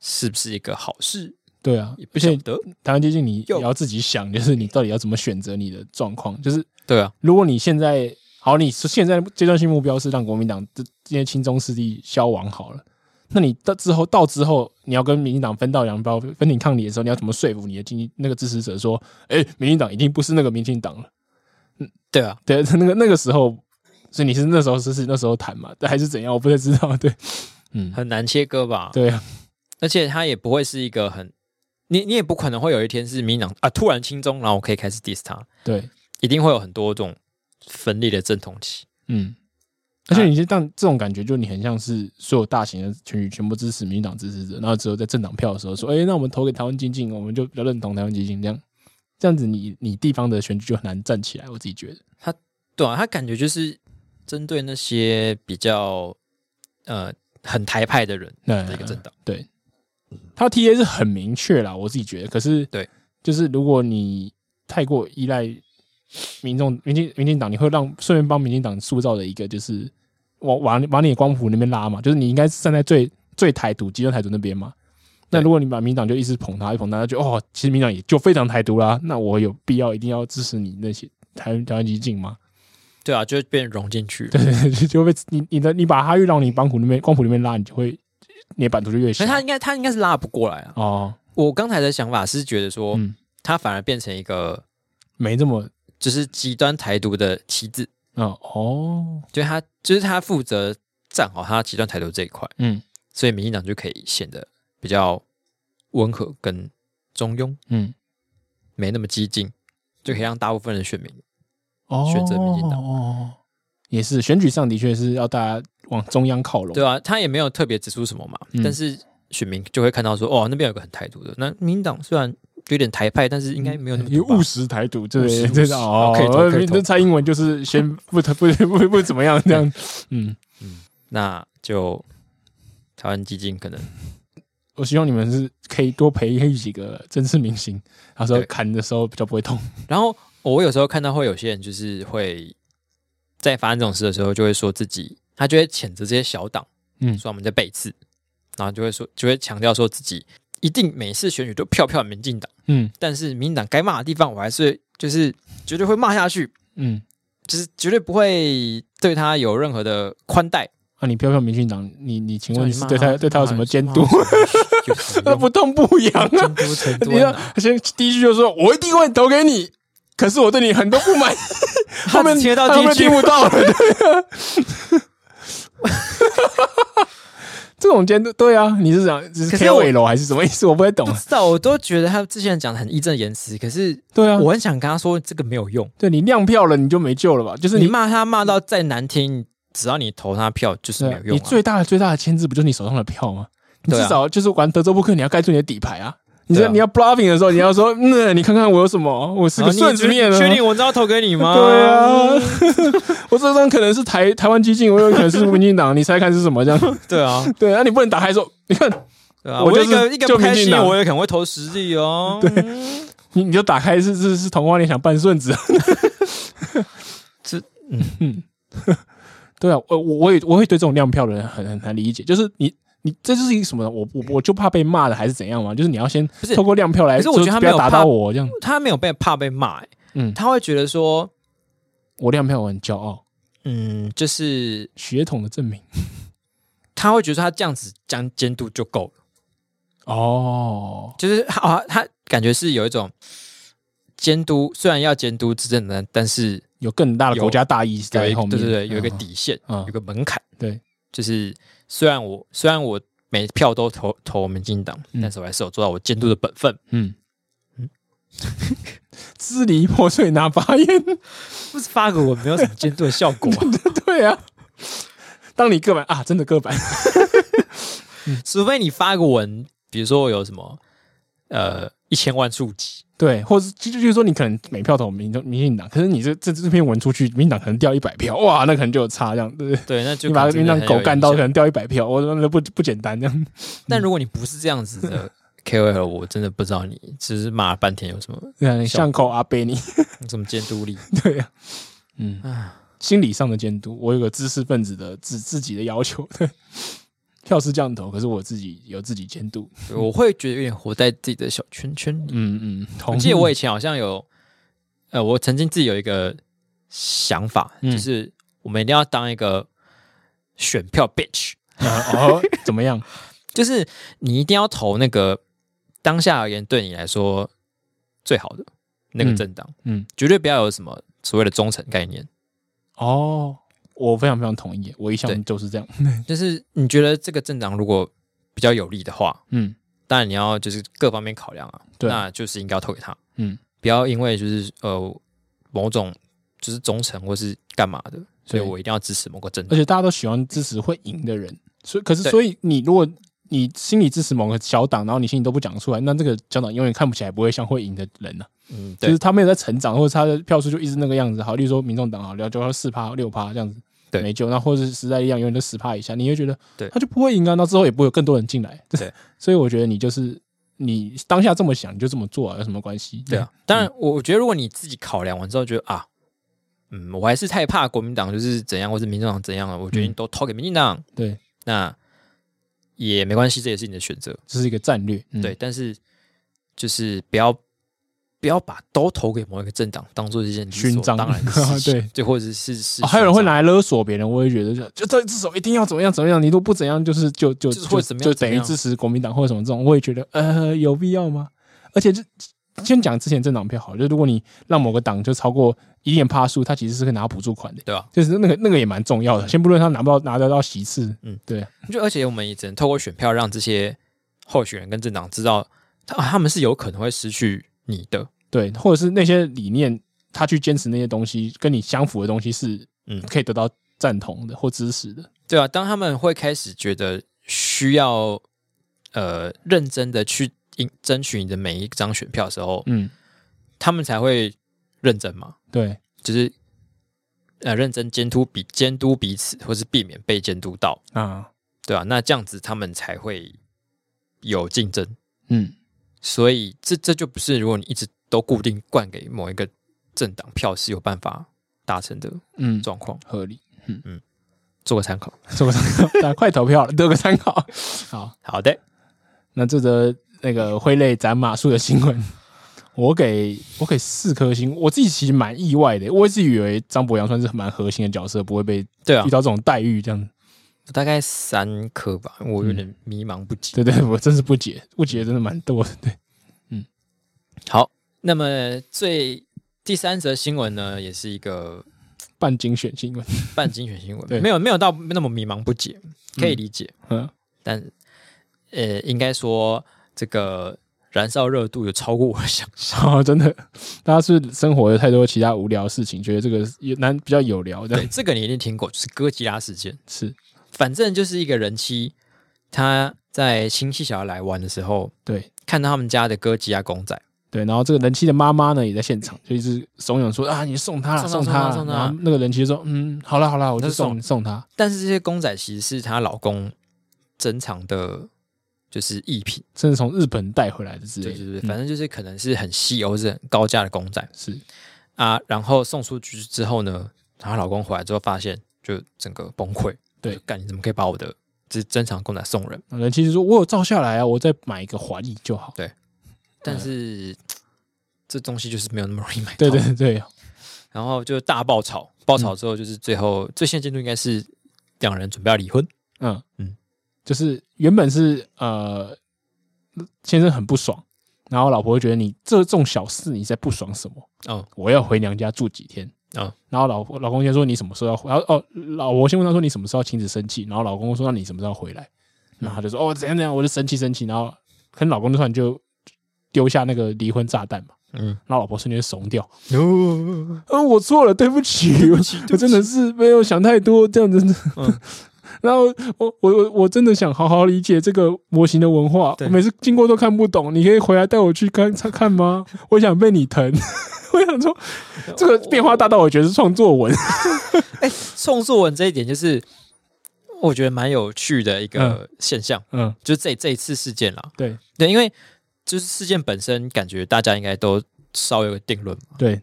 [SPEAKER 1] 是不是一个好事？
[SPEAKER 2] 对啊
[SPEAKER 1] 也，不
[SPEAKER 2] 而
[SPEAKER 1] 晓
[SPEAKER 2] 且
[SPEAKER 1] 得，
[SPEAKER 2] 台湾接近你也
[SPEAKER 1] 又
[SPEAKER 2] 要自己想，就是你到底要怎么选择你的状况。就是
[SPEAKER 1] 对啊，
[SPEAKER 2] 如果你现在好，你是现在阶段性目标是让国民党这这些亲中势力消亡好了，那你到之后到之后，你要跟民进党分道扬镳、分庭抗礼的时候，你要怎么说服你的经济那个支持者说，哎、民进党已经不是那个民进党了？
[SPEAKER 1] 对啊，
[SPEAKER 2] 对，那个那个时候，所以你是那时候是是那时候谈嘛，但还是怎样，我不太知道。对，嗯，
[SPEAKER 1] 很难切割吧？
[SPEAKER 2] 对啊，
[SPEAKER 1] 而且他也不会是一个很，你你也不可能会有一天是民进党啊突然轻中，然后我可以开始 diss 他，
[SPEAKER 2] 对，
[SPEAKER 1] 一定会有很多这种分裂的阵痛期。
[SPEAKER 2] 嗯。而且你就当这种感觉，就你很像是所有大型的选举全部支持民进党支持者，然后只有在政党票的时候说，哎、那我们投给台湾基进，我们就比较认同台湾基进这样。这样子你，你地方的选举就很难站起来，我自己觉得。
[SPEAKER 1] 对啊，他感觉就是针对那些比较呃很台派的人
[SPEAKER 2] 那
[SPEAKER 1] 的一个政党，
[SPEAKER 2] 对，他 TA 是很明确啦，我自己觉得。可是，
[SPEAKER 1] 对，
[SPEAKER 2] 就是如果你太过依赖民众、民进、民进党，你会让顺便帮民进党塑造的一个就是往往往你的光谱那边拉嘛，就是你应该是站在最最台独、极端台独那边嘛。那
[SPEAKER 1] 对
[SPEAKER 2] 如果你把民进党就一直捧他，一直捧他，他就哦，其实民进党也就非常台独啦。那我有必要一定要支持你那些台湾台湾激进吗？ (laughs)
[SPEAKER 1] 对啊，就会变融进去了。
[SPEAKER 2] 对对对，就会被你你的你把他越让你光谱那边光谱那边拉，你就会你的版图就越
[SPEAKER 1] 可
[SPEAKER 2] 小
[SPEAKER 1] 是。哎他应该他应该是拉不过来啊。
[SPEAKER 2] 哦，
[SPEAKER 1] 我刚才的想法是觉得说，
[SPEAKER 2] 嗯
[SPEAKER 1] 他反而变成一个
[SPEAKER 2] 没这么
[SPEAKER 1] 就是极端台独的旗帜，
[SPEAKER 2] 嗯哦，
[SPEAKER 1] 就是他就是他负责站好他极端台独这一块，
[SPEAKER 2] 嗯
[SPEAKER 1] 所以民进党就可以显得比较温和跟中庸，
[SPEAKER 2] 嗯，
[SPEAKER 1] 没那么激进，就可以让大部分的选民
[SPEAKER 2] 哦，
[SPEAKER 1] 选择民进党
[SPEAKER 2] 哦，也是选举上的确是要大家往中央靠拢，
[SPEAKER 1] 对啊，他也没有特别指出什么嘛，
[SPEAKER 2] 嗯
[SPEAKER 1] 但是选民就会看到说，哦，那边有个很台独的，那民进党虽然有点台派，但是应该没有那么
[SPEAKER 2] 因
[SPEAKER 1] 多
[SPEAKER 2] 为
[SPEAKER 1] 吧
[SPEAKER 2] 务实台独，这
[SPEAKER 1] 务实务实
[SPEAKER 2] 这
[SPEAKER 1] 好，
[SPEAKER 2] 哦
[SPEAKER 1] 可以投可以投
[SPEAKER 2] 那蔡英文就是先不不不不不怎么样这样，嗯，
[SPEAKER 1] 那就台湾基金可能
[SPEAKER 2] 我希望你们是可以多培育几个政治明星，到时候
[SPEAKER 1] 对
[SPEAKER 2] 砍的时候比较不会痛，
[SPEAKER 1] 然后我有时候看到会有些人就是会在发生这种事的时候，就会说自己，他就会谴责这些小党，
[SPEAKER 2] 嗯
[SPEAKER 1] 嗯，说我们在背刺，然后就会说，就会强调说自己一定每次选举都票票民进党，
[SPEAKER 2] 嗯
[SPEAKER 1] 但是民进党该骂的地方，我还是会就是绝对会骂下去，
[SPEAKER 2] 嗯，
[SPEAKER 1] 就是绝对不会对他有任何的宽待。
[SPEAKER 2] 啊，你票票民进党，你你请问是对他对他有什么监督？
[SPEAKER 1] (laughs) 有什么
[SPEAKER 2] 那
[SPEAKER 1] 用
[SPEAKER 2] (laughs) 不痛不痒啊，
[SPEAKER 1] 监督程度
[SPEAKER 2] (laughs) 你要
[SPEAKER 1] 在哪？
[SPEAKER 2] 先第一句就说：“我一定会投给你。”可是我对你很多不满，后面
[SPEAKER 1] 只听得到
[SPEAKER 2] 他
[SPEAKER 1] 第一
[SPEAKER 2] 后面
[SPEAKER 1] 句
[SPEAKER 2] 听不到了。对啊 (laughs) 这种监督对啊，你是想只是
[SPEAKER 1] 可
[SPEAKER 2] K
[SPEAKER 1] 是我
[SPEAKER 2] 尾楼还是什么意思？我不会
[SPEAKER 1] (laughs)
[SPEAKER 2] 懂
[SPEAKER 1] 不。知道，我都觉得他之前讲的很义正言辞，可是
[SPEAKER 2] 对啊，
[SPEAKER 1] 我很想跟他说这个没有用。
[SPEAKER 2] 对你亮票了，你就没救了吧？就是
[SPEAKER 1] 你
[SPEAKER 2] 你
[SPEAKER 1] 骂他骂到再难听，只要你投他票就是
[SPEAKER 2] 对
[SPEAKER 1] 没
[SPEAKER 2] 啊
[SPEAKER 1] 有用、
[SPEAKER 2] 你
[SPEAKER 1] 啊。
[SPEAKER 2] 最大的最大的牵制不就是你手上的票吗？你
[SPEAKER 1] 对啊
[SPEAKER 2] 至少就是玩德州扑克，你要盖住你的底牌啊。你
[SPEAKER 1] 对啊
[SPEAKER 2] 说你要 bluffing 的时候，你要说：“ (laughs) 嗯，你看看我有什么？我是
[SPEAKER 1] 然后
[SPEAKER 2] 个
[SPEAKER 1] 你
[SPEAKER 2] 顺子面啊。”
[SPEAKER 1] 确定我知道投给你吗？
[SPEAKER 2] 对啊，我这张可能是台台湾激进，我有可能是民进党，你猜看是什么？这
[SPEAKER 1] (laughs)
[SPEAKER 2] 样
[SPEAKER 1] 对啊，
[SPEAKER 2] 对，那、你不能打开说，你看
[SPEAKER 1] 对啊，
[SPEAKER 2] 我
[SPEAKER 1] 我
[SPEAKER 2] 就
[SPEAKER 1] 一个
[SPEAKER 2] 是
[SPEAKER 1] 一个
[SPEAKER 2] 就
[SPEAKER 1] 不开
[SPEAKER 2] 民进
[SPEAKER 1] 心，
[SPEAKER 2] 党
[SPEAKER 1] 我也可能会投实力
[SPEAKER 2] (laughs)
[SPEAKER 1] 哦。对，
[SPEAKER 2] 你你就打开是是是童话联想半顺
[SPEAKER 1] (laughs)
[SPEAKER 2] 子，(laughs)
[SPEAKER 1] 这
[SPEAKER 2] 嗯嗯，对啊，我我我也我会对这种亮票的人很很难理解，就是你。你这就是一个什么？我我我就怕被骂的，还是怎样嘛？就是你要先
[SPEAKER 1] 哎不是
[SPEAKER 2] 透过亮票来，
[SPEAKER 1] 可是我觉得
[SPEAKER 2] 就是
[SPEAKER 1] 他
[SPEAKER 2] 不
[SPEAKER 1] 没有
[SPEAKER 2] 要打
[SPEAKER 1] 怕
[SPEAKER 2] 到我这样。
[SPEAKER 1] 他没有被怕被骂、欸
[SPEAKER 2] 嗯
[SPEAKER 1] 他会觉得说，
[SPEAKER 2] 我亮票我很骄傲，
[SPEAKER 1] 嗯，就是
[SPEAKER 2] 血统的证明。
[SPEAKER 1] 他会觉得他这样子将监督就够了，
[SPEAKER 2] 哦，
[SPEAKER 1] 就是他、啊、他感觉是有一种监督虽然要监督执政人，但是
[SPEAKER 2] 有更大的国家大义
[SPEAKER 1] 有
[SPEAKER 2] 在
[SPEAKER 1] 一
[SPEAKER 2] 后
[SPEAKER 1] 个
[SPEAKER 2] 面，
[SPEAKER 1] 对对对，有一个
[SPEAKER 2] 嗯
[SPEAKER 1] 底线，
[SPEAKER 2] 嗯
[SPEAKER 1] 有一个门槛。
[SPEAKER 2] 对，
[SPEAKER 1] 就是虽然我虽然我每票都投投民进党，
[SPEAKER 2] 嗯
[SPEAKER 1] 但是我还是有做到我监督的本分。
[SPEAKER 2] 嗯。支离破碎拿发言，
[SPEAKER 1] (laughs) 不是发给我没有什么监督的效果、啊，
[SPEAKER 2] (laughs) 对啊。当你个板啊，真的个板，
[SPEAKER 1] (laughs) 除非你发个文，比如说我有什么呃一千万触及，
[SPEAKER 2] 对，或是就就就是说你可能每票投民民进党，可是你这这这篇文出去，民进党可能掉一百票，哇，那可能就有差这样，对不对？
[SPEAKER 1] 对，那就
[SPEAKER 2] 你把
[SPEAKER 1] 可能真
[SPEAKER 2] 民进
[SPEAKER 1] 的
[SPEAKER 2] 党
[SPEAKER 1] 很有
[SPEAKER 2] 狗干到
[SPEAKER 1] 影
[SPEAKER 2] 可
[SPEAKER 1] 响
[SPEAKER 2] 能掉一百票，我真的不不简单这样。
[SPEAKER 1] 但如果你不是这样子 (laughs) 的 KOL，我真的不知道你只是骂了半天有什么
[SPEAKER 2] 对啊，巷口阿贝你， (laughs)
[SPEAKER 1] 有什么监督力。
[SPEAKER 2] 对啊，嗯，心理上的监督，我有个知识分子的自自己的要求，对，票是这样投，可是我自己有自己监督，
[SPEAKER 1] 对我会觉得有点活在自己的小圈圈里。
[SPEAKER 2] 嗯嗯，同
[SPEAKER 1] 我
[SPEAKER 2] 意
[SPEAKER 1] 记得我以前好像有，呃，我曾经自己有一个想法，
[SPEAKER 2] 嗯
[SPEAKER 1] 就是我们一定要当一个选票 bitch，
[SPEAKER 2] 啊哦，怎么样？
[SPEAKER 1] 就是你一定要投那个当下而言对你来说最好的那个
[SPEAKER 2] 嗯
[SPEAKER 1] 政党，
[SPEAKER 2] 嗯，
[SPEAKER 1] 绝对不要有什么所谓的忠诚概念。
[SPEAKER 2] 哦，我非常非常同意，我一
[SPEAKER 1] 对
[SPEAKER 2] 向就是这样，
[SPEAKER 1] 就是你觉得这个政党如果比较有利的话，
[SPEAKER 2] 嗯
[SPEAKER 1] 当然你要就是各方面考量啊，
[SPEAKER 2] 对
[SPEAKER 1] 那就是应该要投给他，
[SPEAKER 2] 嗯，
[SPEAKER 1] 不要因为就是呃某种就是忠诚或是干嘛的，所以
[SPEAKER 2] 对呃
[SPEAKER 1] 我一定要支持某个政
[SPEAKER 2] 而
[SPEAKER 1] 党。
[SPEAKER 2] 且大家都喜欢支持会赢的人，所以可是
[SPEAKER 1] 对
[SPEAKER 2] 所以你如果你心里支持某个小党，然后你心里都不讲出来，那这个小党永远看不起来不会像会赢的人呢、啊
[SPEAKER 1] 嗯，
[SPEAKER 2] 就是
[SPEAKER 1] 对
[SPEAKER 2] 他没有在成长，或者他的票数就一直那个样子。好，例如说民众党好，了就要四趴六趴这样子，
[SPEAKER 1] 对
[SPEAKER 2] 没救。那或者是时代力量永远都十趴以下，你会觉得
[SPEAKER 1] 对
[SPEAKER 2] 他就不会赢啊。那之后也不会有更多人进来，
[SPEAKER 1] 对。
[SPEAKER 2] (laughs) 所以我觉得你就是你当下这么想，你就这么做啊，有什么关系？
[SPEAKER 1] 对啊，当
[SPEAKER 2] 嗯
[SPEAKER 1] 然我我觉得如果你自己考量完之后觉得啊，嗯，我还是太怕国民党就是怎样，或是民进党怎样了，我决定
[SPEAKER 2] 嗯
[SPEAKER 1] 都投给民进党，
[SPEAKER 2] 嗯，对，
[SPEAKER 1] 那也没关系，这也是你的选择。
[SPEAKER 2] 这是一个战略。嗯
[SPEAKER 1] 对，，但是就是不要不要把都投给某一个政党当做一件理所
[SPEAKER 2] 勋章
[SPEAKER 1] 当然的事情，
[SPEAKER 2] (laughs) 对
[SPEAKER 1] 对，或者是是、
[SPEAKER 2] 哦还有人会拿来勒索别人，我也觉得就就这只手一定要怎么样怎么样，你如果不怎样，就是就就
[SPEAKER 1] 就是会怎么样
[SPEAKER 2] 就
[SPEAKER 1] 怎
[SPEAKER 2] 等
[SPEAKER 1] 么
[SPEAKER 2] 于
[SPEAKER 1] 样
[SPEAKER 2] 支持国民党或者什么这种，我也觉得呃有必要吗？而且就先讲之前政党票好了，就如果你让某个党就超过一定的趴数，他其实是可以拿补助款的，
[SPEAKER 1] 对啊吧、
[SPEAKER 2] 就是那个那个也蛮重要的。先不论他拿不到拿得到席次，
[SPEAKER 1] 嗯
[SPEAKER 2] 嗯，对，
[SPEAKER 1] 就而且我们也只能透过选票让这些候选人跟政党知道，他啊他们是有可能会失去你的，
[SPEAKER 2] 对，或者是那些理念，他去坚持那些东西跟你相符的东西是
[SPEAKER 1] 嗯
[SPEAKER 2] 可以得到赞同的或支持的，
[SPEAKER 1] 对啊，当他们会开始觉得需要呃认真的去赢争取你的每一张选票的时候，
[SPEAKER 2] 嗯，
[SPEAKER 1] 他们才会认真嘛，
[SPEAKER 2] 对，
[SPEAKER 1] 就是呃认真监督彼监督彼此，或是避免被监督到，
[SPEAKER 2] 啊，
[SPEAKER 1] 对啊，那这样子他们才会有竞争。
[SPEAKER 2] 嗯，
[SPEAKER 1] 所以这这就不是如果你一直都固定灌给某一个政党票是有办法达成的
[SPEAKER 2] 嗯，
[SPEAKER 1] 状况，
[SPEAKER 2] 合理。
[SPEAKER 1] 做个参考。
[SPEAKER 2] 做个参考，大家快投票了，得个参考。好，
[SPEAKER 1] 好的，
[SPEAKER 2] 那这则那个挥泪斩马谡的新闻，我给我给四颗星，我自己其实蛮意外的，我一直以为张博洋算是蛮核心的角色，不会被遇
[SPEAKER 1] 对啊
[SPEAKER 2] 到，这种待遇这样子。
[SPEAKER 1] 大概三颗吧，我有点迷茫不解。
[SPEAKER 2] 对对，我真是不解，不解真的蛮多的。对，
[SPEAKER 1] 好，那么最第三则新闻呢，也是一个
[SPEAKER 2] 半精选新闻，
[SPEAKER 1] 半精选新
[SPEAKER 2] 对
[SPEAKER 1] 闻，没有没有到那么迷茫不解，可以理解，
[SPEAKER 2] 嗯，
[SPEAKER 1] 但呃，应该说这个燃烧热度有超过我的想象。
[SPEAKER 2] 哦，真的，大家是不是生活有太多其他无聊的事情，觉得这个也难比较有聊这
[SPEAKER 1] 对，
[SPEAKER 2] 样
[SPEAKER 1] 这个你一定听过，就是哥吉拉事件。
[SPEAKER 2] 是，
[SPEAKER 1] 反正就是一个人妻，她在亲戚小孩来玩的时候，
[SPEAKER 2] 对。
[SPEAKER 1] 看到他们家的哥吉拉公仔，
[SPEAKER 2] 对，然后这个人妻的妈妈呢也在现场，就一直怂恿说啊，你送他啦，
[SPEAKER 1] 送
[SPEAKER 2] 送
[SPEAKER 1] 他
[SPEAKER 2] 他啦，
[SPEAKER 1] 送他送他
[SPEAKER 2] 然后那个人妻就说，嗯，好了好了，我就
[SPEAKER 1] 那就送
[SPEAKER 2] 送送他。
[SPEAKER 1] 但是这些公仔其实是她老公珍藏的，就是艺品，
[SPEAKER 2] 甚至从日本带回来的之类
[SPEAKER 1] 对
[SPEAKER 2] 的，
[SPEAKER 1] 对对，
[SPEAKER 2] 嗯
[SPEAKER 1] 反正就是可能是很稀有、是很高价的公仔
[SPEAKER 2] 是
[SPEAKER 1] 啊。然后送出去之后呢，她老公回来之后发现，就整个崩溃，
[SPEAKER 2] 对
[SPEAKER 1] 就干你怎么可以把我的这珍藏公仔送人？
[SPEAKER 2] 人其实说我有照下来啊，我再买一个还你就好。
[SPEAKER 1] 但是、这东西就是没有那么容易买到，
[SPEAKER 2] 对对对，
[SPEAKER 1] 然后就大爆炒，爆炒之后就是最后、最现进度应该是两人准备要离婚，
[SPEAKER 2] 嗯
[SPEAKER 1] 嗯
[SPEAKER 2] 嗯，就是原本是呃先生很不爽，然后老婆会觉得你这种小事你在不爽什么？
[SPEAKER 1] 哦，
[SPEAKER 2] 我要回娘家住几天。
[SPEAKER 1] 哦
[SPEAKER 2] 然后老婆老公先说你什么时候要回，然后哦，老婆先问他说你什么时候要停止生气，然后老公说那你什么时候要回来，
[SPEAKER 1] 嗯
[SPEAKER 2] 然后他就说哦怎样怎样，我就生气生气，然后可能老公突然就丢下那个离婚炸弹嘛，
[SPEAKER 1] 嗯，
[SPEAKER 2] 然后老婆瞬间怂掉，
[SPEAKER 1] 哦，
[SPEAKER 2] 嗯、我错了，对不起， (laughs) 我真的是没有想太多，这样真的。
[SPEAKER 1] 嗯
[SPEAKER 2] (laughs) 然后我我我我真的想好好理解这个模型的文化，
[SPEAKER 1] 对
[SPEAKER 2] 我每次经过都看不懂。你可以回来带我去看看看吗？我想被你疼。 (laughs) 我想说，这个变化大到我觉得是创作文。
[SPEAKER 1] 哎，宋作文这一点就是我觉得蛮有趣的一个现象，
[SPEAKER 2] 嗯，
[SPEAKER 1] 就是这这一次事件啦，
[SPEAKER 2] 对
[SPEAKER 1] 对，因为就是事件本身，感觉大家应该都稍有个定论嘛，
[SPEAKER 2] 对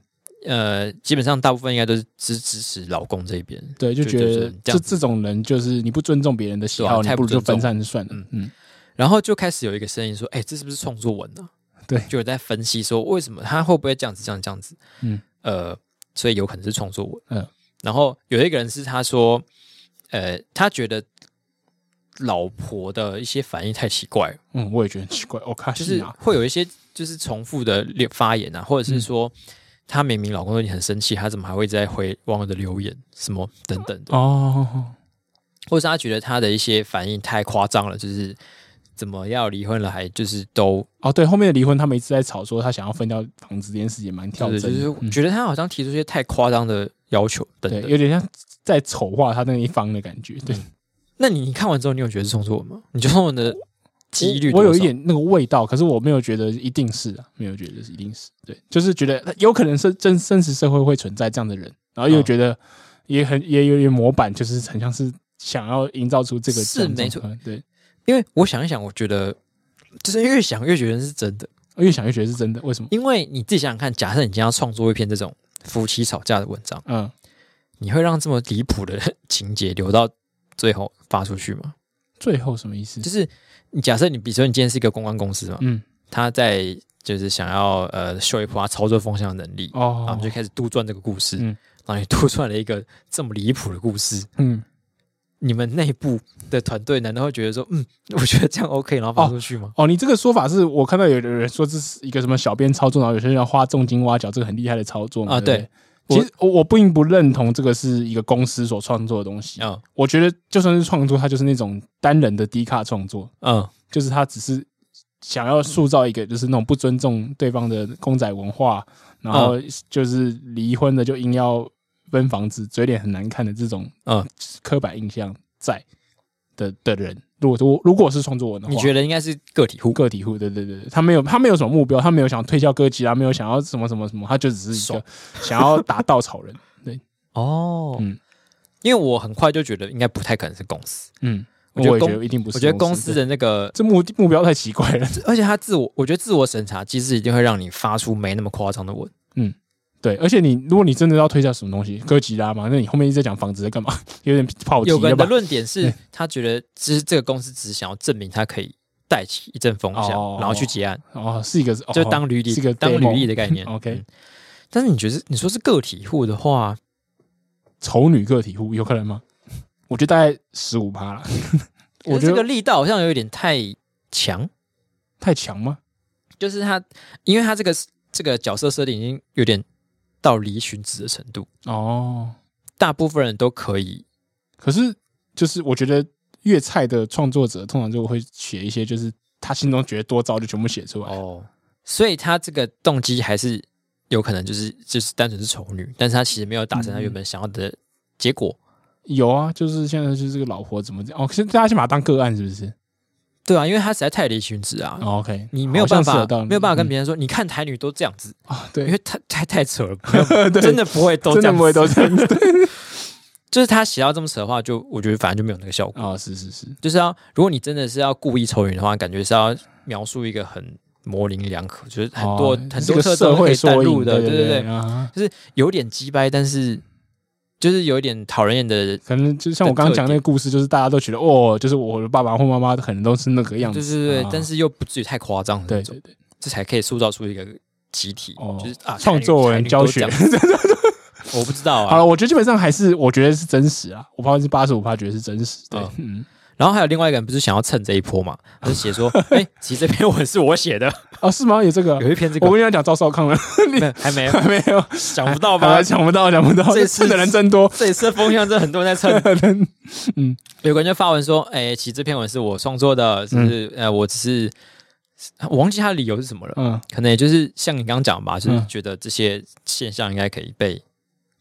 [SPEAKER 1] 呃，基本上大部分应该都是支支持老公这一边，
[SPEAKER 2] 对，就
[SPEAKER 1] 就
[SPEAKER 2] 觉得
[SPEAKER 1] 是这
[SPEAKER 2] 这
[SPEAKER 1] 样
[SPEAKER 2] 这种人就是你不尊重别人的喜
[SPEAKER 1] 对啊
[SPEAKER 2] 好，你
[SPEAKER 1] 太
[SPEAKER 2] 不
[SPEAKER 1] 不
[SPEAKER 2] 如就
[SPEAKER 1] 尊
[SPEAKER 2] 分
[SPEAKER 1] 重
[SPEAKER 2] 散就算了。
[SPEAKER 1] 嗯
[SPEAKER 2] 嗯，
[SPEAKER 1] 然后就开始有一个声音说：“哎、这是不是创作文呢、
[SPEAKER 2] 对
[SPEAKER 1] 就有在分析说为什么他会不会这样子、这样、这样子。
[SPEAKER 2] 嗯，
[SPEAKER 1] 呃，所以有可能是创作文。
[SPEAKER 2] 嗯，
[SPEAKER 1] 然后有一个人是他说，呃，他觉得老婆的一些反应太奇怪了，
[SPEAKER 2] 嗯，我也觉得很奇怪。我看
[SPEAKER 1] 就是
[SPEAKER 2] 啊，
[SPEAKER 1] 会有一些就是重复的列发言啊，或者是说。他明明老公都已经很生气，他怎么还会在回网友的留言什么等等的，
[SPEAKER 2] 哦，
[SPEAKER 1] 或是他觉得他的一些反应太夸张了，就是怎么要离婚了还就是都
[SPEAKER 2] 哦，对，后面的离婚，他们一直在吵说他想要分掉房子这件事情，蛮跳
[SPEAKER 1] 对，
[SPEAKER 2] 针的，
[SPEAKER 1] 就是
[SPEAKER 2] 嗯
[SPEAKER 1] 觉得他好像提出一些太夸张的嗯要求等
[SPEAKER 2] 对，
[SPEAKER 1] 等。
[SPEAKER 2] 有点像在丑化他那一方的感觉。对，
[SPEAKER 1] 那你你看完之后，你有觉得是创作文吗？你觉得创作文的几率
[SPEAKER 2] 我我有
[SPEAKER 1] 多
[SPEAKER 2] 一
[SPEAKER 1] 少
[SPEAKER 2] 点那个味道，可是我没有觉得一定是啊，没有觉得是一定是对，就是觉得有可能是真真实社会会存在这样的人，然后又
[SPEAKER 1] 嗯
[SPEAKER 2] 觉得也很也有点模板，就是很像是想要营造出这个
[SPEAKER 1] 是
[SPEAKER 2] 这样的
[SPEAKER 1] 没
[SPEAKER 2] 状况对。
[SPEAKER 1] 因为我想一想，我觉得就是越想越觉得是真的。
[SPEAKER 2] 我哦越想越觉得是真的，为什么？
[SPEAKER 1] 因为你自己想想看，假设你今天要创作一篇这种夫妻吵架的文章，
[SPEAKER 2] 嗯，
[SPEAKER 1] 你会让这么离谱的情节留到最后发出去吗？
[SPEAKER 2] 最后什么意思
[SPEAKER 1] 就？是你假设你，比如说你今天是一个公关公司嘛，
[SPEAKER 2] 嗯，
[SPEAKER 1] 他在就是想要呃秀一波他操作风向的能力，然后啊我
[SPEAKER 2] 哦
[SPEAKER 1] 们，就开始杜撰这个故事，
[SPEAKER 2] 嗯
[SPEAKER 1] 然后你杜撰了一个这么离谱的故事，
[SPEAKER 2] 嗯，
[SPEAKER 1] 你们内部的团队难道会觉得说，嗯，我觉得这样 OK，然后发出去吗？
[SPEAKER 2] 哦，你这个说法是我看到有的人说这是一个什么小编操作，然后有些人要花重金挖角，这个很厉害的操作嘛
[SPEAKER 1] 啊
[SPEAKER 2] 对不
[SPEAKER 1] 对
[SPEAKER 2] 对。其实我我并不认同这个是一个公司所创作的东西。
[SPEAKER 1] 嗯
[SPEAKER 2] 我觉得就算是创作，它就是那种单人的低卡创作，
[SPEAKER 1] 嗯
[SPEAKER 2] 就是他只是想要塑造一个就是那种不尊重对方的公仔文化，然后
[SPEAKER 1] 嗯
[SPEAKER 2] 就是离婚的就硬要分房子，嘴脸很难看的这种
[SPEAKER 1] 嗯，
[SPEAKER 2] 刻板印象在的的人。如果说如果是创作文的话，
[SPEAKER 1] 你觉得应该是个体户
[SPEAKER 2] 个体户，对对对，对他没有他没有什么目标，他没有想推销歌姬啊，没有想要什么什么什么，他就只是一个想要打稻草
[SPEAKER 1] (laughs)
[SPEAKER 2] 人。对，
[SPEAKER 1] 哦，
[SPEAKER 2] 嗯
[SPEAKER 1] 因为我很快就觉得应该不太可能是公司，
[SPEAKER 2] 嗯，
[SPEAKER 1] 我
[SPEAKER 2] 我
[SPEAKER 1] 觉得
[SPEAKER 2] 也
[SPEAKER 1] 公
[SPEAKER 2] 觉得一定不是。
[SPEAKER 1] 我觉得公司
[SPEAKER 2] 对
[SPEAKER 1] 的那个，
[SPEAKER 2] 这目目标太奇怪了， (laughs)
[SPEAKER 1] 而且他自我，我觉得自我审查机制一定会让你发出没那么夸张的文。
[SPEAKER 2] 对，而且你如果你真的要推销什么东西，哥吉拉嘛，那你后面一直在讲房子在干嘛， (laughs) 有点跑题
[SPEAKER 1] 有个
[SPEAKER 2] 了
[SPEAKER 1] 人的
[SPEAKER 2] 吧？嗯
[SPEAKER 1] 论点是
[SPEAKER 2] 对，
[SPEAKER 1] 他觉得其实这个公司只是想要证明他可以带起一阵风向，
[SPEAKER 2] 哦
[SPEAKER 1] 然后去结案，
[SPEAKER 2] 哦，是一个
[SPEAKER 1] 就当履历，
[SPEAKER 2] 是一个
[SPEAKER 1] 当履
[SPEAKER 2] demo
[SPEAKER 1] 历的概念。
[SPEAKER 2] (laughs) OK
[SPEAKER 1] 嗯但是你觉得你说是个体户的话，
[SPEAKER 2] 丑女个体户，有可能吗？我觉得大概十五趴了，我
[SPEAKER 1] 我
[SPEAKER 2] 觉
[SPEAKER 1] 这个
[SPEAKER 2] 得
[SPEAKER 1] 力道好像有点太强，
[SPEAKER 2] 太强吗？
[SPEAKER 1] 就是他，因为他这个这个角色设定已经有点到离寻子的程度，
[SPEAKER 2] 哦，
[SPEAKER 1] 大部分人都可以，
[SPEAKER 2] 可是就是我觉得粤菜的创作者通常就会写一些，就是他心中觉得多糟就全部写出来。
[SPEAKER 1] 哦，所以他这个动机还是有可能就是就是单纯是丑女，但是他其实没有达成他原本想要的结果，
[SPEAKER 2] 有啊，就是现在就是这个老婆怎么讲哦，先大家先把它当个案是不是、
[SPEAKER 1] 对啊，因为他实在太离寻子啊。
[SPEAKER 2] 哦、？OK，
[SPEAKER 1] 你没有办
[SPEAKER 2] 好像是
[SPEAKER 1] 法，
[SPEAKER 2] 道理
[SPEAKER 1] 没有办法跟
[SPEAKER 2] 嗯
[SPEAKER 1] 别人说，你看台女都这样子，
[SPEAKER 2] 啊、
[SPEAKER 1] 因 (laughs)
[SPEAKER 2] 对
[SPEAKER 1] 为，太太太扯
[SPEAKER 2] (laughs)
[SPEAKER 1] 了，没有真的不会都这
[SPEAKER 2] 真的
[SPEAKER 1] 样
[SPEAKER 2] 不会
[SPEAKER 1] 子。 (laughs)
[SPEAKER 2] 都这样子
[SPEAKER 1] 就是他写到这么扯的话，就我觉得反正就没有那个效果。
[SPEAKER 2] 啊、 (laughs) 哦，是是是，
[SPEAKER 1] 就是要，如果你真的是要故意丑女的话，感觉是要描述一个很模棱两可，就是 (laughs) 很多、
[SPEAKER 2] 哦
[SPEAKER 1] 很
[SPEAKER 2] 是
[SPEAKER 1] 多
[SPEAKER 2] 个
[SPEAKER 1] 特色
[SPEAKER 2] 社
[SPEAKER 1] 都可
[SPEAKER 2] 会
[SPEAKER 1] 以淡
[SPEAKER 2] 缩
[SPEAKER 1] 入
[SPEAKER 2] 影
[SPEAKER 1] 的，
[SPEAKER 2] 对
[SPEAKER 1] 对
[SPEAKER 2] 对
[SPEAKER 1] 对，
[SPEAKER 2] 啊。
[SPEAKER 1] 就是有点鸡掰，但是就是有一点讨人厌的，
[SPEAKER 2] 可能就像我刚刚讲那个故事，就是大家都觉得哦，就是我的爸爸或妈妈可能都是那个样
[SPEAKER 1] 对
[SPEAKER 2] 子，
[SPEAKER 1] 对对，
[SPEAKER 2] 啊
[SPEAKER 1] 但是又不至于太夸张的
[SPEAKER 2] 对
[SPEAKER 1] 那种，
[SPEAKER 2] 对对，
[SPEAKER 1] 这才可以塑造出一个集体，
[SPEAKER 2] 哦
[SPEAKER 1] 就是啊，
[SPEAKER 2] 创作
[SPEAKER 1] 才
[SPEAKER 2] 文
[SPEAKER 1] 女
[SPEAKER 2] 教学， (laughs)
[SPEAKER 1] 才女都这样我不知道
[SPEAKER 2] 好
[SPEAKER 1] 啊
[SPEAKER 2] 了，。我觉得基本上还是我觉得是真实啊，我百分之八十五怕觉得是真实，对
[SPEAKER 1] 嗯，
[SPEAKER 2] 嗯，
[SPEAKER 1] 然后还有另外一个人不是想要蹭这一波嘛，他就写
[SPEAKER 2] (laughs)
[SPEAKER 1] 说，哎、其实这篇文是我写的，
[SPEAKER 2] 哦，是吗？有这个啊？
[SPEAKER 1] 有一篇这个
[SPEAKER 2] 我跟你讲赵少康了， (laughs)
[SPEAKER 1] 没有还没有，
[SPEAKER 2] 还没有，
[SPEAKER 1] 想不到吧
[SPEAKER 2] 还？想不到，想不到，
[SPEAKER 1] 这
[SPEAKER 2] 这
[SPEAKER 1] 次
[SPEAKER 2] 次的人真多。
[SPEAKER 1] 这一次的风向 (laughs) 真的很多人在蹭，
[SPEAKER 2] 人
[SPEAKER 1] (laughs) 有个人就发文说，哎、其实这篇文是我创作的，只是、呃，我只是我忘记他的理由是什么了，
[SPEAKER 2] 嗯，
[SPEAKER 1] 可能也就是像你刚刚讲吧，就是
[SPEAKER 2] 嗯
[SPEAKER 1] 觉得这些现象应该可以被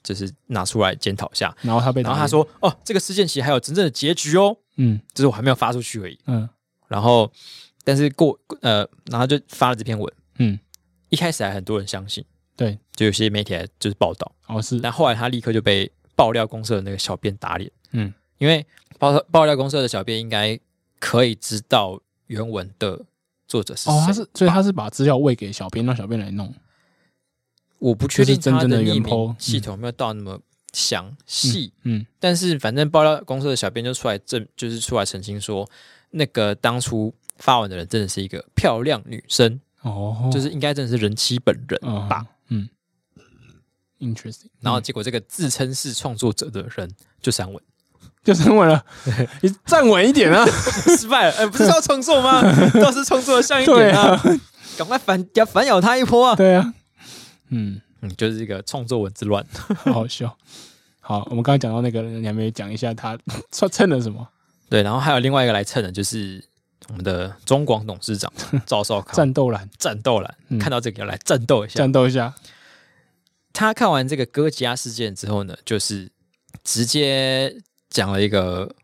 [SPEAKER 1] 就是拿出来检讨一下。
[SPEAKER 2] 然后他被，
[SPEAKER 1] 然后他，说：“哦，这个事件其实还有真正的结局哦，
[SPEAKER 2] 嗯
[SPEAKER 1] 只是我还没有发出去而已。
[SPEAKER 2] 嗯”
[SPEAKER 1] 然后，但是过呃，然后就发了这篇文，
[SPEAKER 2] 嗯，
[SPEAKER 1] 一开始还很多人相信，
[SPEAKER 2] 对，
[SPEAKER 1] 就有些媒体还就是报道，
[SPEAKER 2] 哦是，
[SPEAKER 1] 但后来他立刻就被爆料公社的那个小编打脸，
[SPEAKER 2] 嗯，
[SPEAKER 1] 因为爆爆料公社的小编应该可以知道原文的作者是谁，
[SPEAKER 2] 哦他是，所以他是把资料喂给小编，让小编来弄。
[SPEAKER 1] 我不确
[SPEAKER 2] 就是
[SPEAKER 1] 定他
[SPEAKER 2] 真正的原
[SPEAKER 1] 匿名
[SPEAKER 2] po，
[SPEAKER 1] 系
[SPEAKER 2] 嗯
[SPEAKER 1] 统有没有到那么详细，
[SPEAKER 2] 嗯
[SPEAKER 1] 但是反正爆料公社的小编就出来证，就是出来澄清说，那个当初发文的人真的是一个漂亮女生，
[SPEAKER 2] 哦，
[SPEAKER 1] 就是应该真的是人妻本人
[SPEAKER 2] 嗯
[SPEAKER 1] 吧。，
[SPEAKER 2] 嗯，interesting。嗯
[SPEAKER 1] 然后结果这个自称是创作者的人就删文，
[SPEAKER 2] 就升稳
[SPEAKER 1] (laughs)
[SPEAKER 2] 了，你站稳一点啊！
[SPEAKER 1] 失败了。呃，不是要创作
[SPEAKER 2] (laughs)
[SPEAKER 1] 吗？倒是创作的像一
[SPEAKER 2] 对
[SPEAKER 1] 点
[SPEAKER 2] 啊
[SPEAKER 1] 啊，，赶快反要反咬他一波啊！
[SPEAKER 2] 对啊，嗯，
[SPEAKER 1] 嗯，就是一个创作文之乱。
[SPEAKER 2] 好好笑。好，我们刚刚讲到那个，你还没讲一下他蹭蹭了什么？
[SPEAKER 1] 对，然后还有另外一个来蹭的，就是我们的中广董
[SPEAKER 2] (laughs)
[SPEAKER 1] 事长赵少康
[SPEAKER 2] 战斗蓝，
[SPEAKER 1] 战斗了，
[SPEAKER 2] 嗯
[SPEAKER 1] 看到这个要来战斗一下
[SPEAKER 2] 战。斗一下，
[SPEAKER 1] 他看完这个哥吉拉事件之后呢，就是直接讲了一个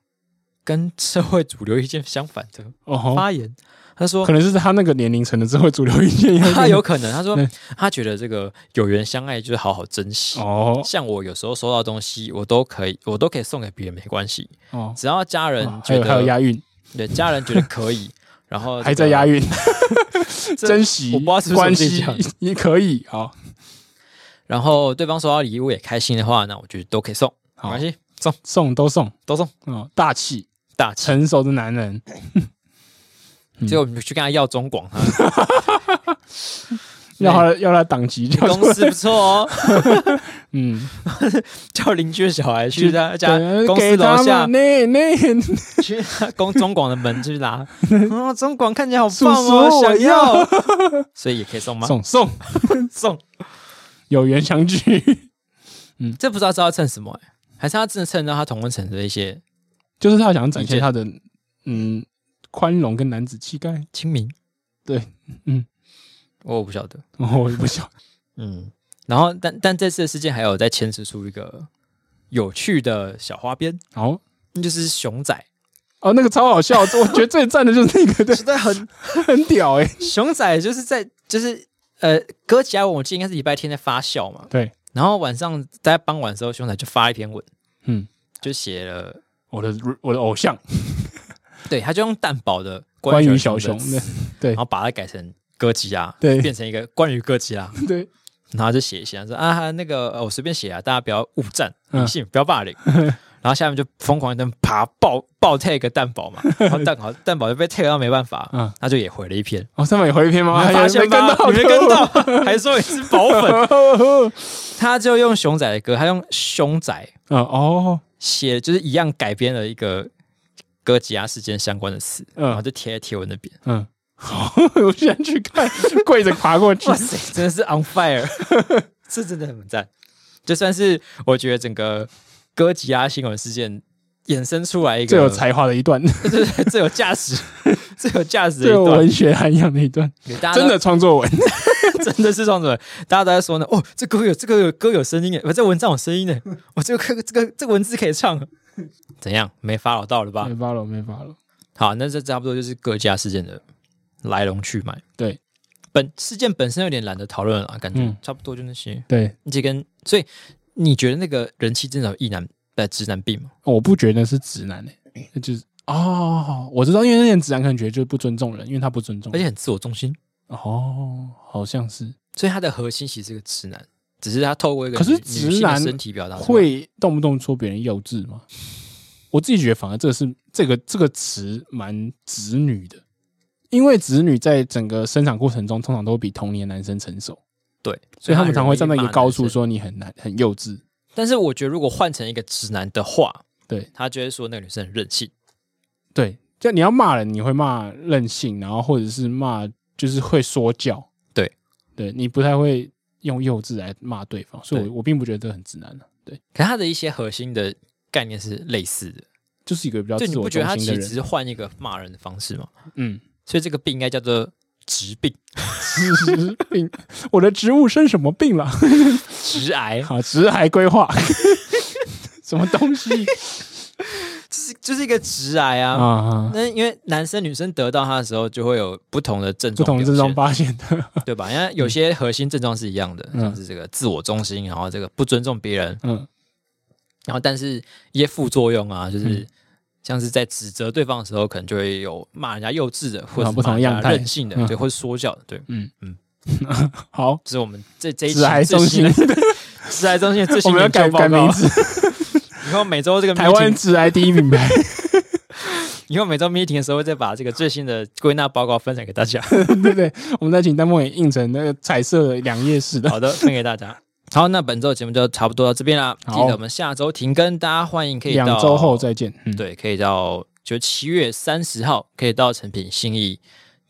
[SPEAKER 1] 跟社会主流意见相反的
[SPEAKER 2] 哦吼，
[SPEAKER 1] 发言。他说
[SPEAKER 2] 可，能是他那个年龄层的社会主流意见，
[SPEAKER 1] (laughs) 他有可能，他说
[SPEAKER 2] 对
[SPEAKER 1] 他觉得这个有缘相爱就是好好珍惜。
[SPEAKER 2] 哦
[SPEAKER 1] 像我有时候收到东西，我都可以，我都可以送给别人，没关系，
[SPEAKER 2] 哦，
[SPEAKER 1] 只要家人
[SPEAKER 2] 哦还
[SPEAKER 1] 嗯觉
[SPEAKER 2] 有还有
[SPEAKER 1] 得，
[SPEAKER 2] 押韵，
[SPEAKER 1] 对家人觉得可以，然后
[SPEAKER 2] 还在押
[SPEAKER 1] 韵，
[SPEAKER 2] 韵，
[SPEAKER 1] 这
[SPEAKER 2] (laughs) 珍惜
[SPEAKER 1] 我不知道是不是我
[SPEAKER 2] 关
[SPEAKER 1] 自己
[SPEAKER 2] 系
[SPEAKER 1] 讲的
[SPEAKER 2] 也可以好，
[SPEAKER 1] 然后对方收到礼物也开心的话，那我就都可以送，没
[SPEAKER 2] 好
[SPEAKER 1] 关系，送
[SPEAKER 2] 送都送
[SPEAKER 1] 都送，
[SPEAKER 2] 哦，大气
[SPEAKER 1] 大气。
[SPEAKER 2] 成熟的男人，嗯
[SPEAKER 1] 结果我们去跟他要中广，啊他
[SPEAKER 2] (laughs) 要他要他党籍叫出
[SPEAKER 1] 公司
[SPEAKER 2] 来，
[SPEAKER 1] 不错哦，
[SPEAKER 2] (laughs) 嗯，
[SPEAKER 1] 叫邻居的小孩去他家
[SPEAKER 2] 对
[SPEAKER 1] 公司
[SPEAKER 2] 给
[SPEAKER 1] 楼
[SPEAKER 2] 他
[SPEAKER 1] 下
[SPEAKER 2] 嘛，那那
[SPEAKER 1] 去 (laughs) 他公中广的门去
[SPEAKER 2] (laughs)
[SPEAKER 1] 拿。哦，中广看起来好
[SPEAKER 2] 叔
[SPEAKER 1] 棒哦，
[SPEAKER 2] 叔我
[SPEAKER 1] 想要， (laughs) 所以也可以送吗？
[SPEAKER 2] 送送
[SPEAKER 1] 送，
[SPEAKER 2] 有缘相聚，
[SPEAKER 1] 这不知道是要蹭什么、欸，还是他真的蹭到他同温层的一些
[SPEAKER 2] 就是他想展
[SPEAKER 1] 理解
[SPEAKER 2] 现他的嗯宽容跟男子气概， (laughs)
[SPEAKER 1] 亲民？哦
[SPEAKER 2] 对，嗯，
[SPEAKER 1] 我不晓得，
[SPEAKER 2] 哦我也不晓得
[SPEAKER 1] 嗯。然后，但但这次的事件还有再牵扯出一个有趣的小花边，
[SPEAKER 2] 好。
[SPEAKER 1] 那就是熊仔，
[SPEAKER 2] 哦，那个超好 (laughs) 笑，我觉得最赞的就是那个，对，
[SPEAKER 1] 实在很
[SPEAKER 2] 很屌哎、
[SPEAKER 1] (laughs) 熊仔就是在就是呃，哥吉拉文我记得应该是礼拜天在发酵嘛，
[SPEAKER 2] (laughs) 对，
[SPEAKER 1] 然后晚上在傍晚的时候，熊仔就发了一篇文，
[SPEAKER 2] 嗯，
[SPEAKER 1] 就写了，
[SPEAKER 2] 我的我的偶像
[SPEAKER 1] 对，他就用蛋堡的
[SPEAKER 2] 关于小
[SPEAKER 1] 熊
[SPEAKER 2] 熊
[SPEAKER 1] 的
[SPEAKER 2] 的
[SPEAKER 1] 词，
[SPEAKER 2] 对
[SPEAKER 1] 然后把它改成哥吉拉，
[SPEAKER 2] 对
[SPEAKER 1] 变成一个关于哥吉拉，
[SPEAKER 2] 对，
[SPEAKER 1] 然后就写一写，说啊那个呃我随便写啊，大家不要误战，
[SPEAKER 2] 嗯
[SPEAKER 1] 理性不要霸凌。 (laughs) 然后下面就疯狂一顿爬爆爆 tag 蛋堡嘛，然后蛋 (laughs) 堡蛋堡就被 tag 到没办法，
[SPEAKER 2] 嗯
[SPEAKER 1] 他就也回了一篇，
[SPEAKER 2] 哦，上面有回一篇吗？
[SPEAKER 1] 你发现
[SPEAKER 2] 没跟
[SPEAKER 1] 吧
[SPEAKER 2] 到，
[SPEAKER 1] 你没跟
[SPEAKER 2] (laughs)
[SPEAKER 1] 到，还说你是宝粉，他就用熊仔的歌，他用熊仔
[SPEAKER 2] 嗯哦，
[SPEAKER 1] 写就是一样改编了一个哥吉拉事件相关的词，
[SPEAKER 2] 嗯
[SPEAKER 1] 然后就贴在贴文那边。
[SPEAKER 2] 嗯， (laughs) 好，我先去看，跪着爬过去
[SPEAKER 1] 哇，塞，真的是 on fire，这 (laughs) 真的很赞。就算是我觉得整个哥吉拉新闻事件衍生出来一个
[SPEAKER 2] 最有才华的一段，
[SPEAKER 1] 对 (laughs) 对对最有价值、 (laughs) 最有价值的
[SPEAKER 2] (laughs) 最有
[SPEAKER 1] 一段
[SPEAKER 2] 文，学涵养的一段，
[SPEAKER 1] 给大家
[SPEAKER 2] 真的创作文，
[SPEAKER 1] (laughs) 真的是这样子，大家都在说呢。哦，这歌有这个有歌有声音诶，不，这文章有声音诶，我这个歌这个这个文字可以唱，怎样？没发老到了吧
[SPEAKER 2] 没？发了，没发了，
[SPEAKER 1] 好，那这差不多就是各家事件的来龙去脉。
[SPEAKER 2] 对
[SPEAKER 1] 本事件本身有点懒得讨论了啊，感觉
[SPEAKER 2] 嗯
[SPEAKER 1] 差不多就那些。
[SPEAKER 2] 对，
[SPEAKER 1] 这跟所以你觉得那个人气真的有异男的直男病吗？
[SPEAKER 2] 哦我不觉得是直男
[SPEAKER 1] 嗯
[SPEAKER 2] 诶、那就是哦，我知道，因为那些直男可能觉得就是不尊重人，因为他不尊重
[SPEAKER 1] 而，且很自我中心，
[SPEAKER 2] 哦，好像是
[SPEAKER 1] 所以他的核心其实是个直男，只是他透过一个
[SPEAKER 2] 可是
[SPEAKER 1] 女
[SPEAKER 2] 直
[SPEAKER 1] 女性的
[SPEAKER 2] 男
[SPEAKER 1] 身体表达出来，
[SPEAKER 2] 会动不动说别人幼稚吗？我自己觉得，反而这个是这个这个词蛮直女的，因为直女在整个生长过程中，通常都比同年男生成熟，
[SPEAKER 1] 对，
[SPEAKER 2] 所以他
[SPEAKER 1] 很
[SPEAKER 2] 们常
[SPEAKER 1] 容
[SPEAKER 2] 会
[SPEAKER 1] 易
[SPEAKER 2] 站在一个
[SPEAKER 1] 骂
[SPEAKER 2] 高
[SPEAKER 1] 男
[SPEAKER 2] 处
[SPEAKER 1] 生。
[SPEAKER 2] 说你很难很幼稚。
[SPEAKER 1] 但是我觉得如果换成一个直男的话，
[SPEAKER 2] 对
[SPEAKER 1] 他就会说那个女生很任性，
[SPEAKER 2] 对，就你要骂人，你会骂任性，然后或者是骂就是会说教，
[SPEAKER 1] 对，
[SPEAKER 2] 对你不太会用幼稚来骂对方，所以我
[SPEAKER 1] 对
[SPEAKER 2] 我并不觉得这很直男的、啊对，
[SPEAKER 1] 可它的一些核心的概念是类似的，
[SPEAKER 2] 就是一个比较
[SPEAKER 1] 就
[SPEAKER 2] 自
[SPEAKER 1] 你
[SPEAKER 2] 我
[SPEAKER 1] 不觉得它其
[SPEAKER 2] 中心的
[SPEAKER 1] 实只
[SPEAKER 2] 人，
[SPEAKER 1] 是换一个骂人的方式吗？
[SPEAKER 2] 嗯， (laughs)
[SPEAKER 1] 所以这个病应该叫做直病，
[SPEAKER 2] 是是是病，我的植物生什么病了？
[SPEAKER 1] 直癌，
[SPEAKER 2] 好，直癌规划，
[SPEAKER 1] (laughs)
[SPEAKER 2] 什么东西
[SPEAKER 1] 就是就是一个直癌
[SPEAKER 2] 啊
[SPEAKER 1] 啊。
[SPEAKER 2] 啊？
[SPEAKER 1] 那因为男生女生得到它的时候，就会有不同的症
[SPEAKER 2] 不
[SPEAKER 1] 状表
[SPEAKER 2] 同
[SPEAKER 1] 现，
[SPEAKER 2] 症状发现的，
[SPEAKER 1] 对吧？因为有些核心症状是一样的，
[SPEAKER 2] 嗯
[SPEAKER 1] 像是这个自我中心，然后这个不尊重别人，
[SPEAKER 2] 嗯，
[SPEAKER 1] 然后但是一些副作用啊，就是
[SPEAKER 2] 嗯
[SPEAKER 1] 像是在指责对方的时候，可能就会有骂人家幼稚的，或
[SPEAKER 2] 啊
[SPEAKER 1] 者
[SPEAKER 2] 不同的样态
[SPEAKER 1] 任性的
[SPEAKER 2] 嗯，
[SPEAKER 1] 对，或者说教的，对，
[SPEAKER 2] 好，
[SPEAKER 1] 这是我们这这一期
[SPEAKER 2] 直癌
[SPEAKER 1] 最
[SPEAKER 2] 中
[SPEAKER 1] 新
[SPEAKER 2] 心
[SPEAKER 1] (laughs) 的，直癌中心的最
[SPEAKER 2] 我
[SPEAKER 1] 新
[SPEAKER 2] 们要
[SPEAKER 1] 研究
[SPEAKER 2] 改
[SPEAKER 1] 报告啊
[SPEAKER 2] 改名，
[SPEAKER 1] (laughs)
[SPEAKER 2] 字，
[SPEAKER 1] 以后每周这个
[SPEAKER 2] 台湾
[SPEAKER 1] meeting
[SPEAKER 2] 直癌第一品牌， (laughs)
[SPEAKER 1] 以后每周 meeting 的时候，会再把这个最新的归纳报告分享给大家。
[SPEAKER 2] 对不对？我们再请丹梦也印成那个彩色的两页式的，
[SPEAKER 1] 好的，分给大家。好，那本周的节目就差不多到这边啦。记
[SPEAKER 2] 好
[SPEAKER 1] 得我们下周停更，大家欢迎可以到
[SPEAKER 2] 两周后再见。嗯，
[SPEAKER 1] 对，可以到就七月三十号可以到成品信义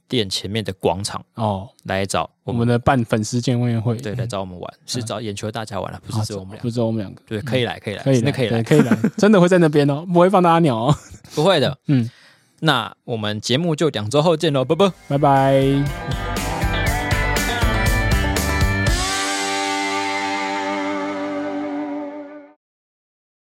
[SPEAKER 1] 店前面的广场
[SPEAKER 2] 哦，
[SPEAKER 1] 来找我
[SPEAKER 2] 我
[SPEAKER 1] 们，
[SPEAKER 2] 们的办粉丝见面会，
[SPEAKER 1] 对，来找我们玩，是找眼球大家玩了，不
[SPEAKER 2] 啊，
[SPEAKER 1] 是只有我们俩
[SPEAKER 2] 不。是我们两个，
[SPEAKER 1] 对，可以来，可以来，
[SPEAKER 2] 可以
[SPEAKER 1] 真的
[SPEAKER 2] 来，
[SPEAKER 1] 可以来
[SPEAKER 2] 对，可以来，真的会在那边哦，不会放大家鸟哦，
[SPEAKER 1] 不会的。
[SPEAKER 2] 嗯，
[SPEAKER 1] 那我们节目就两周后见喽，拜拜。
[SPEAKER 2] 拜拜。